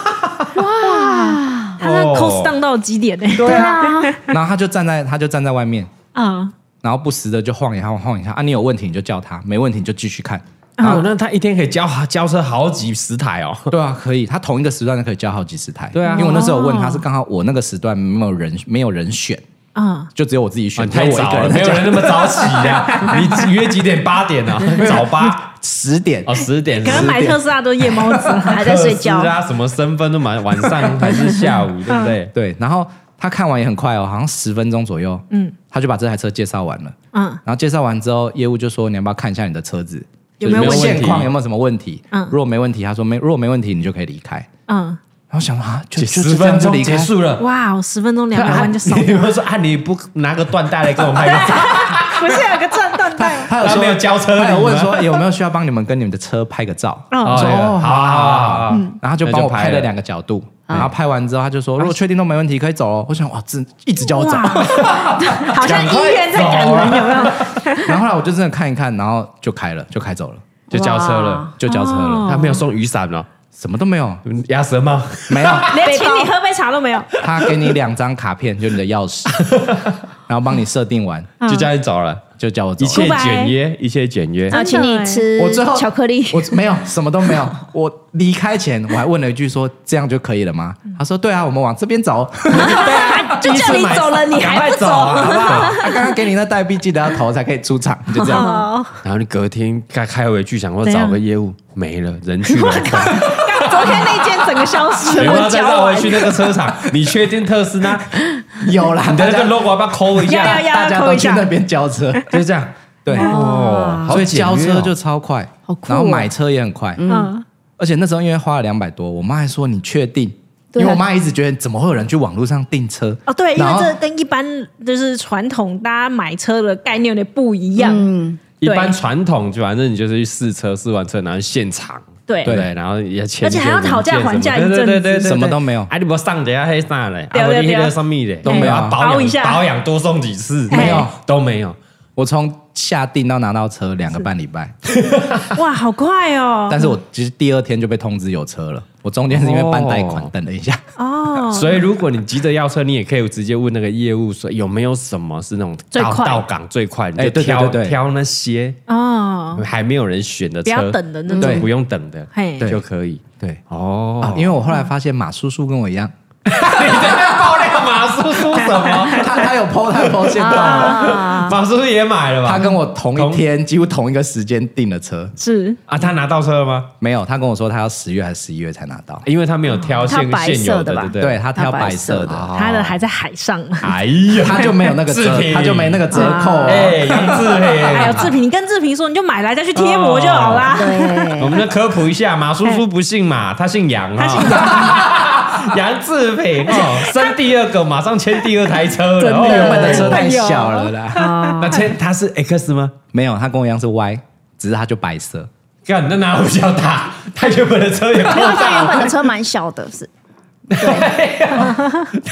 S3: 他那
S5: 哦
S3: cos 荡到极点呢，欸
S6: 对啊，
S2: 然后他就站在他就站在外面，
S3: 啊，
S2: 然后不时的就晃一下晃一下啊，你有问题你就叫他，没问题你就继续看。
S6: 嗯
S5: 哦，那他一天可以交交车好几十台哦。
S2: 对啊，可以，他同一个时段就可以交好几十台。
S5: 对啊
S2: 因为我那时候有问他是刚好我那个时段没有人没有人选，
S3: 啊，
S2: 就只有我自己选，
S5: 哦
S2: 只有我一个
S5: 没
S2: 人在
S5: 有
S2: 家
S5: 人那么早起 的。你约几点？八点啊，早八
S2: 十点
S5: 哦，十点。
S3: 可能买特斯拉都夜猫子啊了，
S6: 还在睡觉
S5: 特斯，拉什么身份都蛮晚上还是下午，对不对？
S2: 对，然后他看完也很快哦，好像十分钟左右，嗯，他就把这台车介绍完了，
S3: 嗯，
S2: 然后介绍完之后，业务就说你要不要看一下你的车子
S3: 有没有
S2: 就是
S3: 问
S2: 现
S5: 题
S2: 况有没有什么问题？
S3: 嗯
S2: 如果没问题，他说没，如果没问题你就可以离开。
S3: 嗯，
S2: 然后想说啊，就就
S5: 十
S2: 就这样
S5: 分
S2: 就
S5: 钟
S2: 离
S5: 结，
S2: 开
S5: 束了。
S3: 哇哦，十分钟两百万就 少
S5: 你们说啊，你不拿个缎带来跟我拍个照，
S3: 不是有个赚断带吗？
S2: 他有
S5: 他
S2: 说
S5: 没有交车
S2: 他有
S5: 你
S2: 问
S5: 吗
S2: 说哎有没有需要帮你们跟你们的车拍个照？
S5: 哦
S3: 哦，
S5: 好
S2: 说哦
S5: 好好啊好，
S6: 嗯
S2: 然后他就
S5: 那就
S2: 帮我
S5: 拍
S2: 拍
S5: 了
S2: 了两个角度，然后拍完之后他就
S6: 啊
S2: 说，如果确定都没问题，可以走了。我想哇，这一直叫我走，
S3: 好像医院
S5: 哦
S3: 在赶人，有没 有？
S2: 然后后来我就真的看一看，然后就开了，就开走了，
S5: 就交车了。
S2: 就交车
S6: 哦
S2: 了，
S5: 他没有送雨伞哦，
S2: 什么都没有，
S5: 鸭舌帽。
S2: 没有，
S3: 连哎请你喝杯茶都没有。
S2: 他给你两张卡片，就你的钥 匙，然后帮你设定完，
S5: 就叫你走了，
S2: 就叫我走
S5: 一
S2: 了。
S5: 切
S3: Goodbye
S5: 简约，一切简
S4: 嗯
S5: 约。
S6: 然后请你吃
S2: 欸我最后
S6: 巧克力，
S2: 我没有什么都没有。我离开前我还问了一句说这样就可以了吗？他说对啊，我们往这边走。
S6: 嗯 啊就 叫你走 了，你还不
S5: 哦
S6: 走，
S2: 啊他刚刚给你那代币，记得要投才可以出场，就这样。
S3: 哦，
S5: 然后你隔天开开回去，想说
S3: 怎样
S5: 找个业务没了，人去楼空，
S3: 昨天那件整个消失
S5: 你要不
S3: 了，
S5: 要再绕回去那个车厂？你确定特斯拉？
S2: 有啦，
S5: 你的
S2: 大
S5: 那个
S2: 家
S5: logo 要不要抠一
S3: 要
S5: 下
S3: 要？要
S2: 大家
S3: 扣
S2: 都
S3: 一
S2: 去
S3: 下
S2: 那边交车，
S5: 就这样。
S2: 对，
S5: 哦，好
S2: 所以
S5: 简
S2: 交
S5: 约
S2: 车
S5: 哦
S2: 就超快
S6: 好酷，哦
S2: 然后买车也很快。
S3: 嗯，
S2: 而且那时候因为花了两百多，我妈还说你确定？
S6: 对啊
S2: 因为我妈一直觉得怎么会有人去网络上订车？
S3: 哦，对，因为
S2: 然后
S3: 这跟一般就是传统大家买车的概念有点不一样。
S6: 嗯，
S5: 一
S3: 对
S5: 般传统就反正你就是去试车，试完车然后现场。
S3: 对
S5: 对，然后也签，
S3: 而且还要讨价还价一阵子
S5: 对对对对对
S2: 什么都没有
S5: 哎，你不上等下黑啥嘞？
S3: 对
S5: 啊，我
S3: 对
S5: 你
S3: 对哎
S5: 那个什么嘞？
S2: 都没有
S5: 啊保
S3: 包一哎
S5: 养
S3: 下
S5: 保养多送几次，
S3: 没有
S5: 都没有。
S2: 我从下订到拿到车两个半礼拜，
S3: 哇，好快哦！
S2: 但是我其实第二天就被通知有车了。我中间是因为办贷款
S5: 哦
S2: 等了一下，
S3: 哦，
S5: 所以如果你急着要车，你也可以直接问那个业务说有没有什么是那种
S3: 最
S5: 到
S3: 快
S5: 到港最快，你
S2: 哎
S5: 就
S2: 对对
S5: 挑
S2: 对对
S5: 挑那些
S3: 哦，
S5: 还没有人选的
S3: 不要
S5: 车，
S3: 等的那种。
S5: 对，不用等的
S3: 嘿，
S5: 就可以。
S2: 对
S5: 哦 哎
S2: 啊，因为我后来发现马叔叔跟我一样，
S5: 你在那爆料吗？马叔 叔什么？
S2: 他他有 PO，他有 PO 现到，
S5: 马叔叔也买了吧？
S2: 他跟我同一天，几乎同一个时间订了车。
S3: 是
S5: 啊，他拿到车了吗？
S2: 没有，他跟我说他要十月还是十一月才拿到。
S5: 因为他没有挑
S6: 他
S5: 现
S6: 白
S5: 现有
S6: 色的吧
S5: 对不
S2: 对？他挑白色
S6: 他白
S2: 的，
S3: 他的还在海上，
S5: 哎呀，
S2: 他就没有那个折
S5: 自，评
S2: 他就没那个折扣啊。
S5: 哎，杨志
S3: 还有
S5: 平，
S3: 志平，你跟志平说，你就买来再去贴膜就好啦。
S5: 我们再科普一下，马叔叔不姓马，他姓杨啊。 杨志平哦，生第二个，马上签第二台车了。
S2: 因为原本
S5: 哦
S2: 的车太小了啦，
S5: 那签他是 X 吗？
S2: 没有，他跟我一样是 Y，只是他就白色。
S5: 干，那哪有比较大？他原本的车也够
S6: 没有，他
S5: 大
S6: 原
S5: 了，
S6: 本的车蛮小的，是啊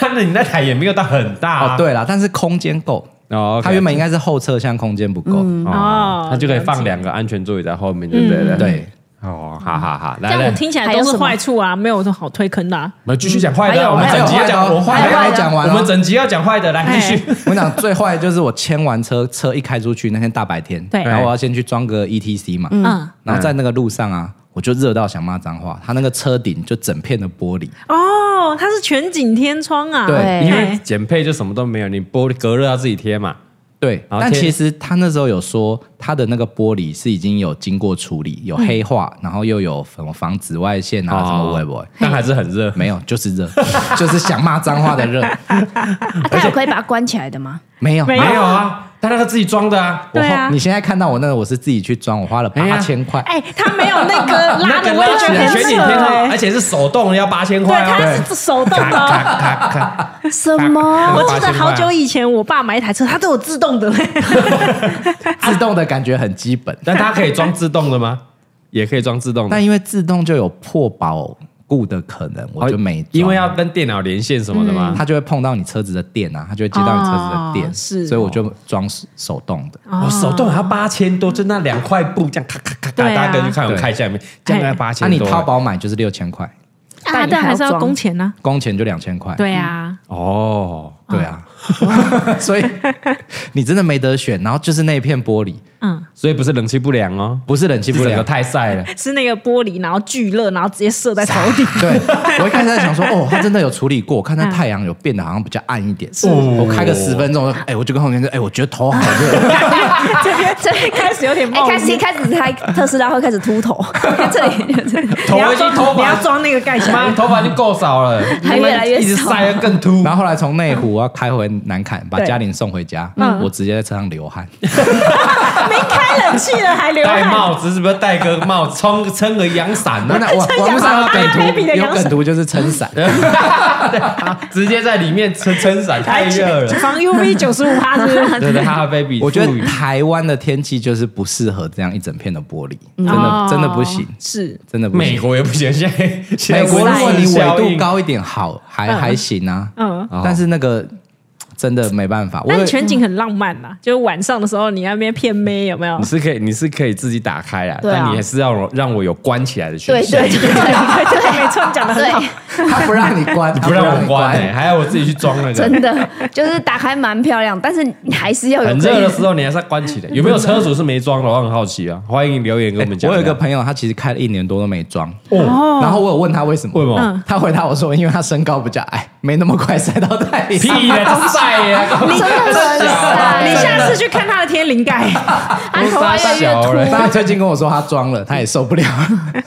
S5: 但是你那台也没有到很大啊
S2: 哦，，对啦，但是空间够。
S5: 哦，OK
S2: 他原本应该是后车厢空间不够。
S5: 哦
S3: 哦，
S5: 他就可以放两个安全座椅在后面，对不对？
S2: 嗯对，
S5: 哦，好好好，
S3: 这
S5: 来
S3: 样我
S5: 来，
S3: 听起来都是坏处啊，没有说好推坑的啊。
S5: 我们继续讲坏
S6: 还
S5: 的，
S6: 有
S5: 我们
S2: 还
S5: 整
S2: 有
S5: 集要
S2: 坏的
S5: 讲
S2: 哦
S5: 我坏
S2: 还
S5: 的
S2: 有还有讲完哦
S5: 我们整集要讲坏的，来继续。
S2: 我跟你讲最坏的就是我签完车，车一开出去那天大白天，
S3: 对
S2: 然后我要先去装个 ETC 嘛，
S3: 嗯，
S2: 然后在那个路上啊，我就热到想骂脏话，他那个车顶就整片的玻璃，
S3: 哦，它是全景天窗啊。
S2: 对
S6: 对
S5: 因为减配就什么都没有，你玻璃隔热要自己贴嘛。
S2: 对，
S5: 好
S2: 但
S5: 贴
S2: 其实他那时候有说，他的那个玻璃是已经有经过处理，有
S5: 嗯
S2: 黑化，然后又有什么防紫外线
S5: 哦
S2: 啊，什么微博，
S5: 但还是很热。
S2: 没有，就是热， 就是想骂脏话 的热，
S6: 啊，他有可以把它关起来的吗？
S2: 没有，
S3: 没有
S5: 没有啊，但那个自己装的啊。
S2: 我
S3: 对啊
S2: 后你现在看到我那个，我是自己去装，我花了
S5: 哎呀
S2: 八千 块。
S3: 哎，它没有那个拉
S5: 那个
S3: 的，我也觉得
S5: 全
S3: 很
S5: 景
S3: 扯
S5: 天窗，
S3: 哎
S5: 而。且是手动的，要八千
S3: 对，
S5: 块
S3: 它
S5: 哦。
S3: 是手动的哦。
S5: 咔咔，
S6: 什
S5: 么
S3: 我记得好久以前，我爸买一台车，它都有自动的嘞。
S2: 自动的感觉很基本，
S5: 但它可以装自动的吗？也可以装自动的
S2: 但。因为自动就有破保固的可能，我就没装，
S5: 哦
S2: 啊
S5: 因为要跟电脑连线什么的嘛。
S2: 它就会碰到你车子的电啊，它就会接到你车子的电，
S3: 哦是
S2: 所以我就装手动的。
S5: 我哦手动还要八千多，就那两块布这样咔咔咔咔，
S3: 对啊
S5: 大家跟去看我
S2: 对
S5: 看一下有没有，这样要八
S2: 那、
S5: 千
S2: 啊你
S5: 多。啊
S2: 淘宝买就是六千块，
S6: 啊但还是要工
S3: 钱呢。
S2: 工钱就两千块。
S3: 对啊，
S5: 哦，
S2: 对啊， 所以你真的没得选。然后就是那一片玻璃，
S3: 嗯，
S5: 所以不是冷气不良哦，
S2: 不是冷气
S5: 是
S2: 不
S5: 整个
S2: 良，
S5: 太晒了。
S3: 是那个玻璃，然后聚热，然后直接射在头顶。
S2: 对， 我一开始在想说，哦，它真的有处理过，看它太阳有变得好像比较暗一点。我开个十分钟，我说哎，我就跟后面说，哎，我觉得头好 热。
S6: 这边这边
S3: 哎开始有点冒
S6: 一哎开始
S3: 烟
S6: 一开始开特斯拉会开始秃头，这里
S5: 头已经头
S3: 你要
S5: 发，
S3: 装那个盖起
S5: 妈
S3: 来。
S5: 头发已经够少了，
S6: 还越来越
S5: 一直
S6: 少
S5: 晒得更秃。
S2: 然后后来从内湖要开回南坎，把嘉玲送回家，我直接在车上流汗。
S3: 没开冷气了还流
S5: 戴
S3: 汗，
S5: 帽子是不是戴个帽，撑撑个阳伞
S2: 那
S5: 呢？
S2: 那网网络上有梗
S3: 阿
S2: 图，
S3: baby 的
S2: 有
S3: 阳
S2: 梗
S3: 伞
S2: 图就是撑伞，
S5: 直接在里面撑撑伞，太热了。
S3: 防 UV 九十五帕是不是？
S5: 对对，哈哈 baby，
S2: 我觉
S5: 赋予
S2: 得台湾的天气就是不适合这样一整片的玻璃，真
S3: 哦
S2: 的真的不行，
S3: 是
S2: 真的不
S5: 美
S2: 行。
S5: 国也不行，现在现在
S2: 美国
S5: 温
S2: 如
S5: 室
S2: 果你纬
S5: 效
S2: 度
S5: 应，哦
S2: 高一点，好还还行啊，
S3: 嗯
S2: 嗯，但是那个真的没办法，我
S3: 但
S2: 有
S3: 全景很浪漫呐，就是晚上的时候，你那边骗妹有没有
S5: 你？是可以，你是可以自己打开啦，
S6: 对啊
S5: 但你还是要我让我有关起来的选
S6: 对
S5: 项，
S6: 对对对
S3: 对，没错，你讲的很好
S6: 对。，
S2: 他不让你关，
S5: 你
S2: 他
S5: 不让我
S2: 你
S5: 关欸，还要我自己去装那个。
S6: 真的就是打开蛮漂亮，但是你还是
S3: 呃
S6: 要有
S5: 很热的时候你还是要关起来，有没有车主是没装的？我很好奇啊，欢迎留言跟我们讲。
S2: 我有一个朋友，他其实开了一年多都没装，
S5: 哦，
S2: 然后我有问他为什么，
S5: 为什么嗯
S2: 他回答我说，因为他身高比较矮，没那么快晒到太阳。
S5: 屁 嘞，这晒呀，
S6: 真的很
S3: 你
S6: 晒，
S3: 下次去看他的天灵盖，哎
S6: 他头啊发越来越
S5: 小
S6: 秃，
S5: 嘞。
S2: 但他最近跟我说他装了，他也受不了，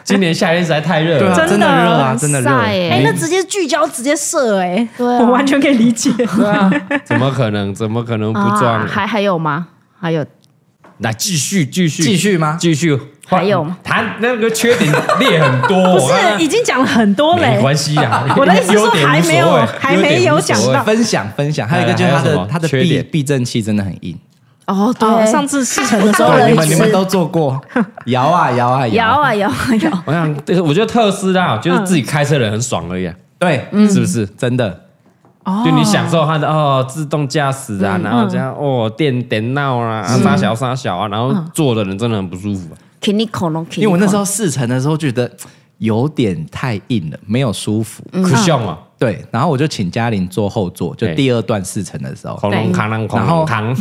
S5: 今年夏天实在太热
S2: 对啊，
S5: 了，
S2: 真
S3: 真
S2: 的
S3: 的
S2: 热啊，真的热。
S6: 晒耶
S3: 哎，那直接聚焦，直接射，哎，
S6: 对啊
S3: 我完全可以理解。
S5: 对啊，怎么可能？怎么可能不装
S6: 啊？还还有吗？还有
S5: 来继续继续
S2: 继续吗
S5: 继续，
S6: 还有吗
S5: 他那个缺点列很多，
S3: 不
S5: 我看
S3: 是，已经讲了很多嘞
S5: 没。关系啊。
S3: 我的意思是说
S5: 优点无所谓
S3: 还没有还没有
S5: 优点
S3: 讲到
S5: 无所谓
S2: 分享分享，还有一个就是它
S5: 哎还有什么
S2: 的它的
S5: 缺
S2: 避
S5: 点
S2: 避震器真的很硬，
S6: 哦，
S3: 哦，
S6: 上
S3: 上
S6: 次
S3: 次试乘的时候，
S6: 多了一
S2: 对，你们
S6: 次
S2: 你们都做过，摇啊摇啊
S6: 摇，啊摇啊 摇，
S5: 我想，对我觉得特斯拉啊
S3: 嗯
S5: 就是自己开车的人很爽而已啊，
S2: 对，
S5: 是不是？
S2: 真的
S3: 哦
S5: 就你享受它的哦，自动驾驶
S2: 嗯
S5: 啊，然后这样哦，电电闹啊，啊傻小傻小啊，然后
S2: 嗯
S5: 坐的人真的很不舒服啊。
S6: 给你恐龙，
S2: 因为我那时候试乘的时候觉得有点太硬了，没有舒服。
S5: 可像啊，
S2: 对，然后我就请嘉玲坐后座，就
S5: 对
S2: 第二段试乘的时候，
S5: 恐龙扛扛恐
S2: 然
S5: 龙
S2: 后
S5: 扛，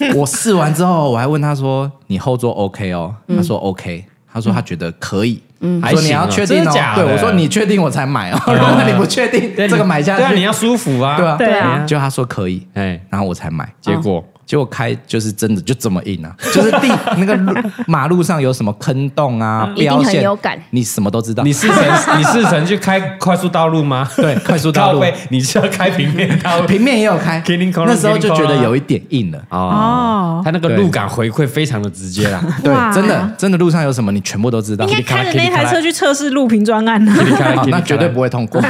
S5: 嗯
S2: 我试完之后，我还问他说：“你后座 OK 哦？”他说 OK。他说他觉得可以，嗯，
S5: 还
S2: 说你
S5: 行
S2: 要
S5: 啊
S2: 确定
S5: 真的
S2: 哦
S5: 假，的
S2: 对我说你确定我才买 哦，如果你不确定
S5: 对
S2: 这个买下去，
S5: 对啊，你要舒服啊，
S2: 对啊，哦
S3: 对啊
S2: 就他说可以，
S5: 哎，
S2: 然后我才买，嗯
S5: 结果
S2: 结果开就是真的就这么硬啊，就是地那个路马路上有什么坑洞
S5: 嗯
S2: 啊，
S6: 一定
S2: 标
S6: 很
S2: 线
S6: 有感
S2: 你什么都知道
S5: 你。是曾 你是曾去开快速道路吗？
S2: 对快速道路
S5: 靠背，你是要开平面道路
S2: 平面也有开
S5: 啊 Killing，Corner，
S2: 那时候就觉
S5: Killing
S2: 得
S5: Corner 啊
S2: 有一点硬了。
S5: 哦
S3: 哦，
S5: 他那个
S2: 对
S5: 路感回馈非常的直接啦，
S2: 对
S3: 哇，
S2: 真的真的路上有什么你全部都知道
S3: 应。该开着那台车去测试录屏专案 呢。
S5: 给你开
S2: 啊，
S5: 给你
S2: 那
S5: 开
S2: 绝对不会通过。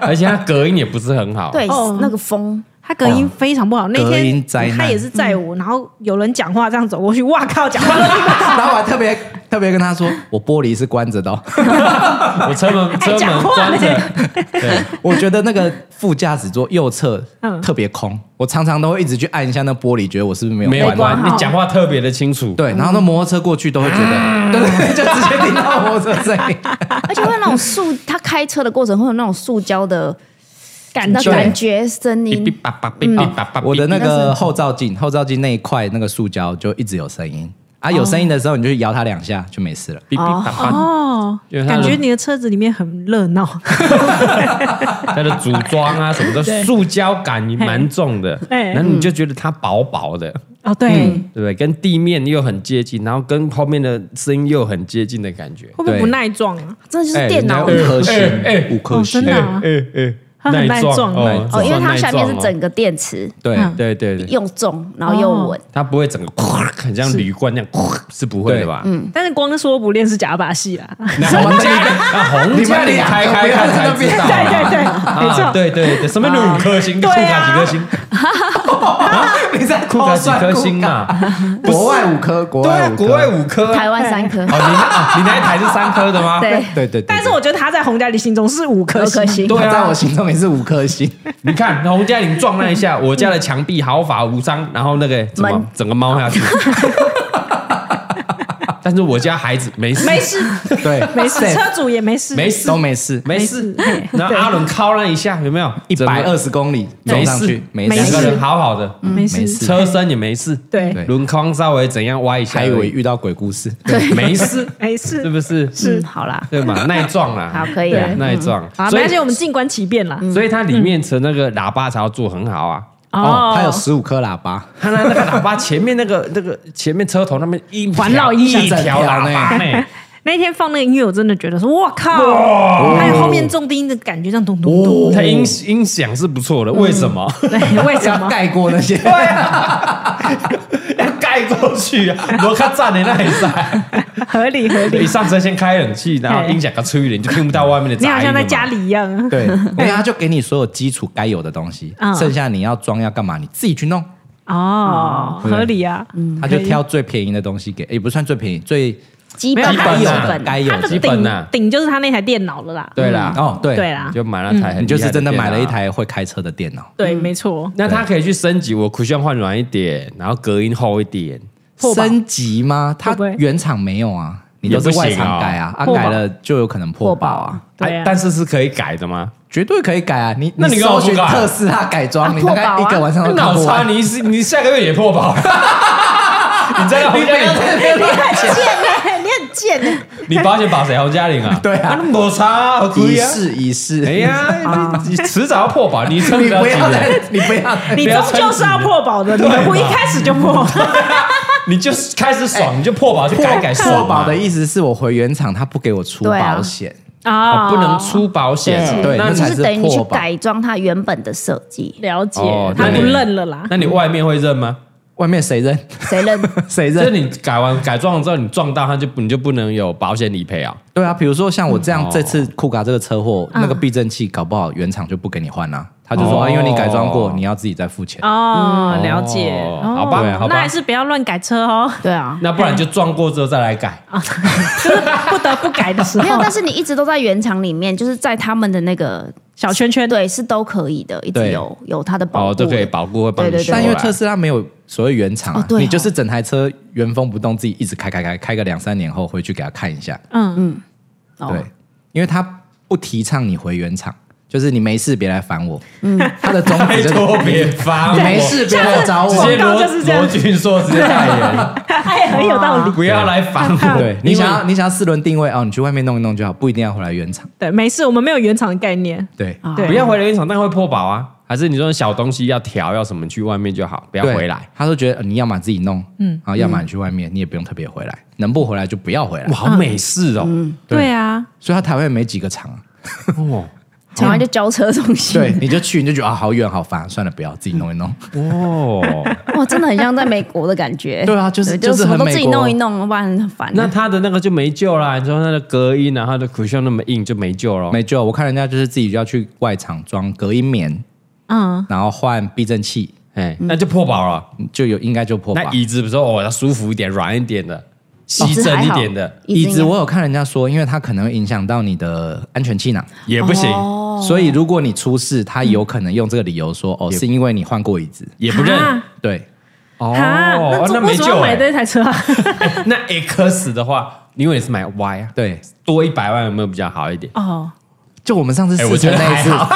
S5: 而且它隔音也不是很好。
S6: 对
S3: 哦，
S6: 那个风
S3: 他隔音非常不好，那
S2: 隔音
S3: 天
S2: 灾难
S3: 他也是载我，然后有人讲话这样走过去，哇靠，讲话都听不 到
S2: 然后我还特别特别跟他说，我玻璃是关着的 哦、
S5: 我车 门
S3: 爱
S5: 车
S3: 讲
S5: 门
S3: 话
S5: 关着，
S2: 我觉得那个副驾驶座右侧
S3: 嗯
S2: 特别空，我常常都会一直去按一下那玻璃，觉得我是不是没有
S5: 没有
S2: 关
S5: 关，
S3: 好
S5: 你讲话特别的清楚。
S2: 对，然后那摩托车过去都会觉
S3: 嗯
S2: 得，对对，对就直接听到摩托车声音。
S6: 而且会有那种塑，他开车的过程会有那种塑胶的
S3: 感
S6: 那
S3: 觉
S6: 感觉声
S5: 哔哔
S6: 音，
S5: 叭叭，哔 哔叭叭。
S2: 嗯我的那
S6: 那
S2: 个后照镜，后照镜那一块那个塑胶就一直有声音啊，有声音的时候你就去摇它两下就没事了。
S5: 哔哔叭叭，
S3: 哦
S5: 因为，他
S3: 感
S5: 的
S3: 觉你的车子里面很热闹，
S5: 它的组装啊什么的，塑胶感蛮重的。
S3: 哎
S5: 然后你就觉得它薄薄的，
S3: 哦对，
S5: 对不对？跟地面又很接近，然后跟后面的声音又很接近的感觉。
S3: 会不会
S2: 对
S3: 不耐撞啊？
S6: 真的就是
S2: 哎
S6: 电脑
S2: 人家五颗星
S5: 哎哎，
S2: 五颗
S3: 哦
S2: 星
S3: 真的，啊
S5: 哎
S3: 它很耐撞
S5: 哦，
S6: 哦，因为它下面是
S5: 整
S6: 整个电池
S2: 对
S3: 嗯
S5: 对对对，
S6: 又重，然后又
S3: 哦
S6: 稳，
S5: 它不会整个 很像铝罐那样， 是不会的吧？嗯，
S3: 但是光说不练是假把戏啦，
S5: 那红家，那啊红家你开开看才知道啊。
S3: 对对对，没
S5: 啊，
S3: 错，
S5: 对对对，什么叫五颗星？酷
S3: 对
S5: 卡
S3: 啊
S5: 几颗星？
S2: 你在
S5: 酷卡几颗星？嘛？
S2: 国外哦五颗，国
S5: 对
S2: 外
S5: 啊，
S2: 五颗
S5: 国外五颗啊。
S6: 台湾三颗
S5: 哦，，你那啊你那一台是三颗的吗？
S6: 对，
S2: 对对对，
S3: 但是我觉得他在洪家里心中是五颗
S6: 有
S3: 星
S6: 颗，星，
S5: 对啊
S2: 它在我心中也是五颗星。
S5: 你看洪嘉玲撞那一下，我家的墙壁毫发无伤，然后那个怎么
S6: 门
S5: 整个猫下去？但是我家孩子没事，
S3: 没事
S2: 对，
S3: 没事，
S2: safe
S3: 车主也没事，
S5: 没事
S2: 都没事，
S5: 没事。然后阿伦敲那一下，有没有？
S2: 一百
S5: 整
S2: 二十公里
S5: 没
S2: 走
S5: 事
S2: 上去，没
S5: 个
S2: 嗯
S3: 没
S5: 两
S3: 事
S5: 个人好好的，
S3: 没
S2: 没
S3: 事，
S2: 事
S5: 车身也没事，
S2: 对
S3: 对，
S5: 轮框稍微怎样歪一下
S2: 还
S5: 而
S2: 以
S5: 已，
S2: 为遇到鬼故事。
S5: 没事，
S3: 没
S5: 是
S3: 事，
S5: 不是？
S6: 嗯，好啦，
S5: 对嘛，耐撞啦，
S6: 好可以啊
S5: 对耐撞。
S3: 好，没
S5: 所
S3: 关系，
S5: 以嗯
S3: 我们静观其变啦。
S5: 所以它里面的那个喇叭才要做很好啊。
S2: 哦，它有十五颗喇叭，
S5: 它那那个喇叭前面那个那个前面车头那边一
S3: 环绕音
S5: 一条喇叭哎呢，
S3: 那天放那个音乐，我真的觉得说，哇靠！还有后面重低音的感觉，这样咚咚咚。
S5: 它音音响是不错的，为什么？
S3: 对，为哎什
S2: 要
S3: 么？
S2: 盖 过那些。
S5: 啊盖过去啊，我看站的那一塞，
S3: 合理合
S5: 一
S3: 理。
S5: 上车先开冷气，然后音响给吹一点，你就听不到外面的
S3: 你好
S5: 杂音了
S3: 像
S5: 嘛。
S3: 在家里一样啊。
S2: 对，因为它就给你所有基础该有的东西，
S3: 嗯
S2: 剩下你要装要干嘛，你自己去弄。
S3: 哦，
S2: 嗯
S3: 合理啊。嗯，
S2: 他就挑最便宜的东西给，也不算最便宜，最
S6: 基
S4: 啊
S3: 没有
S6: 本
S3: 它
S6: 还有
S2: 有的
S6: 本，
S2: 该有
S3: 他
S2: 的
S3: 的
S5: 基本啊
S3: 顶顶就是他那台电脑了啦。
S5: 对啦，嗯
S2: 哦，对
S3: 对啦，
S5: 就买了台很厉害电脑，
S2: 你就是真的买了一台会开车的电脑，
S3: 对，没错。
S5: 那它可以去升级，我苦胸换软一点，然后隔音厚一点，
S3: 破吧
S2: 升级吗？它
S3: 会不会
S2: 原厂没有啊，你都
S5: 也
S2: 是
S5: 不行啊
S2: 外厂改啊，啊
S3: 破吧
S2: 改了就有可能破保啊，
S3: 对啊
S5: 但是是可以改的吗？
S2: 绝对可以改啊。你
S5: 那你干嘛
S2: 搜
S5: 不
S2: 寻
S5: 改
S2: 特斯拉改装，
S6: 啊
S2: 你大概一
S6: 破保
S2: 个
S6: 啊
S2: 晚上
S5: 那
S2: 都看
S5: 脑
S2: 不
S5: 残，
S2: 完。
S5: 你是你下个月也破 保了，你在洪嘉玲，
S3: 哎你很贱欸呢。
S5: 你保险保谁？洪嘉玲啊？
S2: 对啊
S5: 那抹茶啊，何
S2: 一
S5: 以啊？
S2: 试一试，
S5: 哎 呀，你你迟早要破保，你撑
S2: 啊你
S5: 了
S2: 不
S5: 几
S2: 要
S5: 年？
S2: 再，你不要再，
S3: 你终究是要破保的，你何不一开始就破？
S5: 你就开始爽，你就破保就改改爽嘛
S2: 哎破保的意思是我回原厂，他不给我出
S6: 对啊
S2: 保险，
S3: 啊
S5: 哦不能出保险，
S2: 对
S5: 那
S2: 那
S6: 就
S5: 你
S2: 才
S6: 是
S2: 是
S6: 等于你去
S2: 破吧
S6: 改装它原本的设计，
S3: 了解
S5: 哦，
S3: 他
S5: 那
S3: 不
S5: 你
S3: 认了啦。
S5: 那你外面会认吗？
S2: 外面谁认
S6: 谁认？
S2: 谁
S5: 就
S2: 认
S5: 是？你改完改装了之后，你撞到它就你就不能有保险理赔啊？
S2: 对啊，比如说像我这样，
S5: 嗯
S2: 这次酷嘎这个车祸，那个避震器搞不好原厂就不给你换啦，他就说
S5: 哦
S2: 啊因为你改装过，你要自己再付钱。
S3: 哦，了解。
S5: 哦
S3: 哦
S5: 好吧
S2: 对啊
S5: 好吧
S3: 那还是不要乱改车哦，
S6: 对啊，
S5: 那不然就撞过之后再来改。
S3: 就是不得不改的时
S6: 没有，
S3: 候
S6: 但。是你一直都在原厂里面，就是在他们的那个
S3: 小圈圈，
S6: 对是都可以的，一直
S2: 对
S6: 有有它的保护
S5: 哦，
S6: 的，
S5: 都可以保固会帮你
S6: 对对
S5: 修
S6: 对
S5: 啊啦。
S2: 但因为特斯拉没有所谓原厂啊
S6: 哦，对哦
S2: 你就是整台车原封不动自己一直开开开，开个两三年后回去给他看一下。
S3: 嗯嗯，
S6: 哦
S2: 对，因为他不提倡你回原厂，就是你没事别来烦我。嗯，他的宗旨
S5: 拜
S2: 就是
S5: 托别发，
S2: 你没事别来找
S5: 直
S2: 我。
S5: 接罗
S3: 广告就是这样
S5: 罗俊硕直接代言，
S3: 哎， 很有道理。
S5: 不要来烦我。
S2: 对你想要
S5: 因为
S2: 你想要四轮定位哦，你去外面弄一弄就好，不一定要回来原厂。
S3: 对，没事，我们没有原厂的概念。
S2: 对，
S3: 对，
S5: 啊不要回来原厂，但会破保啊。还是你说小东西要调要什么，去外面就好，不要
S2: 对
S5: 回来。。
S2: 他都觉得呃你要么自己弄，嗯，啊，要么你去外面，你也不用特别回来，能不回来就不要回来
S5: 哇，。好美式哦！
S3: 对啊，
S2: 所以他台湾也没几个厂啊。
S5: 哦，
S6: 常常就交车东西，
S2: 对， 嗯你就去你就觉得啊好远好烦，算了，不要自己弄一弄。
S5: 哦，
S6: 哇，真的很像在美国的感觉。
S2: 对啊就是
S6: 就
S2: 就是
S6: 什么
S2: 很
S6: 都
S2: 美
S6: 自己
S2: 国
S6: 弄一弄，不然很烦。
S5: 那他的那个就没救啦。你说他的隔音啊，他的 cushion 那么硬就没救了。
S2: 没救，我看人家就是自己就要去外厂装隔音棉，
S3: 嗯，
S2: 然后换避震器，
S5: 哎，那就破保了。
S2: 就有应该就破
S5: 那
S2: 吧。
S5: 椅子比如说哦，要舒服一点、软一点的、吸
S6: 子
S5: 震
S6: 还
S5: 一
S6: 好
S5: 点的
S6: 椅
S2: 椅
S6: 子
S2: 子
S6: 应该
S2: 我有看人家说，因为它可能会影响到你的安全气囊，
S5: 也不行，
S3: 哦
S2: 所以如果你出事，他有可能用这个理由说哦，是因为你换过椅子。
S5: 也不认。
S3: 哈
S2: 对，
S5: 哦，
S3: 哈，
S5: 那
S3: 这
S5: 没
S3: 啊为什么
S5: 救
S3: 要买
S5: 哎。
S3: 这台车啊？
S5: 哎 那 X 的话，因为你是买 Y 啊，
S2: 对，
S5: 多一百万有没有比较好一点？
S3: 哦，
S2: 就我们上次
S5: 哎，我
S2: 试
S5: 觉
S2: 乘
S5: 得
S2: 那
S5: 还
S2: 一次，
S5: 好。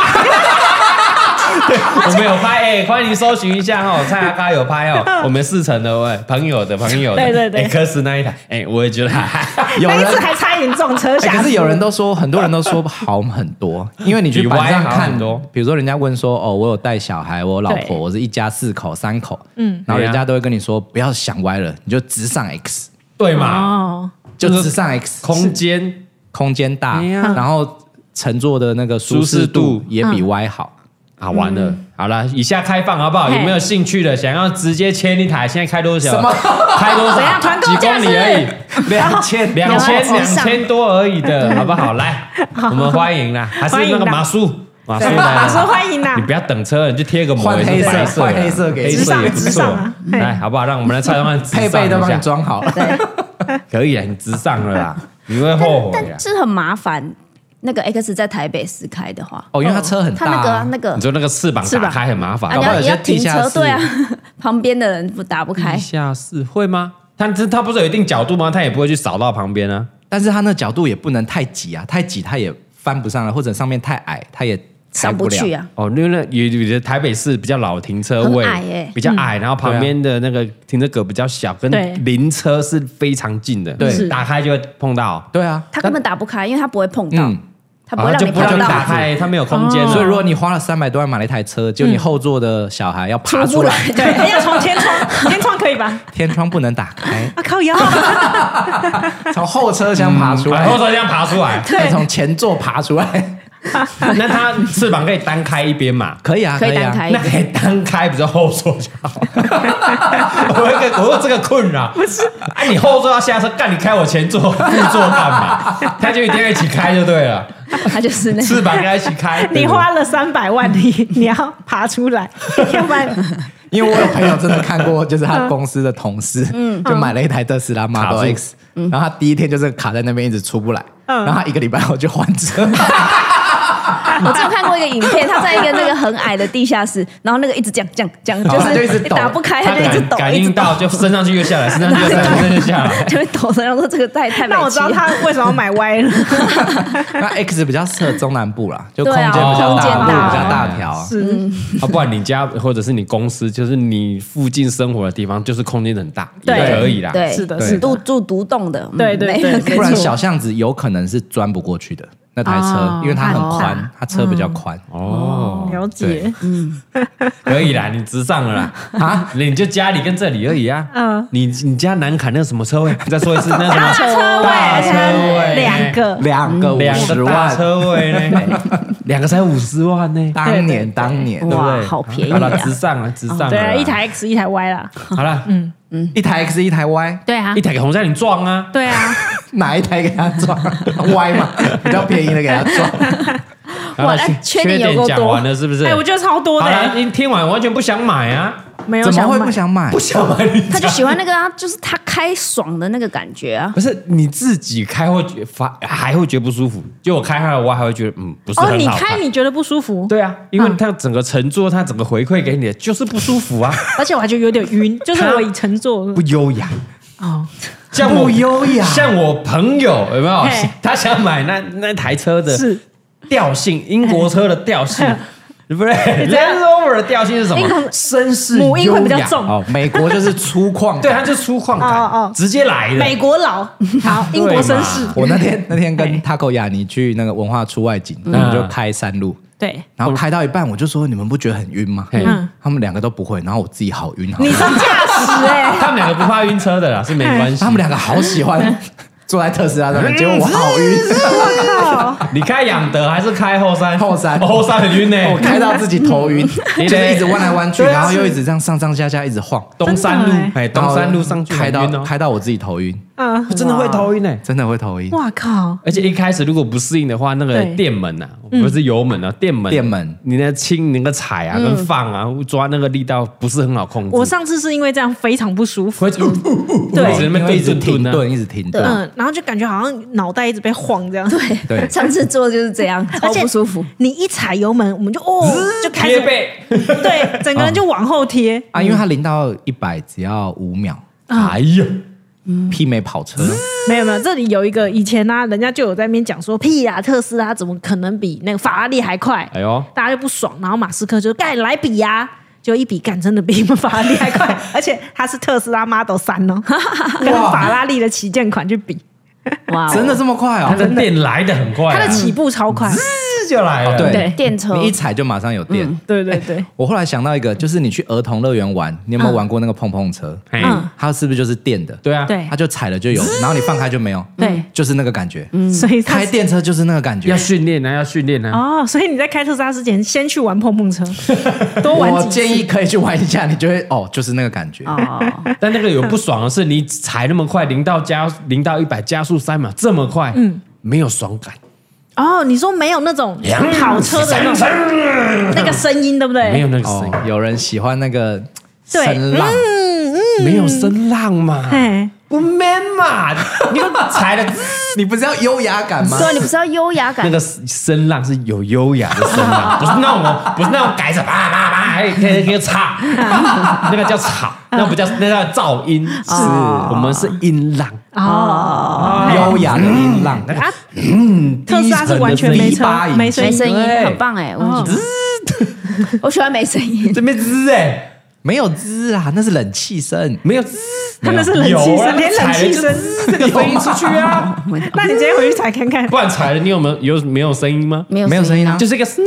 S5: 我们有拍哎，欢迎搜寻一下哦，蔡阿嘎有拍 哦，我们四成的喂，朋友的朋友的，
S3: 对对对
S5: ，X 那一台，哎，我也觉得 还好，
S2: 有
S3: 那一
S2: 人
S3: 次还差一点撞车，
S2: 哎、
S3: 吓
S2: 可
S3: 死
S2: 是有
S3: 我
S2: 人都说，很多人都说好很 多，因为你去
S5: 比
S2: 板
S5: Y
S2: 上
S5: 好
S2: 看
S5: 很多，
S2: 比如说人家问说，哦，我有带小孩，我有老
S3: 对
S2: 婆，我是一家四口、三口，嗯，然后人
S5: 对
S2: 家
S5: 啊
S2: 都会跟你说，不要想歪了，你就直上 X，
S5: 对嘛？
S3: 哦，
S2: 就
S5: 就是
S2: 直上 X，
S5: 空间
S2: 空间大，
S5: 哎呀
S2: 然后乘坐的那个舒
S5: 舒适
S2: 适
S5: 度
S2: 度嗯也比 Y 好。
S5: 啊，完了，好了，以下开放好不好？
S3: 嗯嘿
S5: 有没有兴趣的想要直接签一台？现在开多少？开多少？
S3: 样团购
S5: 几
S3: 价
S5: 公里
S3: 是
S5: 而 已，两千两千
S6: 然后
S5: 两
S6: 直上
S5: 千多而已的，好不好？ 来，我们欢迎啦，还是
S3: 欢迎
S5: 那个
S3: 啦
S5: 马叔，马叔
S3: 对
S5: 来
S3: 马
S5: 啊了，
S3: 叔欢迎啊啦
S5: 你不要等车了，你就贴个膜，
S2: 换
S5: 也是
S2: 黑色
S5: 白色的，
S2: 换黑色给
S5: 黑
S2: 直
S5: 色
S2: 上
S5: 也不
S3: 直
S5: 错
S3: 上啊，嘿
S5: 来，好不好？让我们来蔡东汉直
S2: 配
S5: 上
S2: 备都
S5: 一
S2: 帮你
S5: 下，
S2: 装好了，
S5: 可以啊，你直上了啦，你会后悔啊
S6: 但。是很麻烦。那个 X 在台北市开的话，
S2: 哦，因为它车很
S6: 他
S2: 大、
S6: 那个啊
S2: 啊，
S6: 那个
S5: 你说那个翅膀
S6: 翅
S5: 打
S6: 膀
S5: 开很麻烦，
S6: 啊，
S5: 搞
S6: 你
S5: 不好
S6: 要
S2: 有
S6: 你
S2: 些
S6: 要
S2: 地
S6: 停
S2: 下
S6: 车，
S2: 室嗯
S6: 对啊， 旁边的人不打不开
S5: 地，下室会吗？但是它不是有一定角度吗？它也不会去扫到旁边啊。
S2: 但是它那角度也不能太挤啊，太挤它也翻不上来，或者上面太矮它也开
S6: 上不
S2: 了
S6: 去。啊。
S5: 哦，因为那有有的台北市比较老停车位，
S6: 很矮欸
S5: 比较矮，然后旁边的那个停车格比较小，跟
S3: 对
S5: 邻车是非常近的，嗯
S2: 对是
S5: 打开就会碰到，哦
S2: 对啊，
S6: 他根本打不开，因为他不会碰到，
S2: 嗯，
S6: 他不会让
S5: 就
S6: 你
S5: 不
S6: 碰
S5: 让你
S6: 到。哦
S5: 打开，它没有空间，啊
S2: 所以如果你花了三百多万买了一台车，就你后座的小孩要爬
S6: 出
S2: 出
S6: 不
S2: 来，
S6: 来，
S3: 对，哎要从天 窗，天窗可以吧？
S2: 天窗不能打开，
S3: 啊靠腰，
S2: 从后车厢爬出
S5: 然
S2: 来，
S5: 后车这样爬出来，
S2: 再从前座爬出来，
S5: 那它翅膀可以单开一边嘛？
S2: 可以啊，
S6: 可以单
S2: 啊。
S6: 开
S5: 那可以单开，比较后座就好。 我有一个，我有这个困扰。不是，啊，你后座要下车，干你开我前座 副座干嘛？他就一定要一起开就对了，
S6: 他就是那
S5: 翅膀跟他一起开。
S3: 你花了三百万，
S5: 嗯
S3: 你你要爬 出来，要不然
S2: 因为我有朋友真的看过，就是他公司的同事，就买了一台特斯拉 Model
S5: 卡住
S2: X，然后他第一天就是卡在那边一直出不来，
S3: 嗯
S2: 然后他一个礼拜后就换 车，
S6: 我只有看过一个影片，他在一个那个很矮的地下室，然后那个一直这样这样这样，
S2: 然后啊他就一
S6: 就
S2: 直
S6: 是你
S2: 抖
S6: 打不开，他就一直
S5: 感
S6: 抖，
S5: 感
S6: 一直
S5: 应
S6: 抖，
S5: 到就升上去又下来，升上去又下来，升上去又下来。
S6: 就会抖的。然后说这个太太白
S3: 那我知
S6: 痴
S3: 道
S6: 了，
S3: 他为什么买歪了。
S2: 那 X 比较适合中南部啦，就
S6: 对
S2: 空间
S6: 啊
S2: 比较
S5: 空间
S2: 大，路
S5: 大
S2: 比较大条，
S3: 是，
S5: 啊，不然你家或者是你公司，就是你附近生活的地方，就是空间很大，
S3: 对
S5: 也可以啦。
S6: 对，
S3: 是的
S2: 对
S3: 是的
S6: 住住独栋的，嗯
S3: 对对
S6: 没
S3: 对
S6: 人
S3: 对
S2: 不然
S3: 没错
S2: 小巷子有可能是钻不过去的那台车
S3: 哦，嗯
S2: 因为它很
S6: 太
S2: 宽
S6: 大，
S2: 它车比较宽。
S5: 哦，
S3: 了解
S2: 对。
S5: 可以啦，你直上了啦啊，你就家里跟这里而已啊。嗯
S3: 嗯，
S5: 你你家南坎那个什么车位？你再说一次，那个什么
S3: 大车位，
S5: 大
S3: 而
S5: 车
S3: 且
S5: 位
S3: 它两个，
S2: 两个五
S5: 两
S2: 十
S5: 个大
S2: 万，
S5: 车位呢， 两个才五十万呢，
S2: 当年当年
S5: 对不对？
S6: 哇好便宜
S5: 好
S6: 啊
S5: 了，直上了，直上了啦。
S3: 对啊，一台 X 一台 Y 啦，
S5: 好了，嗯，
S2: 一台 X 一台 Y，
S3: 对啊
S5: 一，台给红山你撞啊。
S3: 对啊，
S2: 哪一台给他 撞 Y 嘛，比较便宜的给他撞。
S5: 好了
S6: 哇
S5: 缺
S6: 缺
S5: 缺
S6: 点有
S5: 点
S6: 够
S5: 讲
S6: 多
S5: 完了是不是？
S3: 哎，我觉得超多的
S5: 好了，
S3: 欸，
S5: 你听完完全不想买啊，
S3: 没有
S2: 怎么
S3: 想
S2: 会
S3: 买
S2: 不，想买
S5: 不？想买你
S6: 他就喜欢那个啊，就是他开爽的那个感觉啊。
S5: 不是你自己开会觉发还会觉得不舒服，就我开开了我还会觉得嗯不是很
S3: 哦，
S5: 好
S3: 你
S5: 看
S3: 开你觉得不舒服，
S5: 对啊，因为它整个乘坐，它整个回馈给你的就是不舒服啊，
S3: 而且我还觉得有点晕，就是我已乘坐
S5: 不优雅。
S3: 哦，
S5: 像我
S2: 不优雅
S5: 像我朋友有没有
S3: 嘿？
S5: 他想买那那台车的
S3: 是
S5: 调 性，英国车的调性，对 不对？Land Rover 的调性是什么
S3: 英国？
S5: 绅士
S3: 母音会比较
S5: 优雅
S3: 重
S2: 哦，美国就是粗犷，
S5: 对，它就粗犷感，
S3: 哦哦
S5: 直接来的。
S3: 美国佬，好，英国绅士，
S2: 我那天那 天跟 Taco 雅尼去那个文化出外景，然后我们
S3: 嗯
S2: 就开山路，
S3: 对，
S2: 然后开到一半我就说你们不觉得很晕吗？
S3: 嗯
S2: 他们两个都不会，然后我自己好晕，好
S3: 你
S2: 晕
S3: 是驾驶哎，
S5: 他们两个不怕晕车的啦，是没关系
S2: 他。们两个好喜欢 嗯坐在特斯拉上面，结果我好晕，
S5: 你开养德还是开后山？
S2: 后山
S5: 哦后山很晕呢。
S2: 我开到自己头 晕，
S5: 你
S2: 就是
S5: 嘞
S2: 一直弯来弯去，
S5: 对啊
S2: 然后又一直这样上上下下一直晃，
S5: 东山
S3: 真的欸
S5: 路，哎，
S2: 然
S5: 东
S2: 后
S5: 山路上去很
S2: 开到
S5: 晕哦
S2: 开到我自己头晕，
S3: 嗯，
S5: 真的会头晕呢。
S2: 真的会头晕。
S3: 哇靠，
S5: 而且一开始如果不适应的话，那个
S3: 对嗯
S5: 电门呐、啊，不是油门啊，电门，
S2: 电门，
S5: 你那轻那个踩啊，跟放啊，抓那个力道不是很好控制。
S3: 我上次是因为这样非常不舒服，
S5: 对一直在
S3: 对，
S5: 那边对
S2: 一直
S5: 顿
S2: 停
S5: 顿啊，
S2: 顿，一直停顿。
S3: 嗯，然后就感觉好像脑袋一直被晃这样，对，
S2: 对
S6: 上次坐就是这样，超
S3: 且
S6: 不舒服。
S3: 你一踩油门，我们就哦，就
S5: 嗯
S3: 开
S5: 贴
S3: 始
S5: 背， 嗯
S3: 对，整个人就往后贴，
S2: 啊，因为它零到一百只要五秒，
S5: 哎呀，嗯
S2: 媲美跑车。
S3: 没有没有，这里有一个以前呢、啊，人家就有在那边讲说，屁啦，特斯拉怎么可能比那个法拉利还快？
S5: 哎呦，
S3: 大家就不爽，然后马斯克就干来比呀、就一比干，真的比你们法拉利还 快，而且它是特斯拉 Model 三哦，跟法拉利的旗舰款去比，
S6: 哇哦，
S2: 真的这么快
S5: 它
S2: 哦？
S5: 的电来的很快、
S3: 它
S5: 啊，
S3: 的起步超快，
S5: 滋 就来
S3: 哦
S5: 了，，
S2: 对，
S6: 电车
S2: 你一踩就马上有电。
S5: 嗯
S3: 对对对，
S2: 我后来想到一个，就是你去儿童乐园玩，你有
S5: 嗯
S2: 没有玩过那个碰碰车？
S5: 哎、
S3: 嗯
S2: 它是不是就是电的？
S5: 对啊，
S3: 对
S2: 它就踩了就有，然后你放开就没有。
S5: 嗯
S3: 对，嗯
S2: 就是那个感觉。
S3: 所以它
S2: 开电车就是那个感觉
S5: 要。训练啊，要训练啊。
S3: 哦，所以你在开特斯拉之前，先去玩碰 碰车，多玩
S2: 我
S3: 几
S2: 建议可以去玩一下，你就会哦，就是那个感觉。
S6: 哦，
S5: 但那个有不爽的是，你踩那么快，零到加零到一百加速三秒这么快，嗯，没有爽感，
S3: 哦，你说没有那种跑车的 那种那个声音，对不对？
S5: 没有那个声音
S2: 哦，，有人喜欢那个
S3: 对
S2: 声浪，
S3: 嗯嗯，
S5: 没有声浪嘛，
S3: 哎，
S5: 不 man 嘛，你都踩了。
S2: 你不是要优雅感吗？
S6: 对，啊你不是要优雅
S5: 那
S6: 感？
S5: 个声浪是有优雅的声 浪，不是那种哦不是那种改着叭叭哎叭，还可以可以吵，
S3: 嗯
S5: 那个叫吵，那不叫那叫噪音，
S3: 嗯
S5: 是我们是音浪，
S3: 哦，
S2: 优雅的音浪，那个
S3: 啊，特斯拉是完全没车
S2: 低沉的，
S3: 没声
S6: 没声
S3: 音。
S6: 音，
S5: 对
S6: 很棒哎，我
S3: 哦
S6: 我喜欢 没声音。
S5: 这边滋哎，
S2: 没有滋啊，那是冷气声。
S5: 没有滋，
S3: 他那是冷气
S5: 有啊
S3: 声，连冷
S5: 踩
S3: 气声
S5: 了就。滋这个声音出去啊，
S3: 那你今天回去踩 看看。
S5: 不然踩了你有没有有没有声音吗？
S6: 没有
S2: 没有声音啊
S5: 就是一个嘶，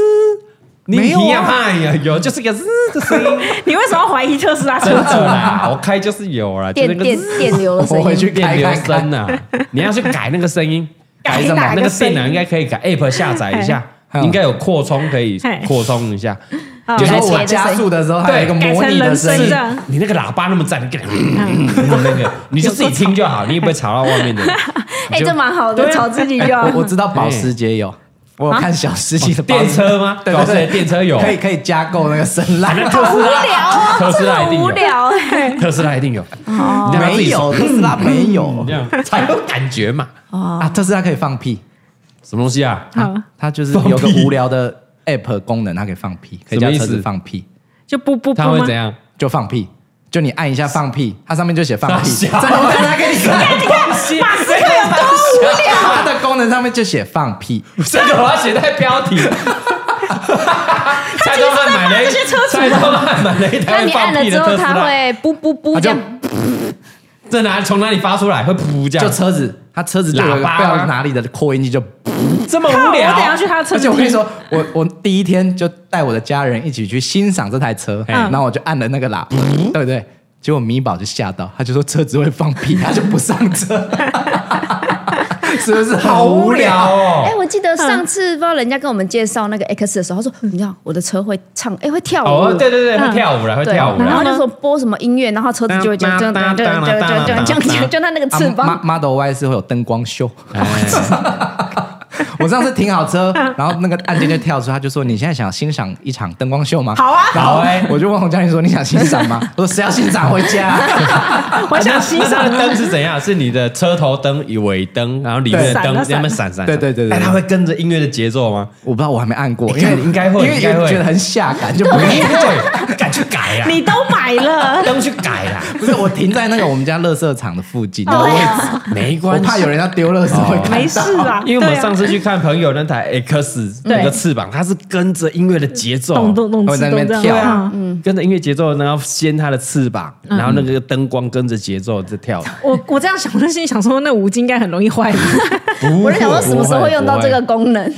S5: 你
S2: 没有啊
S5: 一样哎呀，有就是一个嘶的声音，
S3: 你为什么要怀疑特斯拉车
S5: 真
S3: 主？
S5: 的啦，我开就是有啦，就那
S6: 电
S5: 个
S6: 电
S5: 滋
S6: 电流的声
S2: 我回
S6: 音，
S2: 去
S5: 电
S2: 开
S5: 流
S2: 开看
S5: 声。啊，你要去改那个声音。
S3: 改
S5: 什么？
S3: 哪
S5: 那
S3: 个
S5: 个
S3: 声音
S5: 电脑应该可以改，App 下载一下，
S2: 嘿
S5: 应该有扩充可以
S3: 嘿
S5: 扩充一下。
S2: 比如
S6: 改
S2: 说
S6: 成
S2: 我加速的时候，还有一个
S3: 改
S2: 模
S3: 成
S2: 哎拟的
S3: 人
S2: 声
S3: 声
S2: 音
S3: 这，样。
S5: 你那个喇叭那么赞，你给它嗯那个，你就自己听就好，你也不会吵到外面的人。
S6: 哎，
S5: 就
S6: 这蛮好的，吵自己就好
S2: 我我知道保时捷有，我有看小司机的保
S5: 哎哦电
S2: 时捷
S5: 车吗？
S2: 对
S5: 保
S2: 对
S5: 时捷
S2: 对，
S5: 电车有，
S2: 可以可以加购那个声 浪，
S5: 特斯拉，特斯拉一定
S6: 啊无
S5: 有，
S6: 聊哎，
S5: 特斯拉一定有。你让它自
S2: 没
S5: 己
S2: 有特斯拉没有
S5: 这样才有感觉嘛？
S2: 啊，特斯拉可以放屁，
S5: 什么东西啊？
S3: 好，
S2: 它就是
S5: 放屁
S2: 有个无聊的 app 功能，它可以放屁，可以叫车
S5: 什么意
S2: 子
S5: 思
S2: 放屁，
S3: 就不不不
S5: 它会
S3: 吗
S5: 怎？样？
S2: 就放屁，就你按一下放屁，它上面就写放屁，
S5: 傻笑
S2: 真的我刚才跟你说，
S3: 马斯克有多无
S2: 它
S3: 聊？
S2: 的功能上面就写放屁，
S5: 这个我要写在标题。蔡宗汉买了一，蔡宗汉买了一台
S6: 那
S5: 会
S6: 你按
S5: 放
S6: 了
S5: 屁
S6: 之
S5: 的
S6: 后，
S5: 特斯
S6: 它
S5: 拉，
S6: 会不不不
S2: 它
S6: 这
S2: 就
S6: 样，
S5: 这哪从哪里发出来？会噗这
S2: 就
S5: 样，
S2: 车子，它车子就有一个
S5: 喇叭吗
S2: 不知道哪里的扩音器就
S5: 这么
S3: 靠
S5: 无
S3: 我
S5: 聊
S3: 等一。下去他的车
S2: 而
S3: 里
S2: 且
S3: 面。
S2: 我跟你说，我我第一天就带我的家人一起去欣赏这台车，
S3: 嗯
S2: 然后我就按了那个喇叭，对不对？结果米宝就吓到，他就说车子会放屁，他就不上 车，是不是好无聊？
S5: 哦
S6: 哎，！我记得上次不知道人家跟我们介绍那个 X 的时候，他说你知道我的车会唱，哎，会跳
S5: 哦，
S6: 舞，
S5: 对对对，会跳舞了，会
S6: 对
S5: 跳舞
S6: 然
S5: 了。
S6: 后就说播什么音乐，然后车子就会这样这样这样这样这样这样这样这样，就他那个翅
S2: 啊
S6: 膀，
S2: Ma-，Model Y 是会有灯 光秀。
S5: 哎
S2: 我上次停好车，然后那个按键就跳出，他就说：“你现在想欣赏一场灯光秀吗？”
S3: 好啊
S2: 然后哎
S5: 好欸
S2: 我就问我家人说：“你想欣 赏吗？”我说：“谁要欣赏回家
S3: 我想欣
S5: 那它
S3: 赏
S5: 的灯是怎样？是你的车头灯、尾灯，然后里面的灯在那边闪闪。
S2: 对对对对对
S5: 哎，它会跟着音乐的节奏吗？？”
S2: 我不知道，我还没按过，
S5: 应
S2: 因
S5: 该哎
S2: 为
S5: 应该会
S2: 因为
S5: 应该会
S2: 觉得很下感，就不
S5: 对，啊敢去改啊！
S3: 你都买了，
S5: 灯去改啦，
S2: 不是我停在那个我们家垃圾场的附近，
S3: 对
S5: 哦
S2: 我
S3: 啊，
S5: 没关
S2: 我
S5: 系。
S2: 怕有人要丢垃圾会看到
S3: 没事啊，
S5: 哦因为我们上
S3: 次
S5: 次去看朋友那台 X
S3: 对
S5: 那个翅膀，它是跟着音乐的节奏，
S3: 动动动
S2: 他会
S3: 次
S2: 在那边
S3: 动这样
S2: 跳
S3: 啊。
S5: 跟着音乐节奏，然后掀它的翅膀，然后那个灯光跟着节奏在跳。
S3: 我我这样想，我就心里想说，那五金应该很容易坏吧，
S4: 我在想说什么时候会用到这个功能？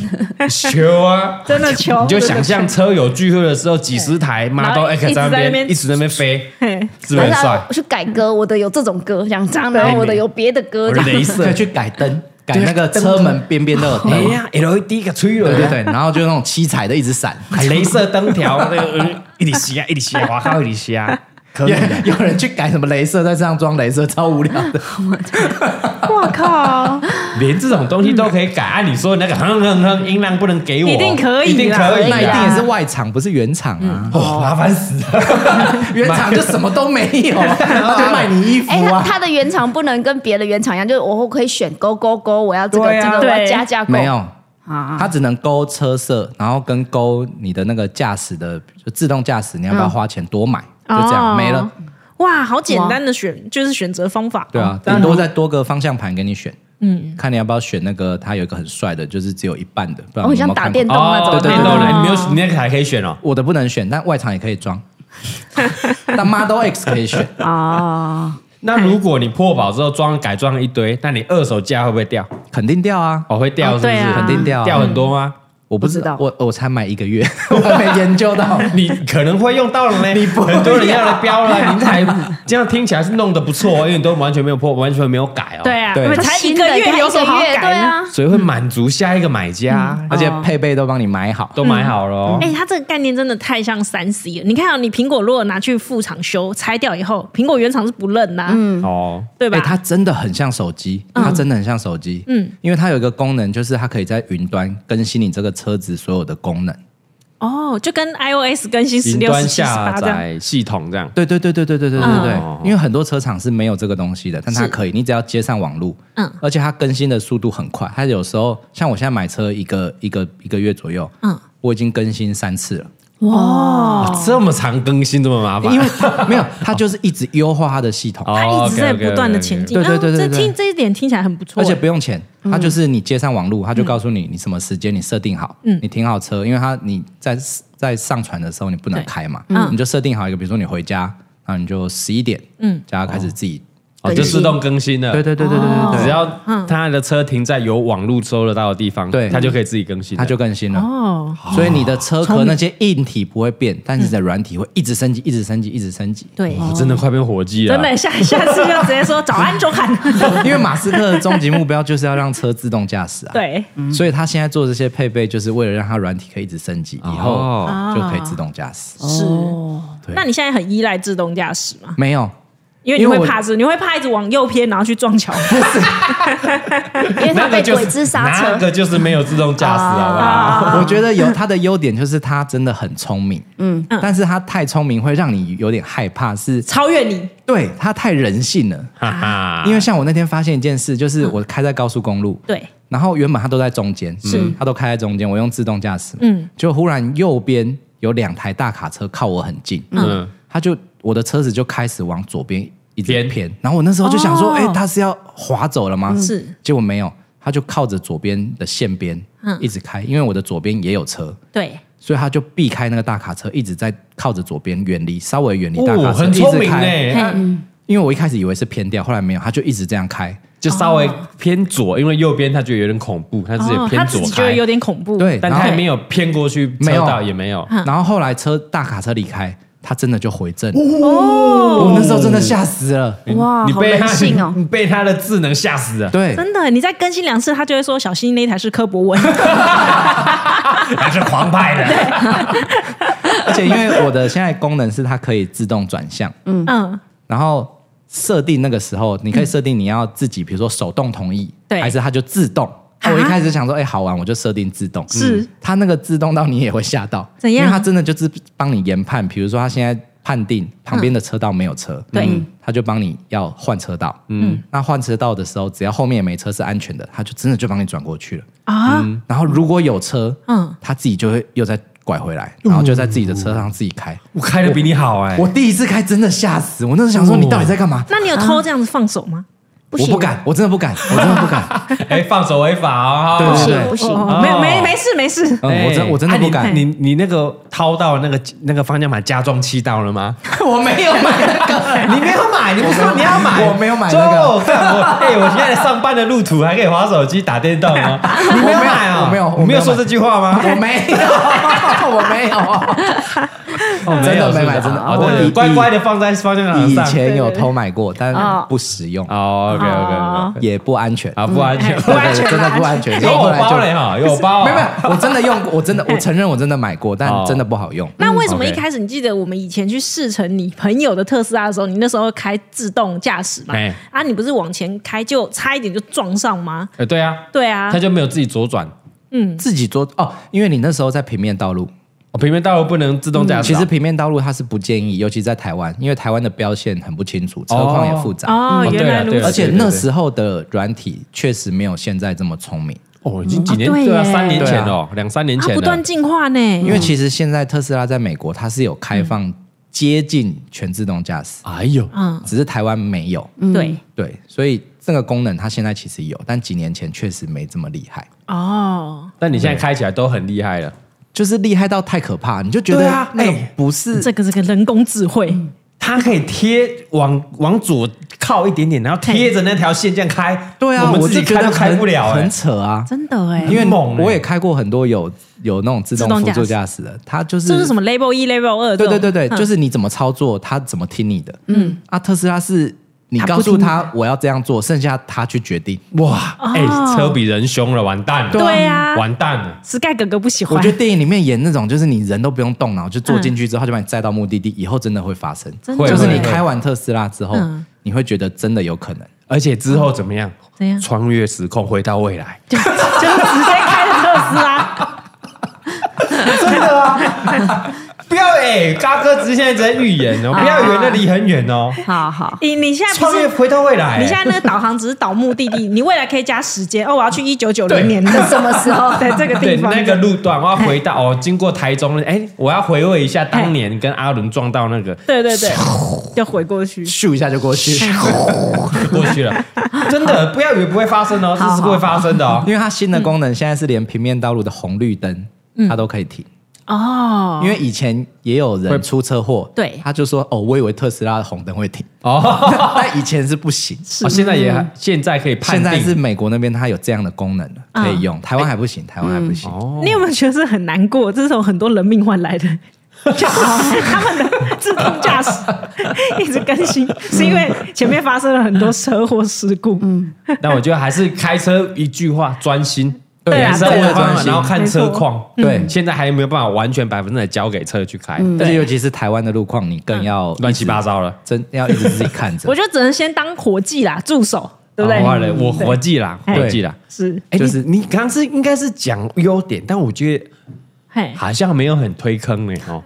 S5: 球啊？
S3: 真的球。
S5: 你就想
S3: 真
S5: 象
S3: 的球，
S5: 车友聚会的时候，几十台妈都
S3: 然后一
S5: X
S3: 直
S5: 在
S3: 在那
S5: 那边
S3: 边
S5: 一直在那边飞，
S3: 嘿，
S5: 是不是很帅？
S4: 去改歌，我的有这种歌，这样子，然后我的有别的歌，
S5: 我
S4: 这
S5: 的
S4: 样
S5: 镭
S2: 可以
S5: 射，
S2: 去改灯，改那个车门边边都有
S5: 哎
S2: 灯。
S5: 呀，LED 给吹了，
S2: 对对对，然后就那种七彩的一 直闪，
S5: 啊，镭射灯条那个呃一直吸啊，一直吸啊，哇靠，一直吸啊，可以
S2: 有
S5: 的。
S2: 有人去改什么镭射，在身上装镭射，超无聊的。
S3: 我靠，
S5: 连这种东西都可以改，按、理你说那个哼哼哼音量不能给我，
S3: 一定可以
S5: 一
S3: 啦
S5: 定可以
S2: 那一定也
S5: 啦。
S2: 是外场，不是原厂 啊。
S5: 哦，麻烦死了！
S2: 哦原厂就什么都没有， 他就卖你衣服
S4: 哎，它
S2: 啊。
S4: 它的原厂不能跟别的原厂一样，就是我可以选勾勾勾，我要这个
S5: 对啊
S4: 这个，我要
S3: 对
S4: 加价购。
S2: 没有，它只能勾车色，然后跟勾你的那个驾驶的，就自动驾驶，你要不要花钱多买？就这样
S3: 哦
S2: 没了。。
S3: 哇，好简单的选，就是选择方法。
S2: 对啊，顶多再多个方向盘给你选。嗯，看你要不要选那个，它有一个很帅的，就是只有一半的，不然你有
S4: 哦
S2: 没
S4: 像
S2: 有
S4: 打
S2: 看过
S4: 电动那种
S5: 哦，
S2: 对对
S5: 电
S2: 对
S5: 动
S2: 对
S5: 你没有，你那个还可以选哦。
S3: 嗯
S2: 我的不能选，但外场也可以 装。但 Model X 可以选，
S5: 那如果你破保之后装改装一堆，那你二手价会不会掉？
S2: 肯定掉啊！
S5: 哦，会掉是不是？
S3: 对啊嗯
S2: 肯定掉啊
S5: 掉很多吗？
S2: 我不知
S4: 不知
S2: 道
S4: 道，
S2: 我我才买一个月， 我还没研究到。
S5: 你可能会用到了 呢，你
S3: 啊
S5: 很多人要来标了，你才这样听起来是弄得不错哦，因为你都完全没有破，完全没有改哦。
S3: 对啊，
S2: 对
S3: 因为
S4: 它
S3: 才一
S4: 新的
S3: 个月有什么好
S4: 它一个月对
S3: 改呢？
S4: 啊，
S5: 所以会满足下一个买家
S3: 嗯
S5: 啊，
S2: 而且配备都帮你买好，
S5: 都买好了哦。
S3: 哎、它这个概念真的太像三 C 了。你看啊，你苹果如果拿去副厂修，拆掉以后，苹果原厂是不认呐、
S5: 哦，
S3: 对吧？
S2: 欸它真的很像手机，它真的很像手机。嗯，因为它有一个功能，就是它可以在云端更新你这个车子所有的功能。
S3: 哦，就跟 iOS 更新十
S5: 云
S3: 六、
S5: 端
S3: 十七、十
S5: 下
S3: 八这样。
S5: 载系统这样。
S2: 对对对对对对对对对对
S5: 嗯
S2: 因为很多车厂是没有这个东西的，但它
S3: 是
S2: 可以，你只要接上网路，
S3: 嗯
S2: 而且它更新的速度很快。它有时候像我现在买车一个一个一个月左右，嗯
S3: 嗯，
S2: 我已经更新三次了，
S5: 哦，这么长更新这么麻烦，
S2: 因为它 没有，它就是一直优化它的系统，
S3: 它
S5: 哦
S3: 一直在
S5: OK，OK，OK，OK
S3: 不断的前进，
S2: 对对对对
S3: 哦这
S2: 对
S3: 听这一点听起来很不错，
S2: 而且不用钱，
S3: 嗯
S2: 它就是你接上网路，它就告诉你你什么时间你设定好，
S3: 嗯
S2: 你停好车，因为它你在在上传的时候你不能开嘛，
S3: 嗯
S2: 你就设定好一个，比如说你回家，然后你就十一点，嗯
S3: 嗯，
S2: 就要开始自己，哦
S5: 哦，就自动更新了。
S2: 对对对对对对
S5: 只
S2: 对，
S5: 要
S3: 嗯
S5: 他的车停在有网路收得到的地方，
S2: 对
S5: 他就可以自己更新了，
S2: 它就更新了。
S3: 哦，嗯
S2: 所以你的车壳那些硬体不会变，但是你的软体会一直升级，一直升级，一直升级。
S3: 对，
S5: 哦真的快变火鸡了，
S3: 真的下下次就直接说早安中喊，
S2: 因为马斯克的终极目标就是要让车自动驾驶啊，
S3: 对，
S2: 所以他现在做这些配备，就是为了让它软体可以一直升级，以后
S5: 哦
S2: 就可以自动驾驶。
S3: 是。
S2: 哦
S3: 那你现在很依赖自动驾驶吗？
S2: 没有，
S3: 因为你
S2: 因为
S3: 会
S2: 我
S3: 怕是，你会怕一直往右偏，然后去撞桥。
S4: 因为它
S5: 那
S4: 被
S5: 个就是
S4: 鬼子刹
S5: 那
S4: 车。
S5: 个就是没有自动驾驶，
S3: 啊
S5: 好不好？
S2: 我觉得有它的优点就是它真的很聪明，嗯，但是它太聪明会让你有点害怕，是
S3: 超越你，
S2: 对它太人性了。
S5: 哈哈，
S2: 因为像我那天发现一件事，就是我开在高速公路，
S3: 对，
S2: 然后原本它都在中间，是它都开在中间，我用自动驾驶，嗯
S3: 嗯，
S2: 就忽然右边有两台大卡车靠我很近，
S5: 嗯，
S2: 它就我的车子就开始往左边一直
S5: 偏
S2: 偏，然后我那时候就想说，
S3: 哦
S2: 哎、它是要滑走了吗？
S3: 是，
S2: 结果没有，它就靠着左边的线边一直开，因为我的左边也有车。
S3: 对，
S2: 所以他就避开那个大卡车，一直在靠着左边远离，稍微远离大卡
S5: 哦，
S2: 车，
S5: 很聪明
S2: 一直开。
S5: 呢，他
S2: 因为我一开始以为是偏掉，后来没有，他就一直这样开。
S5: 就稍微偏左，因为右边他觉得有点恐怖，他自己
S3: 哦他
S5: 偏
S3: 自
S5: 左
S3: 己觉得
S5: 开
S3: 有，点恐怖，
S2: 对
S5: 但
S2: 然
S5: 他
S2: 后
S5: 也没有偏过去
S2: 没
S5: 车
S2: 有
S5: 道，也没有。
S2: 然后后来车大卡车离开，他真的就回正。
S3: 哦，
S2: 我那时候真的吓死了。
S4: 哇
S5: 你
S4: 好
S5: 被
S4: 人
S5: 他
S4: 性 哦
S5: 你被他的智能吓死了，
S2: 对，
S3: 真的，你再更新两次，他就会说小心那一台是柯 博文。
S5: 还是狂派的，
S2: 而且因为我的现在功能是它可以自动转向，
S3: 嗯，
S2: 然后设定那个时候，你可以设定你要自己，比如说手动同意，
S3: 对啊
S2: 还是它就自动。我一开始想说，哎、好玩，我就设定自动。
S3: 是
S2: 嗯它那个自动到你也会吓到，
S3: 怎
S2: 因
S3: 样
S2: 为它真的就是帮你研判，比如说它现在判定旁边的车道没有车，
S3: 对
S2: 嗯，它就帮你要换车道。嗯，那换车道的时候，只要后面也没车是安全的，它就真的就帮你转过去了。嗯
S3: 啊，
S2: 然后如果有车，嗯
S3: 嗯，
S2: 它自己就会又再拐回来，然后就在自己的车上自己开。
S3: 嗯
S5: 我开的比你好哎
S3: 哦
S2: 我，第一次开真的吓死，我那时候想说你到底在干嘛？
S3: 那你有偷这样子放手吗？
S6: 不
S2: 我
S6: 行，
S2: 不敢，我真的不敢，我真的不敢，
S5: 哎，放手违法啊！
S2: 对对
S6: 不
S2: 对，
S6: 行。
S3: 哦没有没没事没事，
S2: 嗯，我真我真的
S5: 哎
S2: 不
S5: 你
S2: 敢，
S5: 你你那个掏到那个那个方向盘加装气到了 吗？
S2: 我没有买那个，
S5: 你没有买，你不说你要买，
S2: 我没有买那个
S5: 就干我哎，我现在上班的路途还可以划手机打电动哦。你没有买啊？
S2: 我没有我没有
S5: 你没有说这句话吗？
S2: 我没有，我没有，
S5: 哦
S2: 真的
S5: 是不是
S2: 没买真的啊
S5: 哦
S2: 我
S5: 对对
S2: 以
S5: 乖乖的放在方向盘
S2: 以
S5: 上。
S2: 前有偷买过，但不实用，
S5: 哦，OK 哎 OK
S3: 哦
S5: OK，
S2: 也不安全，
S5: 啊，不安全
S3: 嗯。
S2: 对对对真的不安全，所 以
S5: 有
S2: 后
S5: 我
S2: 来就
S5: 包嘞哈，有我包啊。
S2: 没有，没有我真的用过，我真的，我承认我真的买过，但
S5: 哦
S2: 真的不好用。
S3: 那为什么一
S5: OK
S3: 开始你记得我们以前去试乘你朋友的特斯拉的时候，你那时候开自动驾驶嘛
S5: 哎？
S3: 啊，你不是往前开就差一点就撞上吗？
S5: 呃，对啊，
S3: 对啊
S5: 他，就没有自己左转。
S2: 自己做哦，因为你那时候在平面道路，
S5: 哦平面道路不能自动驾驶
S2: 嗯其
S5: 啊。
S2: 实平面道路它是不建议，尤其在台湾，因为台湾的标线很不清
S5: 哦
S2: 楚，车况也复杂，
S3: 哦，
S5: 嗯
S3: 原来如
S5: 对啊对啊
S2: 而
S3: 此，
S2: 且那时候的软体确实没有现在这么聪明。
S5: 哦，已经几年
S3: 啊对
S5: 对啊，
S3: 耶
S5: 三年前哦，两三年
S3: 它
S5: 前
S3: 啊不断
S5: 了。
S3: 进化呢，
S5: 嗯
S2: 因为其实现在特斯拉在美国它是有开放接近全自动驾驶，
S5: 哎呦，
S3: 嗯，
S2: 只是台湾没有。
S5: 嗯
S3: 对，
S2: 对，所以这个功能它现在其实有，但几年前确实没这么厉害。
S3: 哦，
S5: 但你现在开起来都很厉害了。
S2: 就是厉害到太可怕，你就觉
S5: 对
S2: 得
S5: 啊
S2: 那个
S5: 哎
S2: 不是
S3: 这个这个人工智慧，
S5: 它可以贴往往左靠一点点，然后贴着那条线这样开。
S2: 对啊，
S5: 我们自己
S2: 就觉
S5: 开
S2: 得
S5: 都开
S2: 很
S5: 不了哎
S2: 很。扯啊。
S3: 真的哎
S5: 很
S2: 因，为
S5: 猛欸
S2: 我也开过很多有有那种自
S3: 自
S2: 动
S3: 动
S2: 辅
S3: 驾驶
S2: 助驾驶的，它就是
S3: 这是什么 Level 一、Level 二？
S2: 对对对对，
S3: 嗯
S2: 就是是你怎么操作，它怎么听你的。嗯，啊，特斯拉是你告诉他我要这样做，剩下他去决定。
S5: 哇，哎、车比人凶了，完蛋了，
S3: 哦对啊
S5: 完蛋了。
S3: Sky 哥哥不喜
S2: 我
S3: 欢
S2: 觉，得电影里面演那种就是你人都不用动脑，就坐进去之后他就把你载到目的地，以后真的会发生。
S3: 真
S5: 会
S3: 的
S2: 就是
S5: 会
S2: 你开完特斯拉之后
S3: 嗯，
S2: 你会觉得真的有可能。
S5: 而且之后怎么样？
S3: 怎样
S5: 穿越时空，回到未来。
S3: 就就直接开了特斯拉，
S5: 真的啊！ 不要哎、嘎哥直现在在预言哦，不要以为那离很远哦。
S6: 好好，
S3: 你你现啊在不
S5: 穿越
S3: 是。
S5: 回到未来、
S3: 你现在那个导航只是导目的地，你未来可以加时间哦。我要去一九九零年的什么时候？在这个地
S5: 对
S3: 方，
S5: 那个路段，我要回到哦，经过台中，哎、我要回味一下当年跟阿伦撞到那个
S3: 对对对，要回过去。
S2: 咻一下就过去，
S5: 过去了。真的，不要以为不会发生哦，这是会发生的哦。
S2: 因为它新的功能现在是连平面道路的红绿灯它都可以停。
S3: 嗯哦，
S2: 因为以前也有
S5: 会
S2: 人出车祸，
S3: 对
S2: 他就说哦，我以为特斯拉的红灯会停，
S5: 哦，
S2: 但以前是不行。
S5: 哦现在也还现在可以判
S2: 现
S5: 定，
S2: 在是美国那边它有这样的功能了，
S3: 嗯
S2: 可以用，台湾还不行，台湾还不行。
S5: 哦，
S3: 你有没有觉得是很难过？这是有很多人命换来的。就他们的自动驾驶一直更新，是因为前面发生了很多车祸事故。嗯，
S5: 但我觉得还是开车一句话专心，
S3: 对啊
S5: 人生
S3: 对
S5: 活
S3: 啊
S5: 方
S2: 专
S5: 向，
S2: 心
S5: 然后看车况。
S2: 没错嗯
S5: 现在还没有办法完全百分之百交给车去开，
S2: 而且尤其是台湾的路况，你更要
S5: 乱七八，糟了。
S2: 真要一直自己看着
S3: 我。觉得只能先当伙计啦，助手，对不对？
S5: 啊完了，我
S3: 对
S5: 活计啦，
S3: 哎
S5: 活计啦。
S3: 是
S5: 哎，
S2: 就
S5: 就是
S2: 是
S5: 你刚刚是应该是讲优点，但我觉得
S3: 嘿，
S5: 好像没有很推坑呢哦。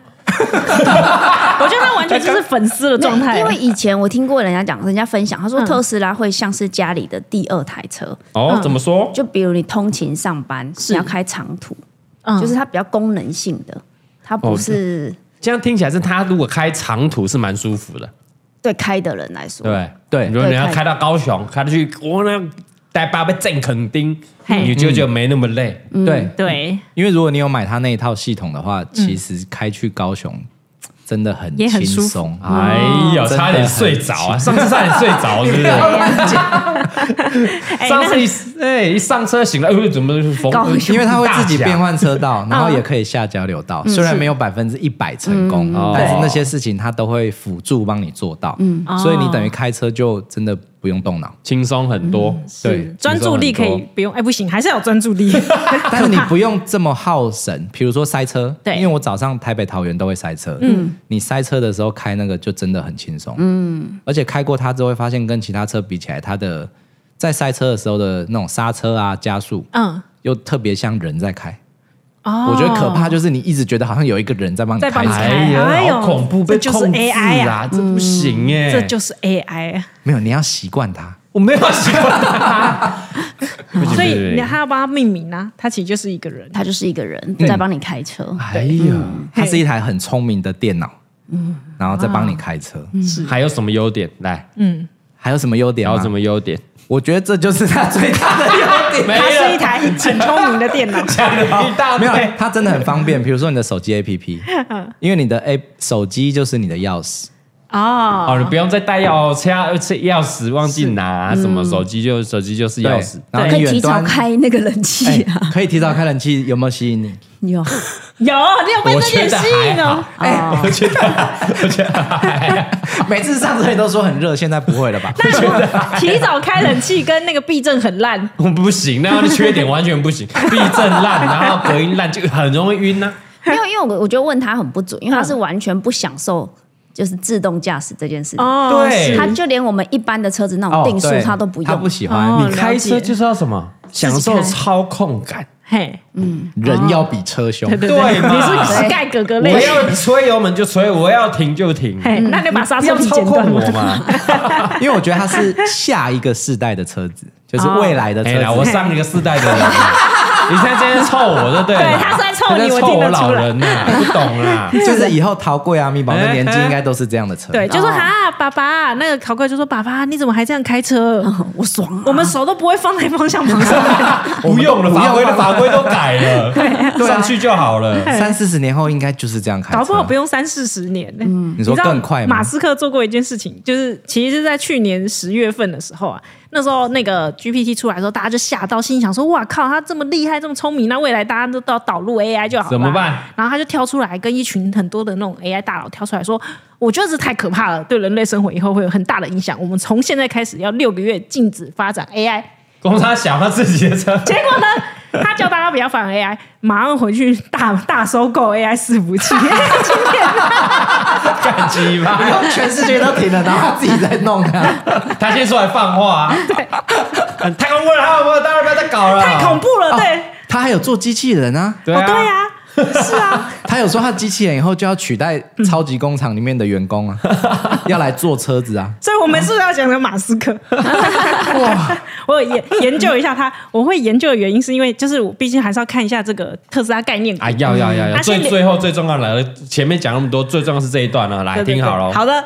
S3: 我觉得他完全就是粉丝的 状态，
S6: 因为以前我听过人家讲，人家分享，他说
S3: 嗯
S6: 特斯拉会像是家里的第二台车，
S5: 哦，怎么说？
S6: 就比如你通勤上班，你要开长途，
S3: 嗯
S6: 就是它比较功能性的，它不是
S5: 这样听起来是他如果开长途是蛮舒服的，
S6: 对开的人来说，
S5: 对不对？
S2: 对
S5: 如果你要
S6: 对
S5: 开到高雄，开到去我那带爸爸正垦丁，
S3: 嘿
S5: 你就觉得没那么累。
S3: 嗯
S2: 对，
S3: 对，
S2: 因为如果你有买它那一套系统的话，其实开去高雄真的很
S3: 嗯也很
S2: 轻
S3: 舒服
S2: 松。
S5: 哎呦，
S2: 真的
S5: 差点睡着啊！上次差点睡着，是不 是？
S3: 哎
S5: 上
S3: 那
S5: 次一哎一上车醒来，哎呦，怎么风
S3: 哦
S6: 高
S2: 因为它会自己变换车道，然后也可以下交流道，
S3: 嗯
S2: 虽然没有百分之一百成功，
S5: 嗯
S2: 但是
S5: 哦
S2: 那些事情它都会辅助帮你做到，
S3: 嗯
S2: 所以
S3: 哦
S2: 你等于开车就真的不用动脑，
S5: 轻松很多？
S2: 对，
S3: 嗯
S5: 嗯
S3: 专注力可
S2: 轻松
S3: 以
S2: 很多，
S3: 不用，哎，不行，还是要有专注力。
S2: 但是你不用这么耗神，比如说塞车，
S3: 对
S2: 因为我早上台北桃园都会塞车，嗯，你塞车的时候开那个就真的很轻松，嗯，而且开过它之后会发现跟其他车比起来，它的在塞车的时候的那种刹车啊加速，
S3: 嗯，
S2: 又特别像人在开。
S3: 哦
S2: 我觉得可怕就是你一直觉得好像有一个人在帮你
S3: 在帮
S2: 开
S3: 你
S2: 车，
S5: 哎
S3: 哎
S5: 呀，
S3: 呦
S5: 好恐怖，被
S3: 这就是
S5: 控制
S3: AI
S5: 啊
S3: 啊，
S5: 这不行哎，
S3: 这就是啊 AI，
S2: 没有，你要习惯它。
S5: 我没有喜欢他， 不行不行不
S3: 所以你
S5: 行
S3: 还要帮他命名啊，他其实就是一个人。
S6: 它就是一个人在帮你开车，
S5: 哎呀，
S2: 它是一台很聪明的电脑，
S3: 啊
S2: 嗯，然后再帮你开车。
S5: 还有什么优点？来，
S2: 还有什么优点
S5: 然后
S2: 吗
S5: 什？么优点？
S2: 我觉得这就是它最大的优点。
S3: 它是一台很聪明的电 脑。
S5: 一大
S2: 没
S5: 堆
S2: 有，它真的很方便。比如说你的手机
S3: 嗯
S2: APP，因为你的 A 手机就是你的钥匙，
S3: 哦
S5: 哦，你不用再带钥匙，钥匙忘记拿，啊什么手机就手机就是钥匙
S2: 对。然后
S4: 可
S2: 你
S4: 以提
S2: 远
S4: 早
S2: 端
S4: 开那个冷气
S2: 哎
S4: 啊，
S2: 可以提早开冷气，有没有吸引你？
S4: 有
S3: 有，你有被
S5: 我
S3: 这
S5: 觉
S3: 点
S5: 得
S3: 吸
S5: 还
S3: 引哦
S5: 好，。我觉得，我觉得还好，
S2: 每次上车你都说很热，现在不会了 吧？
S3: 那提早开冷气跟那个避震很烂，
S5: 我不行，那样的缺点完全不 行，避震烂，然后隔音烂，就很容易晕啊呐。
S4: 没有？因为我我觉得问他很不准，因为他是完全不享受就是自动驾驶这件事情。
S3: 哦，
S5: 对
S3: 是
S4: 他就连我们一般的车子那种定速
S2: 哦对
S4: 他都不
S2: 他
S4: 用
S2: 不，喜
S3: 哦
S2: 欢。
S5: 你
S2: 你
S5: 开车就是要什么，享受操控感。
S3: 嘿，
S2: 人要比车凶
S3: 对，对
S5: 对嘛
S3: 你是膝盖哥哥
S5: 我
S3: 类型，
S5: 要吹油门就吹，我要停就停，
S3: 嘿，那你把刹
S5: 不
S3: 车
S5: 要
S3: 皮
S5: 操
S3: 剪断
S5: 控我
S3: 了。
S5: 嘛。
S2: 因为我觉得它是下一个世代的车子，就是未来的车
S5: 哎啦，
S2: 子。
S5: 我上一个世代的人啊，你现在今天臭我就对了。
S3: 对他是在臭你
S5: 他在
S3: 我听得
S5: 老
S3: 出来
S5: 人呐，不懂啊啦。
S2: 就是以后陶贵啊、米宝的年纪应该都是这样的车。
S3: 哎对，就说哈，爸爸，那个考官就说，爸爸，你怎么还这样开车？
S4: 我爽啊！
S3: 我们手都不会放在方向盘上。
S5: 不用了，啊
S2: 不
S5: 法规
S2: 用
S5: 的
S2: 了
S5: 法规都改 了，上去就好了。
S2: 三四十年后应该就是这样开车。
S3: 搞不好不用三四十年呢、
S5: 嗯
S2: 你说
S3: 知道
S2: 更快吗
S3: 马斯克做过一件事情，就是其实是在去年十月份的时候啊，那时候那个 GPT 出来的时候，大家就吓到，心想说：“哇靠，他这么厉害，这么聪明，那未来大家都到导入 AI 就好了。”
S5: 怎么办？
S3: 然后他就跳出来，跟一群很多的那种 AI 大佬跳出来说：“我觉得这太可怕了，对人类生活以后会有很大的影响。我们从现在开始要六个月禁止发展 AI。”
S5: 公差想他自己的 车，
S3: 结果呢，他叫大家不要反 AI，马上回去大大收购 AI 伺服器。今天
S5: 干鸡巴，
S2: 然后 全世界都停了，然后他自己在弄啊。
S5: 他先出来放话、啊，嗯 太空问号，我当然不要再搞了，
S3: 太恐怖了，对，
S2: 他还有做机器人啊，
S5: 对
S3: 哦
S5: 啊，
S3: 对啊，是啊，
S2: 他有说他机器人以后就要取代超级工厂里面的员工啊， 要来做车子啊。
S3: 所以我们是不是要讲讲马斯克？哇， 我有研研究一下他，我会研究的原因是因为就是我毕竟还是要看一下这个特斯拉概念股
S5: 啊，要要要要，
S3: 他先
S5: 最
S3: 连
S5: 最后最重要来了，前面讲那么多，最重要是这一段了、来
S3: 对对
S5: 听
S3: 对
S5: 好了，哦
S3: 好的。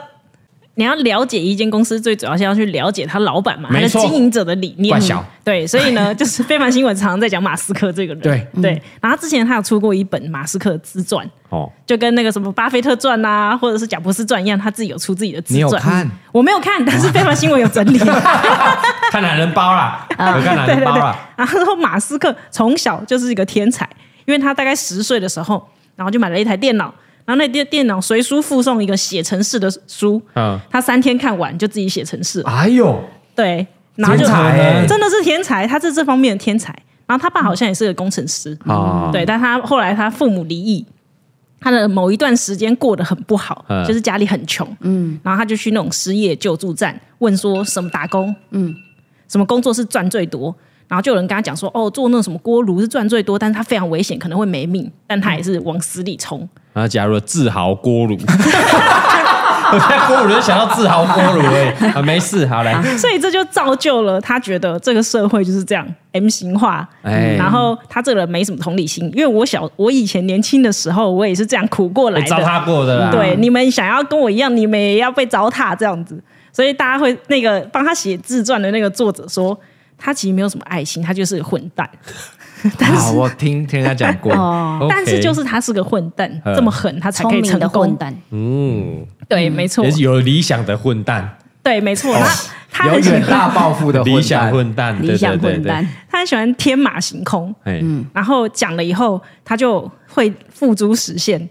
S3: 你要了解一间公司，最主要是要去了解他老板嘛，他
S5: 没
S3: 的
S5: 错
S3: 经营者的理念
S5: 怪小。
S3: 对，所以呢， 就是非凡新闻常常在讲马斯克这个人。
S5: 对
S3: 对，然后之前他有出过一本马斯克自传，
S5: 哦，
S3: 就跟那个什么巴菲特传啊，或者是贾博士传一样，他自己有出自己的自传。
S2: 你有看？
S3: 我没有看，但是非凡新闻有整 理。
S5: 看懒人包啦，我 看懒
S3: 对对
S5: 人包
S3: 对
S5: 啦，。
S3: 然后马斯克从小就是一个天才，因为他大概十岁的时候，然后就买了一台电脑，然后那电电脑随书附送一个写程式的书，
S5: 嗯，
S3: 他三天看完就自己写程式了，
S5: 哎呦，
S3: 对，然后就
S5: 天才欸
S3: 真的是天才，他是这方面的天才。然后他爸好像也是个工程师，
S5: 哦
S3: 对，但他后来他父母离异，他的某一段时间过得很不好，
S5: 嗯
S3: 就是家里很穷，嗯，然后他就去那种失业救助站问说什么打工，嗯，什么工作是赚最多。然后就有人跟他讲说，哦，做那种什么锅炉是赚最多，但是他非常危险，可能会没命，但他也是往死里冲。
S5: 然后加入了自豪锅 炉。我现在锅炉就想到自豪锅炉哎、啊，没事，好来，
S3: 所以这就造就了他觉得这个社会就是这样 M 型化，
S5: 哎
S3: 然后他这个人没什么同理心。因为我小我以前年轻的时候，我也是这样苦过来
S5: 被
S3: 的，
S5: 糟蹋过的啦，
S3: 对，你们想要跟我一样，你们也要被糟蹋这样子。所以大家会那个帮他写自传的那个作者说，他其实没有什么爱心，他就是个混蛋。
S2: 啊，我听听人家讲过，
S5: OK，
S3: 但是就是他是个混蛋，
S5: 嗯
S3: 这么狠，他才可
S4: 聪
S3: 以
S4: 明
S3: 成
S4: 的混
S3: 功。
S4: 蛋，
S5: 嗯，
S3: 对，没错
S5: 也，哦是有理想的混蛋，
S3: 对，没错。他他
S2: 有
S3: 很喜
S2: 远
S3: 欢，
S2: 大抱负的
S5: 理
S2: 混
S5: 想
S2: 蛋。
S5: 混蛋，对
S4: 理想
S5: 对对
S4: 混
S5: 对，
S4: 蛋。
S3: 他很喜欢天马行空。
S5: 哎，
S3: 然后讲了以后，他就会付诸实现。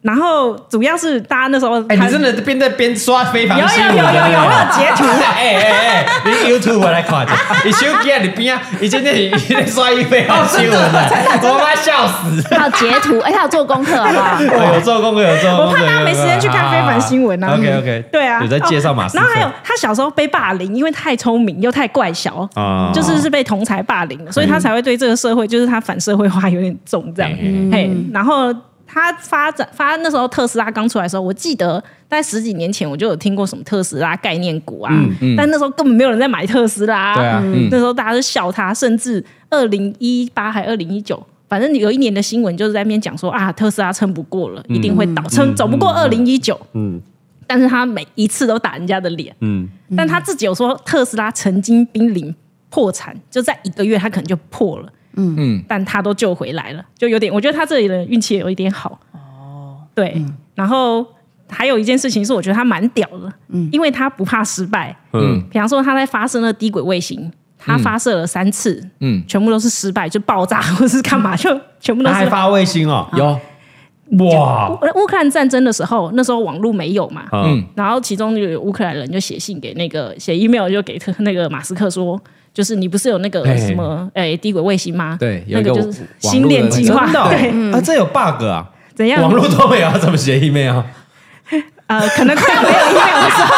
S3: 然后主要是大家那时候，
S5: 哎、
S3: 他
S5: 你真的边在边刷非凡
S3: 有有
S5: 新闻
S3: 有有有
S5: 对不对
S3: 我有截图
S5: 哎哎哎，你 YouTube 我来看的，你手机啊，你边啊，你今天你你在刷一非凡新闻的，我妈笑死！
S4: 他有截图，哎，他有做功课，好不好？
S5: 我有做功课，有做功课。
S3: 我怕大家没时间去看非凡新闻啊。
S5: OK OK，
S3: 对啊，
S5: 有在介绍马斯克。
S3: 哦然后还有他小时候被霸凌，因为太聪明又太怪小，
S5: 啊
S3: 就是是被同才霸凌了，所以
S5: 哎
S3: 他才会对这个社会，就是他反社会化有点重这样。嘿，然后。他发展发那时候特斯拉刚出来的时候，我记得在十几年前我就有听过什么特斯拉概念股啊，但那时候根本没有人在买特斯拉，
S5: 嗯对啊嗯
S3: 那时候大家都笑他，甚至二零一八还二零一九，反正有一年的
S5: 嗯
S3: 新闻就是在那边讲说啊，特斯拉撑不过了，一定会倒，撑走不过二零一九，但是他每一次都打人家的脸。
S5: 嗯，
S3: 但他自己有说，特斯拉曾经濒临破产，就在一个月，他可能就破了。嗯
S2: 嗯
S3: 嗯，但他都救回来了，就有点，我觉得他这里的运气也有一点好。哦，对，
S5: 嗯
S3: 然后还有一件事情是，我觉得他蛮屌的，嗯，因为他不怕失败。
S5: 嗯
S3: 比方说，他在发射那低轨卫星，他发射了三次，
S2: 嗯，
S3: 全部都是失败，就爆炸或是干嘛，就全部都
S5: 他还
S3: 是。
S5: 发卫星哦，
S2: 有，
S5: 哇，
S3: 乌乌克兰战争的时候，那时候网络没有嘛，
S5: 嗯
S2: 嗯，
S3: 然后其中就有乌克兰人就写信给那个写 email 就给特那个马斯克说，就是你不是有那个
S5: 嘿嘿
S3: 什么诶、低轨卫星吗？
S2: 对有
S3: 那
S2: 一个
S3: 个就是星链计划
S5: 真，的哦
S3: 对，
S5: 啊，这有 bug 啊，
S3: 怎嗯样？
S5: 网络都没有，怎么写 email 啊？
S3: 呃，可能快 没有 email 的时候，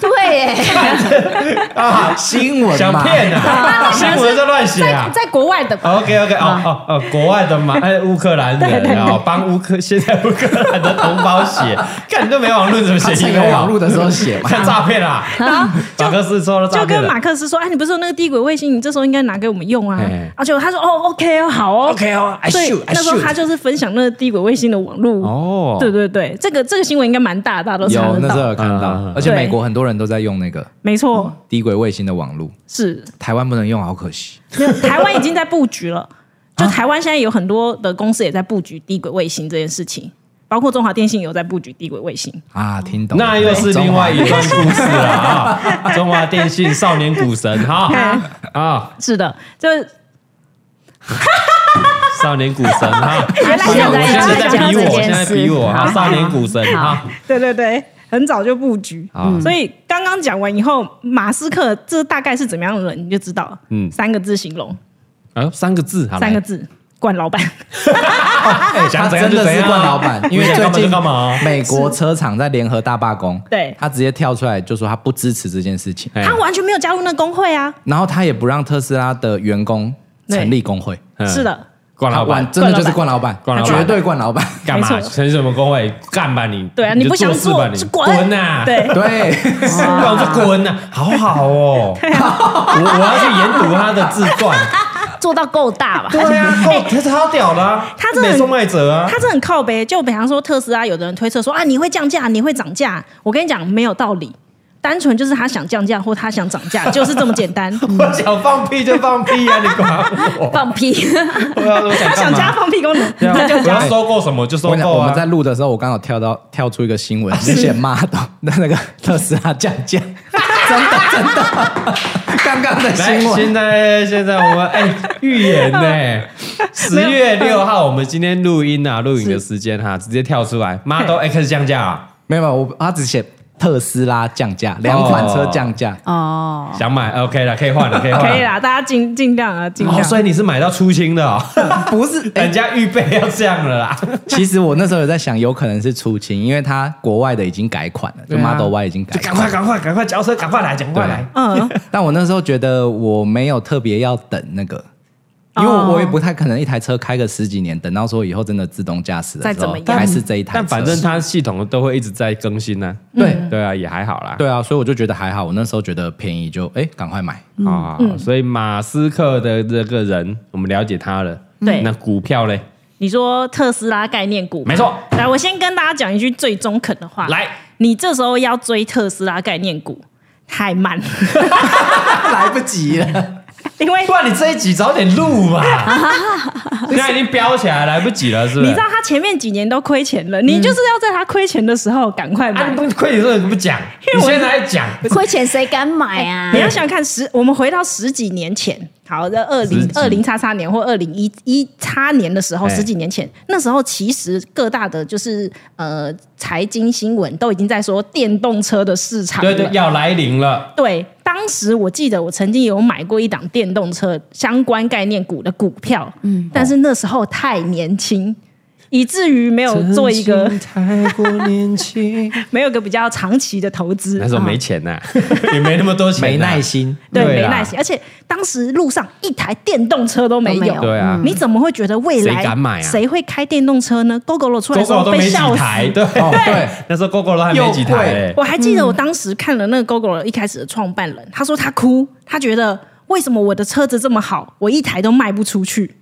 S4: 对耶，
S5: 啊，
S2: 新闻
S5: 想
S2: 嘛，
S5: 骗 啊，新闻在乱写啊。
S3: 在啊国外的吧。
S5: OK OK 哦哦哦，国外的嘛，哎，乌克兰人，然后帮乌克现在乌克兰的同胞 写，看你都没网络，你怎么写
S2: 他趁
S5: email？
S2: 有网络的时候写 嘛，
S5: 看诈骗啊啦！ 马克思说了诈
S3: 啊就
S5: 骗
S3: 跟
S5: 了
S3: 马克思说，哎，你不是有那个低轨卫星，你这时候应该拿给我们用啊
S5: 嘿嘿。
S3: 而且他说，哦，OK 哦，好哦
S2: OK 哦，I
S3: 所以
S2: shoot, I
S3: 那时候他
S2: shoot
S3: 就是分享那个低轨卫星的网络。
S2: 哦
S3: 对对对，这个这个新闻应该蛮大，大家都查
S2: 有
S3: 得
S2: 那时候嗯
S3: 到。啊
S2: 有看
S5: 嗯
S2: 到
S5: 嗯嗯，
S2: 而且
S3: 对
S2: 美国很多人都在用那个
S3: 没错，
S2: 低轨卫星的网络，
S3: 是
S2: 台湾不能用，好可惜。
S3: 没有台湾已经在布局了，就台湾现在有很多的公司也在布局低轨卫星这件事情，包括中华电信有在布局低轨卫星。
S2: 啊，听懂了？
S5: 那又是另外一段故事了 啊！中华电信少年股神哈
S3: 哎
S5: 啊，
S3: 是的，就是
S5: 少年股神哈，
S4: 原来
S5: 不是啊
S4: 现
S5: 我
S4: 在
S5: 现
S4: 要
S5: 在在
S4: 讲
S5: 逼
S4: 这
S5: 我，现
S4: 件
S5: 在
S4: 事
S5: 逼我啊哈，
S4: 好
S5: 少年股神啊哈，
S3: 对对对，很早就布局。
S2: 啊
S3: 所以刚刚讲完以后，马斯克这大概是怎么样的人，你就知道了。
S5: 嗯
S3: 三个字形容，
S5: 啊，三个字，好来
S3: 三个字，惯老板。
S5: 哎想
S2: 他
S5: 怎样
S2: 真
S5: 就
S2: 的
S5: 怎
S2: 是
S5: 样啊
S2: 冠老板，因为
S5: 你想干嘛
S2: 最
S5: 就
S2: 近
S5: 干嘛啊
S2: 美国车厂在联合大罢工，
S3: 对
S2: 他直接跳出来就说他不支持这件事情，
S5: 哎
S3: 他完全没有加入那工会啊。
S2: 然后他也不让特斯拉的员工成立工会，
S5: 嗯
S3: 是的，
S5: 冠老
S2: 他
S5: 板
S2: 完真的就是冠老板
S5: 冠老，板
S2: 绝对冠老 板，
S5: 干嘛
S3: 没错
S5: 成什么工会干吧你？
S3: 对啊，
S5: 你
S3: 你不想
S5: 做事吧
S3: 做
S5: 你
S3: 就
S5: 滚啊呐！
S3: 对，
S2: 对，
S5: 不然就滚呐！好好哦，我我要去研读他的自传。
S4: 做到够大吧？
S5: 对啊，哦，他超屌的啊，
S3: 他真的
S5: 美
S3: 很
S5: 送卖者啊，
S3: 他这很靠背，就比方说特斯拉，有的人推测说啊，你会降价，你会涨价。我跟你讲，没有道理，单纯就是他想降价或他想涨价，就是这么简 单。
S5: 我想放屁就放屁啊，你管 我？
S4: 放 屁！
S5: 我要我想
S3: 他想
S5: 干
S3: 加
S5: 嘛？
S3: 放屁功能，
S5: 对啊
S3: 他就
S5: 我要
S3: 加。
S5: 收购什么就收
S2: 我跟你讲，
S5: 购
S2: 我
S5: 啊
S2: 们！在录的时候，我刚好跳到跳出一个新闻，之前骂到那那个特斯拉降 价，真的真的，刚刚的
S5: 来，
S2: 新闻
S5: 现在现在我们哎预言
S3: 哦
S5: 呢，十月六号我们今天录音啊，录影的时间哈，直接跳出来，Model X 降价啊，
S2: 没有，没有我他只写特斯拉降
S5: 哦
S2: 价，两款车降价，
S6: 哦，
S5: 想买 OK 了，可以换 了，可以换，
S3: 可以。啦，大家尽尽量啊，尽量。
S5: 哦，所以你是买到出清 的哦，
S2: 不是，哎
S5: 人家预备要这样了啦。
S2: 其实我那时候有在想，有可能是出清，因为它国外的已经改款了，就 Model Y 已经改
S5: 就赶
S2: 款
S5: 快赶快赶快交车，赶快来，赶快来。
S3: 嗯，
S2: 但我那时候觉得我没有特别要等那个，因为
S3: 哦
S2: 我我也不太可能一台车开个十几年，等到说以后真的自动驾驶的
S3: 再
S2: 时
S3: 怎
S2: 候
S3: 么样，
S2: 还是这一台车。
S5: 但反正它系统都会一直在更新呢、
S2: 对
S3: 嗯
S5: 对啊，也还好啦。
S2: 对啊，所以我就觉得还好。我那时候觉得便宜就哎，赶快买。
S3: 嗯
S5: 啊、所以马斯克的这个人，我们了解他了。
S3: 对
S5: 那股票嘞？
S3: 你说特斯拉概念股，
S5: 没错。
S3: 来，我先跟大家讲一句最中肯的话。
S5: 来，
S3: 你这时候要追特斯拉概念股 太慢了，
S2: 来不及了，
S3: 因为
S5: 不然你这一集早点录 啊嘛，现在已经飙起来，来不及了，是不
S3: 你
S5: 是
S3: 知？道他前面几年都亏钱了，你就是要在他亏钱的时候赶快
S5: 啊，
S3: 买
S5: 你。不亏你说你不讲，你现在还讲，
S4: 亏钱谁敢买啊
S5: 嗯
S3: 你？要想看十，我们回到十几年前，好的二零二零叉叉年或二零一一叉年的时候，
S5: 哎
S3: 十几年前，那时候其实各大的就是呃财经新闻都已经在说电动车的市场了
S5: 对对，要来临了。
S3: 对，当时我记得我曾经有买过一档电动车相关概念股的股票，嗯，但是那时候太年轻，以至于没有哦做一个
S5: 太过年轻，
S3: 没有一个比较长期的投 资。
S5: 那时候没钱呐、也没那么多钱、
S2: 没耐。心。
S3: 对，
S5: 对啊
S3: 没
S5: 啦
S3: 耐心，而且当时路上一台电动车都没有，
S4: 都没有
S5: 对啊，
S3: 你怎么会觉得未来
S5: 谁敢买啊
S3: 谁会开电动车呢？GoGo 出来的时
S5: GoGo
S3: 候
S5: 都
S3: 被
S5: 没几
S3: 笑死。
S5: 台，对、
S2: 哦对
S5: 那时候 GoGo 都还没几台、
S2: 又
S5: 欸，
S3: 我还记得我当时看了那个 GoGo 一开始的创办人，他说他哭，他觉得为什么我的车子这么好，我一台都卖不出去。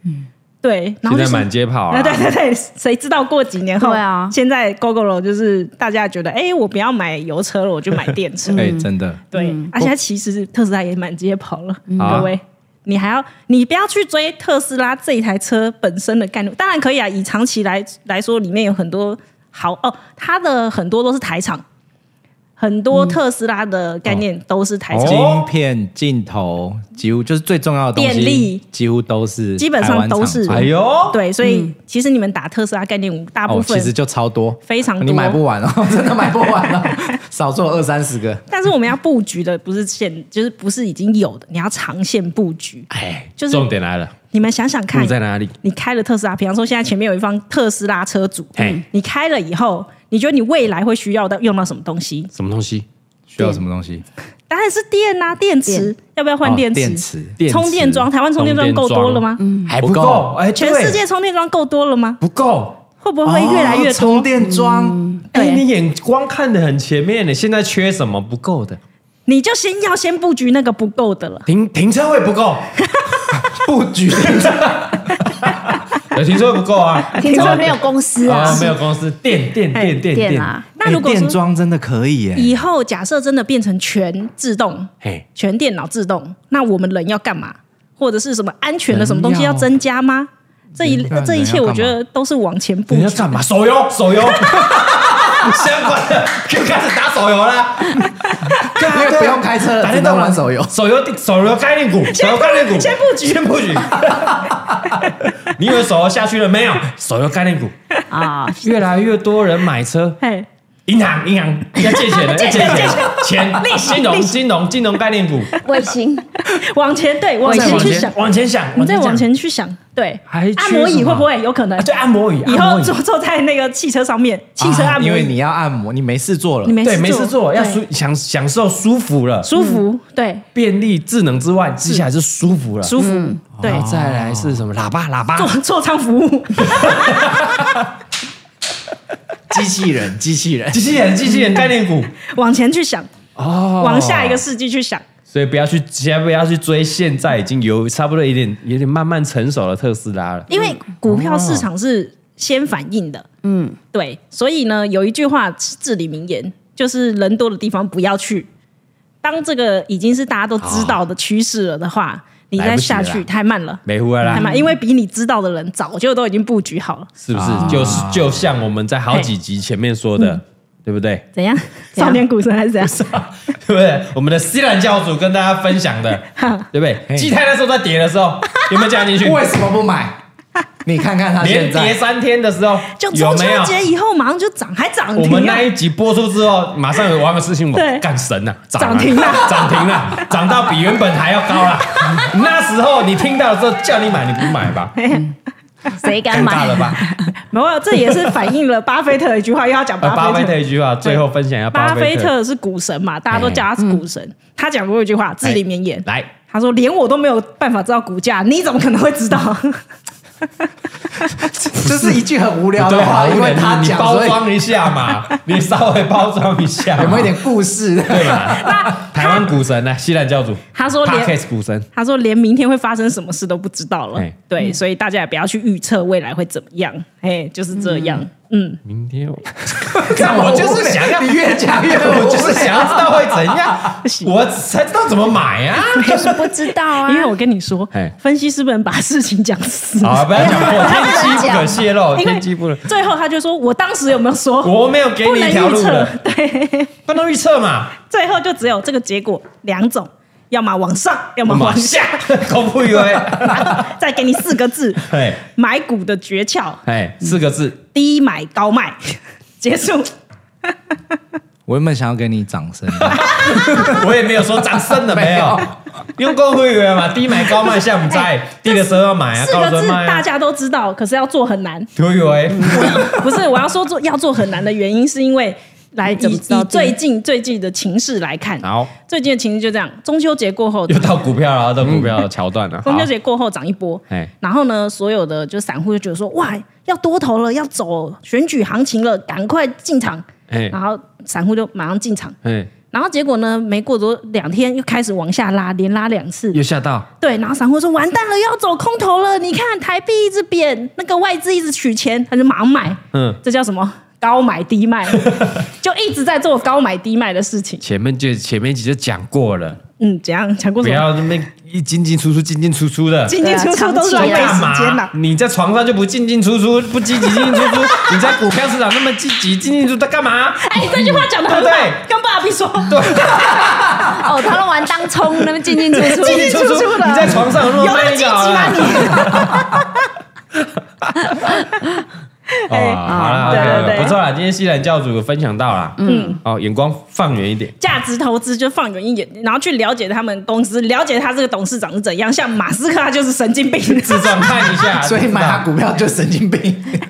S3: 对，然
S5: 嗯现
S3: 后就
S5: 在
S3: 是
S5: 满街跑
S3: 啊，
S5: 啊
S3: 对，对对，谁知道过几年后，
S6: 对啊
S3: 现在 GoGo 就是大家觉得，哎、我不要买油车了，我就买电 车。
S2: 哎，真的，
S3: 对，而且啊其实特斯拉也满街跑了，
S5: 啊
S3: 各位。你还要，你不要去追特斯拉这一台车本身的概念，当然可以啊。以长期来来说，里面有很多好哦，它的很多都是台厂，很多特斯拉的概念
S2: 嗯
S3: 都是台厂，
S5: 哦
S2: 晶片、镜头，几乎就是最重要的东西，
S3: 电力
S2: 几乎都是
S3: 基本
S2: 台
S3: 上
S2: 湾
S3: 都是
S2: 厂。
S5: 哎
S2: 哎呦，
S5: 呦，
S3: 对，所以其实你们打特斯拉概念股，大部
S2: 哦，
S3: 分、
S2: 其实就超多，
S3: 非常多
S2: 你买不完哦， 真的买不完哦，少做二三十个。
S3: 但是我们要布局的不是现，就是不是已经有的，你要长线布局。
S5: 哎，
S3: 就是
S5: 重点来了，
S3: 你们想想看
S5: 路，在哪里？
S3: 你开了特斯拉，比方说现在前面有一方特斯拉车主
S5: 嘿，
S3: 你开了以后，你觉得你未来会需要到用到什么东西？
S5: 什么东西？
S2: 需要什么东西？
S3: 当然是电啊，电池，要不要换
S2: 哦
S3: 电池？
S2: 电池
S3: 充电桩，台湾充电桩够多了吗？
S2: 还
S5: 不够，哎，
S3: 全世界充电桩够多了吗？
S5: 不够。
S3: 会不会越来越
S2: 哦充
S3: 多？嗯
S2: 电桩，
S5: 哎，
S3: 对
S5: 你眼光看得很前面呢，现在缺什么不够的？
S3: 你就先要先布局那个不够的了。
S5: 停停车位不 够，
S2: 布局
S5: 有停车位不够啊。
S6: 听说没有公司啊
S5: 啊，，没有公司电电电电
S6: 店啊，
S3: 那如果
S2: 哎
S3: 说
S2: 电桩真的可以耶，
S3: 以后假设真的变成全自动，
S5: 嘿，
S3: 全电脑自动，那我们人要干嘛？或者是什么安全的什么东西
S2: 人要
S3: 要增加吗？这一
S2: 人要
S3: 这一切，
S2: 人要干嘛
S3: 我觉得都是往前布
S5: 你要
S3: 局。
S5: 干嘛？手游，手游， 相关的就开始打手游啦。
S2: 因
S3: 啊
S2: 为啊不用开车了，
S5: 打
S2: 只
S5: 电动
S2: 能
S5: 了
S2: 玩手游。
S5: 手游手游概念股，手游概念股，
S3: 先布局
S5: 先布 局。你以为手游下去了没有？手游概念股，
S6: 啊，
S4: 哦
S5: 越来越多人买车，
S3: 嘿，
S5: 银行银行要借钱 了，要借钱，钱金融金融金融概念股，
S6: 卫星
S3: 往前对，往
S5: 再
S3: 前
S5: 往
S3: 去想
S5: 前，往前哎想，
S3: 你再往
S5: 想
S3: 前去想，对，
S5: 还缺
S3: 按摩椅
S5: 什么
S3: 会不会有可能
S5: 啊，？对按摩椅，
S3: 以
S5: 按
S3: 后
S5: 摩椅
S3: 坐坐在那个汽车上面，汽车
S2: 啊
S3: 按摩椅，
S2: 因为你要按摩，你没事做了
S3: 你。没
S5: 对没事做，要
S3: 对
S5: 舒嗯啊享享受舒服了，
S3: 舒服，对，
S5: 便利智能之外，接下来是舒服了。
S3: 舒服，对，
S2: 哦
S5: 然后再来是什么？
S2: 啊
S5: 喇叭，喇叭，
S3: 座座舱服务，
S2: 机器人，机器人，
S5: 嗯机器人，机器人概念股
S3: 往前去想，
S5: 哦
S3: 往下一个世纪去想，
S5: 所以不要去，先不要去追现在已经有差不多有点有点慢慢成熟的特斯拉了。
S3: 因为股票市场是先反应的，嗯，对，所以呢，有一句话是至理名言，就是人多的地方不要去。当这个已经是大家都知道的趋势了的话，你
S5: 啊来
S3: 再
S5: 不及
S3: 下
S5: 了
S3: 去太慢了，
S5: 没回来
S3: 太
S5: 啦，
S3: 慢，哎因为比你知道的人早就都已经布局好了。
S5: 是不是？
S2: 啊
S5: 就是就像我们在好几集前面说的，对不对？
S6: 怎 样？
S3: 少年股神还是怎样？
S5: 对不对？我们的西兰教主跟大家分享 的，对不对？基泰那时候在跌的时候，有没有加进去？
S2: 为什么不买？ 你看看他
S5: 连
S2: 现
S5: 跌
S2: 在，
S5: 三天的时候
S3: 就，中
S5: 有
S3: 秋
S5: 没有？
S3: 节以后马上就涨，还涨
S5: 我
S3: 停
S5: 们
S3: 啊
S5: 那！一集播出之后，马上有网友私信我
S3: 对，
S5: 干神呐，
S3: 涨停啊
S5: 了
S3: 了，
S5: 涨停了，涨到比原本还要高 了。那时候你听到的时候叫你买，你不买吧？
S6: 谁敢
S5: 尴尬了
S6: 买？
S5: 吧？
S3: 没有，这也是反映了 巴菲特的一句话，又要讲
S5: 呃，巴
S3: 菲
S5: 菲特一句话，最后分享一下
S3: 巴菲
S5: 菲特
S3: 特是股神嘛，大家都叫他是股
S5: 嗯
S3: 神。他讲过一句话，至理名言，
S5: 来，
S3: 他说：“连我都没有办法知道股价，你怎么可能会知道？”
S2: 这是一句很无聊
S5: 对
S2: 的
S5: 啊，
S2: 话，因为他
S5: 你你
S2: 讲，
S5: 包
S2: 所以
S5: 装一下 嘛，你稍微包装一下嘛，
S2: 有没有一点故事？
S5: 对 吧？台湾股神呢，西兰教主，
S3: 他说连
S5: Parkes 股神，
S3: 他说连明天会发生什么事都不知道了
S5: 哎。
S3: 对，所以大家也不要去预测未来会怎么样。哎，就是这样。嗯，
S5: 明天 我
S2: 干嘛
S5: 我就是想要
S2: 你越讲 越
S5: 我
S2: 无
S5: 就是想要知道会怎样， 我才知道怎么买啊 呀。
S6: 就是不知道啊，
S3: 因为我跟你说
S5: 哎，
S3: 嗯分析师不能把事情讲死。
S5: 好，啊不要讲破，天机不可泄露，
S3: 因为
S5: 天机不能。
S3: 最后他就说：“我当时有没有说？
S5: 我没有给
S3: 不
S5: 你
S3: 能
S5: 一条
S3: 预
S5: 路
S3: 测。”
S5: 的，
S3: 对。
S5: 不能预测嘛，
S3: 最后就只有这个结果两种，要么往上，要么
S5: 往
S3: 往
S5: 下
S3: 下。
S5: 公布一位，
S3: 再给你四个字，
S5: 哎
S3: 买股的诀窍：
S5: 哎，四个字，
S3: 低买高卖。 结束。
S2: 我原本想要给你掌声，
S5: 我也没有说掌声的没有，哎用公布一位嘛，低买高卖，像我们在低的时候要买啊，
S3: 四
S5: 高的
S3: 个
S5: 时
S3: 字
S5: 候卖
S3: 大
S5: 啊，
S3: 家都知道，可是要做很难。
S5: 对不对？
S3: 不是，我要说做要做很难的原因，是因为来以
S6: 怎么知道
S3: 以最近最近的情势来看，
S5: 好，
S3: 最近的情势就这样：中秋节过后，
S5: 又到股票了，到股票的桥段了，
S3: 中秋
S5: 好
S3: 节过后涨一波
S5: 哎，
S3: 然后呢，所有的就散户就觉得说，哇，要多头了，要走选举行情了，赶快进场。
S5: 哎
S3: 然后散户就马上进场，
S5: 哎
S3: 然后结果呢，没过多两天又开始往下拉，连拉两次，
S1: 有吓到，
S3: 对，然后散户说完蛋了，要走空头了，你看台币一直贬，那个外资一直取钱，他就马上买，
S5: 嗯
S3: 嗯，这叫什么？高买 低卖，就一直在做高买低卖的事情。
S1: 前面就前面集就讲过了，
S3: 嗯，怎样讲过
S5: 不
S3: 什么？
S5: 要那么一进进出出，进进出出的。
S3: 进进出出都是浪费
S5: 干
S3: 时间
S5: 嘛
S3: 啊啦。？
S5: 你在床上就不进进出出， 不积极进进出出，你在股票市场那么积极进进出出，在干嘛？
S3: 哎，这句 话讲的很好
S5: 对啊不，
S3: 跟爸比说，
S4: 哦，他们玩当冲，那边进进出 出，
S5: 进进出出，你在床上有那
S3: 有
S5: 么
S3: 那么积极
S5: 个好
S3: 吗
S5: 了？
S3: 你？
S5: 哦，好了，
S3: 哎对
S5: 好了
S3: 对对
S5: 不错了，今天西兰教主分享到了，嗯，哦，眼光放远一点，
S3: 价值投资就放远一点，然后去了解他们公司，了解他这个董事长是怎样。像马斯克，他就是神经病，
S5: 自传看一下，
S2: 所以买
S5: 知道
S2: 他股票就神经 病。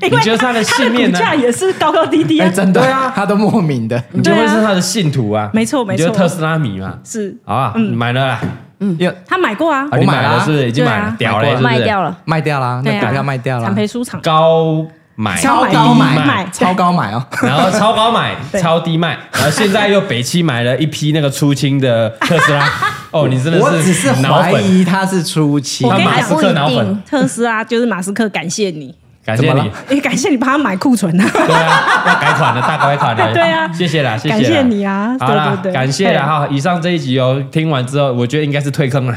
S3: 因
S5: 你
S3: 为
S5: 觉得他的
S3: 他的
S5: 信念啊呢
S3: 股价也是高高低低
S2: 哎，
S3: 啊，
S2: 真的，
S5: 对啊
S2: 他都莫名的，
S5: 你就会是他的信徒啊，
S3: 没错没错
S5: 你就是特斯拉迷嘛，
S3: 是
S5: 好啊，你买了啦，
S2: 因为
S3: 他买过啊
S5: 啊，
S2: 我
S5: 你
S2: 买
S5: 买
S2: 了
S5: 了
S2: 啊
S5: 是不是已经买了，
S3: 对
S5: 屌嘞，是不是
S4: 卖掉了，
S2: 卖掉啦，
S3: 对
S2: 那
S3: 啊
S2: 股票卖掉啦
S3: 产，培书场
S5: 高买，
S2: 超
S3: 买
S2: 高
S3: 低
S2: 买
S3: 卖，
S2: 超高买哦。
S5: 然后超高买，
S3: 对
S5: 超低卖，然后现在又北七买了一批那个出清的特斯拉，哦，你真的
S2: 我只是
S5: 脑
S2: 怀
S5: 粉，
S2: 疑他是初期，
S5: 他
S3: 我跟你
S5: 马
S3: 讲
S5: 斯克脑粉，
S3: 特斯拉就是马斯克，感谢 你，
S5: 感谢
S2: 怎么
S5: 你
S2: 了，
S3: 也哎感谢你帮他买库存啊。
S5: 对啊，要改款了，大改款了，
S3: 对啊
S5: 谢谢啦，谢啦
S3: 感谢你啊
S5: 好啦，
S3: 对对对
S5: 感谢啦哈，以上这一集哦，听完之后，我觉得应该是退坑了，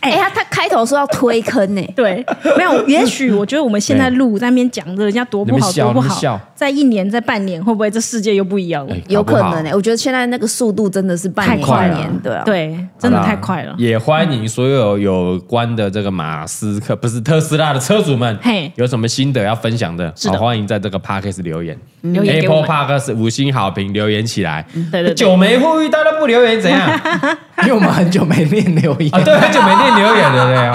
S4: 哎、他他开头说要推坑 呢、欸
S3: 对，没有，也许我觉得我们现在录在那边讲的人家多不好
S5: 你们笑
S3: 多不
S5: 你们笑
S3: 好，在一年在半年会不会这世界又不一样了？
S5: 哎
S4: 有可能
S5: 搞不
S4: 呢、
S5: 好
S4: 我觉得现在那个速度真的是半年、
S3: 太快
S4: 一
S3: 了
S4: 年，对啊，
S3: 对，真的太快了。
S5: 也欢迎所有有关的这个马斯克不是特斯拉的车主们，
S3: 嘿
S5: 有什么心得要分享的，
S3: 是的
S5: 好欢迎在这个 podcast 留言
S3: 留言给我
S5: ，Apple
S3: 们嗯
S5: podcast 五星好评留言起来。
S3: 对对对，
S5: 久没呼吁大家不留言 怎样？啊，
S2: 因为我们很久没念留言，
S5: 哦对，很久没念留言了嘞哦，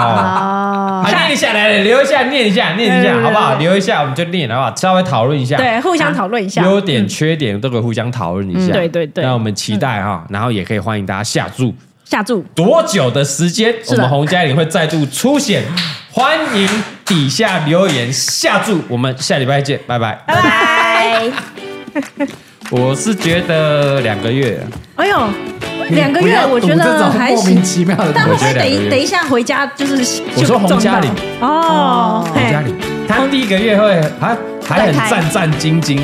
S5: 啊，
S4: 哦，
S5: 念一下来，留一下，念一下，念一
S3: 对对
S5: 下，
S3: 对
S5: 好不好？
S3: 对
S5: 留一下，我们就念，好不好？稍微讨论一下，
S3: 对，互相讨论一下。
S5: 优点、缺点都可以互相讨论一下。
S3: 嗯对对对
S5: 那我们期待哈，然后也可以欢迎大家下注。
S3: 下注，
S5: 多久的时间，我
S3: 的
S5: 们洪嘉玲会再度出现？欢迎底下留言下注，我们下礼拜见，拜拜。
S3: 拜拜。
S4: 拜。
S5: 我是觉得两个月，
S3: 哎呦，
S2: 你
S3: 两个
S2: 不
S3: 月
S2: 要
S3: 我
S2: 赌
S3: 觉
S2: 这
S3: 得
S2: 种
S3: 还
S2: 莫
S3: 行
S2: 名，其妙的
S3: 但
S2: 东
S5: 我
S3: 会不
S5: 觉
S2: 西。
S5: 得
S3: 会等
S5: 两个月
S3: 一等一下回家就是
S5: 我说
S3: 就
S5: 洪
S3: 撞
S5: 嘉
S3: 到
S5: 玲
S3: 哦，
S5: 洪嘉玲，她第一个月会还还很
S4: 断开
S5: 战战兢兢、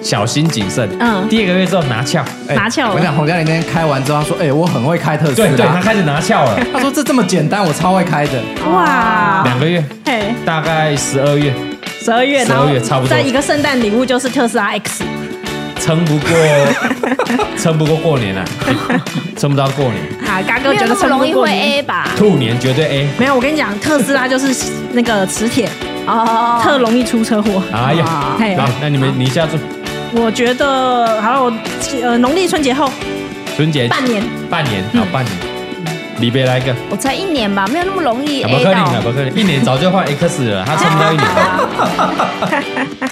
S5: 小心谨慎，嗯，
S3: 嗯
S5: 第二个月之后拿翘，哎
S3: 嘿拿翘
S2: 我
S3: 了，
S2: 讲洪嘉玲那天开完之后，他说：“哎，我很会开特斯
S5: 对对，她
S2: 拉。
S5: 开始拿翘了”，
S2: 他说：“这这么简单，我超会开的。
S3: 哇，
S5: 两个月，
S3: 嘿，
S5: 大概十二月
S3: 十二月，
S5: 12
S3: 然后
S5: 月差不多
S3: 再一个圣诞礼物就是特斯拉 X，
S5: 撑不过，撑不过过年啊，撑不到过年，
S3: 啊，嘎哥
S4: 没
S3: 觉
S4: 有那
S3: 得
S4: 么
S3: 撑
S4: 容
S3: 不
S4: 易
S3: 过
S4: 会
S3: 你。
S4: A 吧？
S5: 兔年绝对 A。
S3: 没有，我跟你讲，特斯拉就是那个磁铁，
S4: 哦，
S3: 特容易出车祸。
S5: 哎呀，
S3: 嘿，
S5: 好，那你们你下注
S3: 我觉得好了，我呃农历春节后
S5: 春节
S3: 半年，
S5: 半年好半年，李贝来一个，啊
S4: 我才一年吧，没有那么容易
S5: 不
S4: 嗯 A
S5: 可能
S4: 到。
S5: 啊，不可能，一年早就换 X 了，他撑不到一年。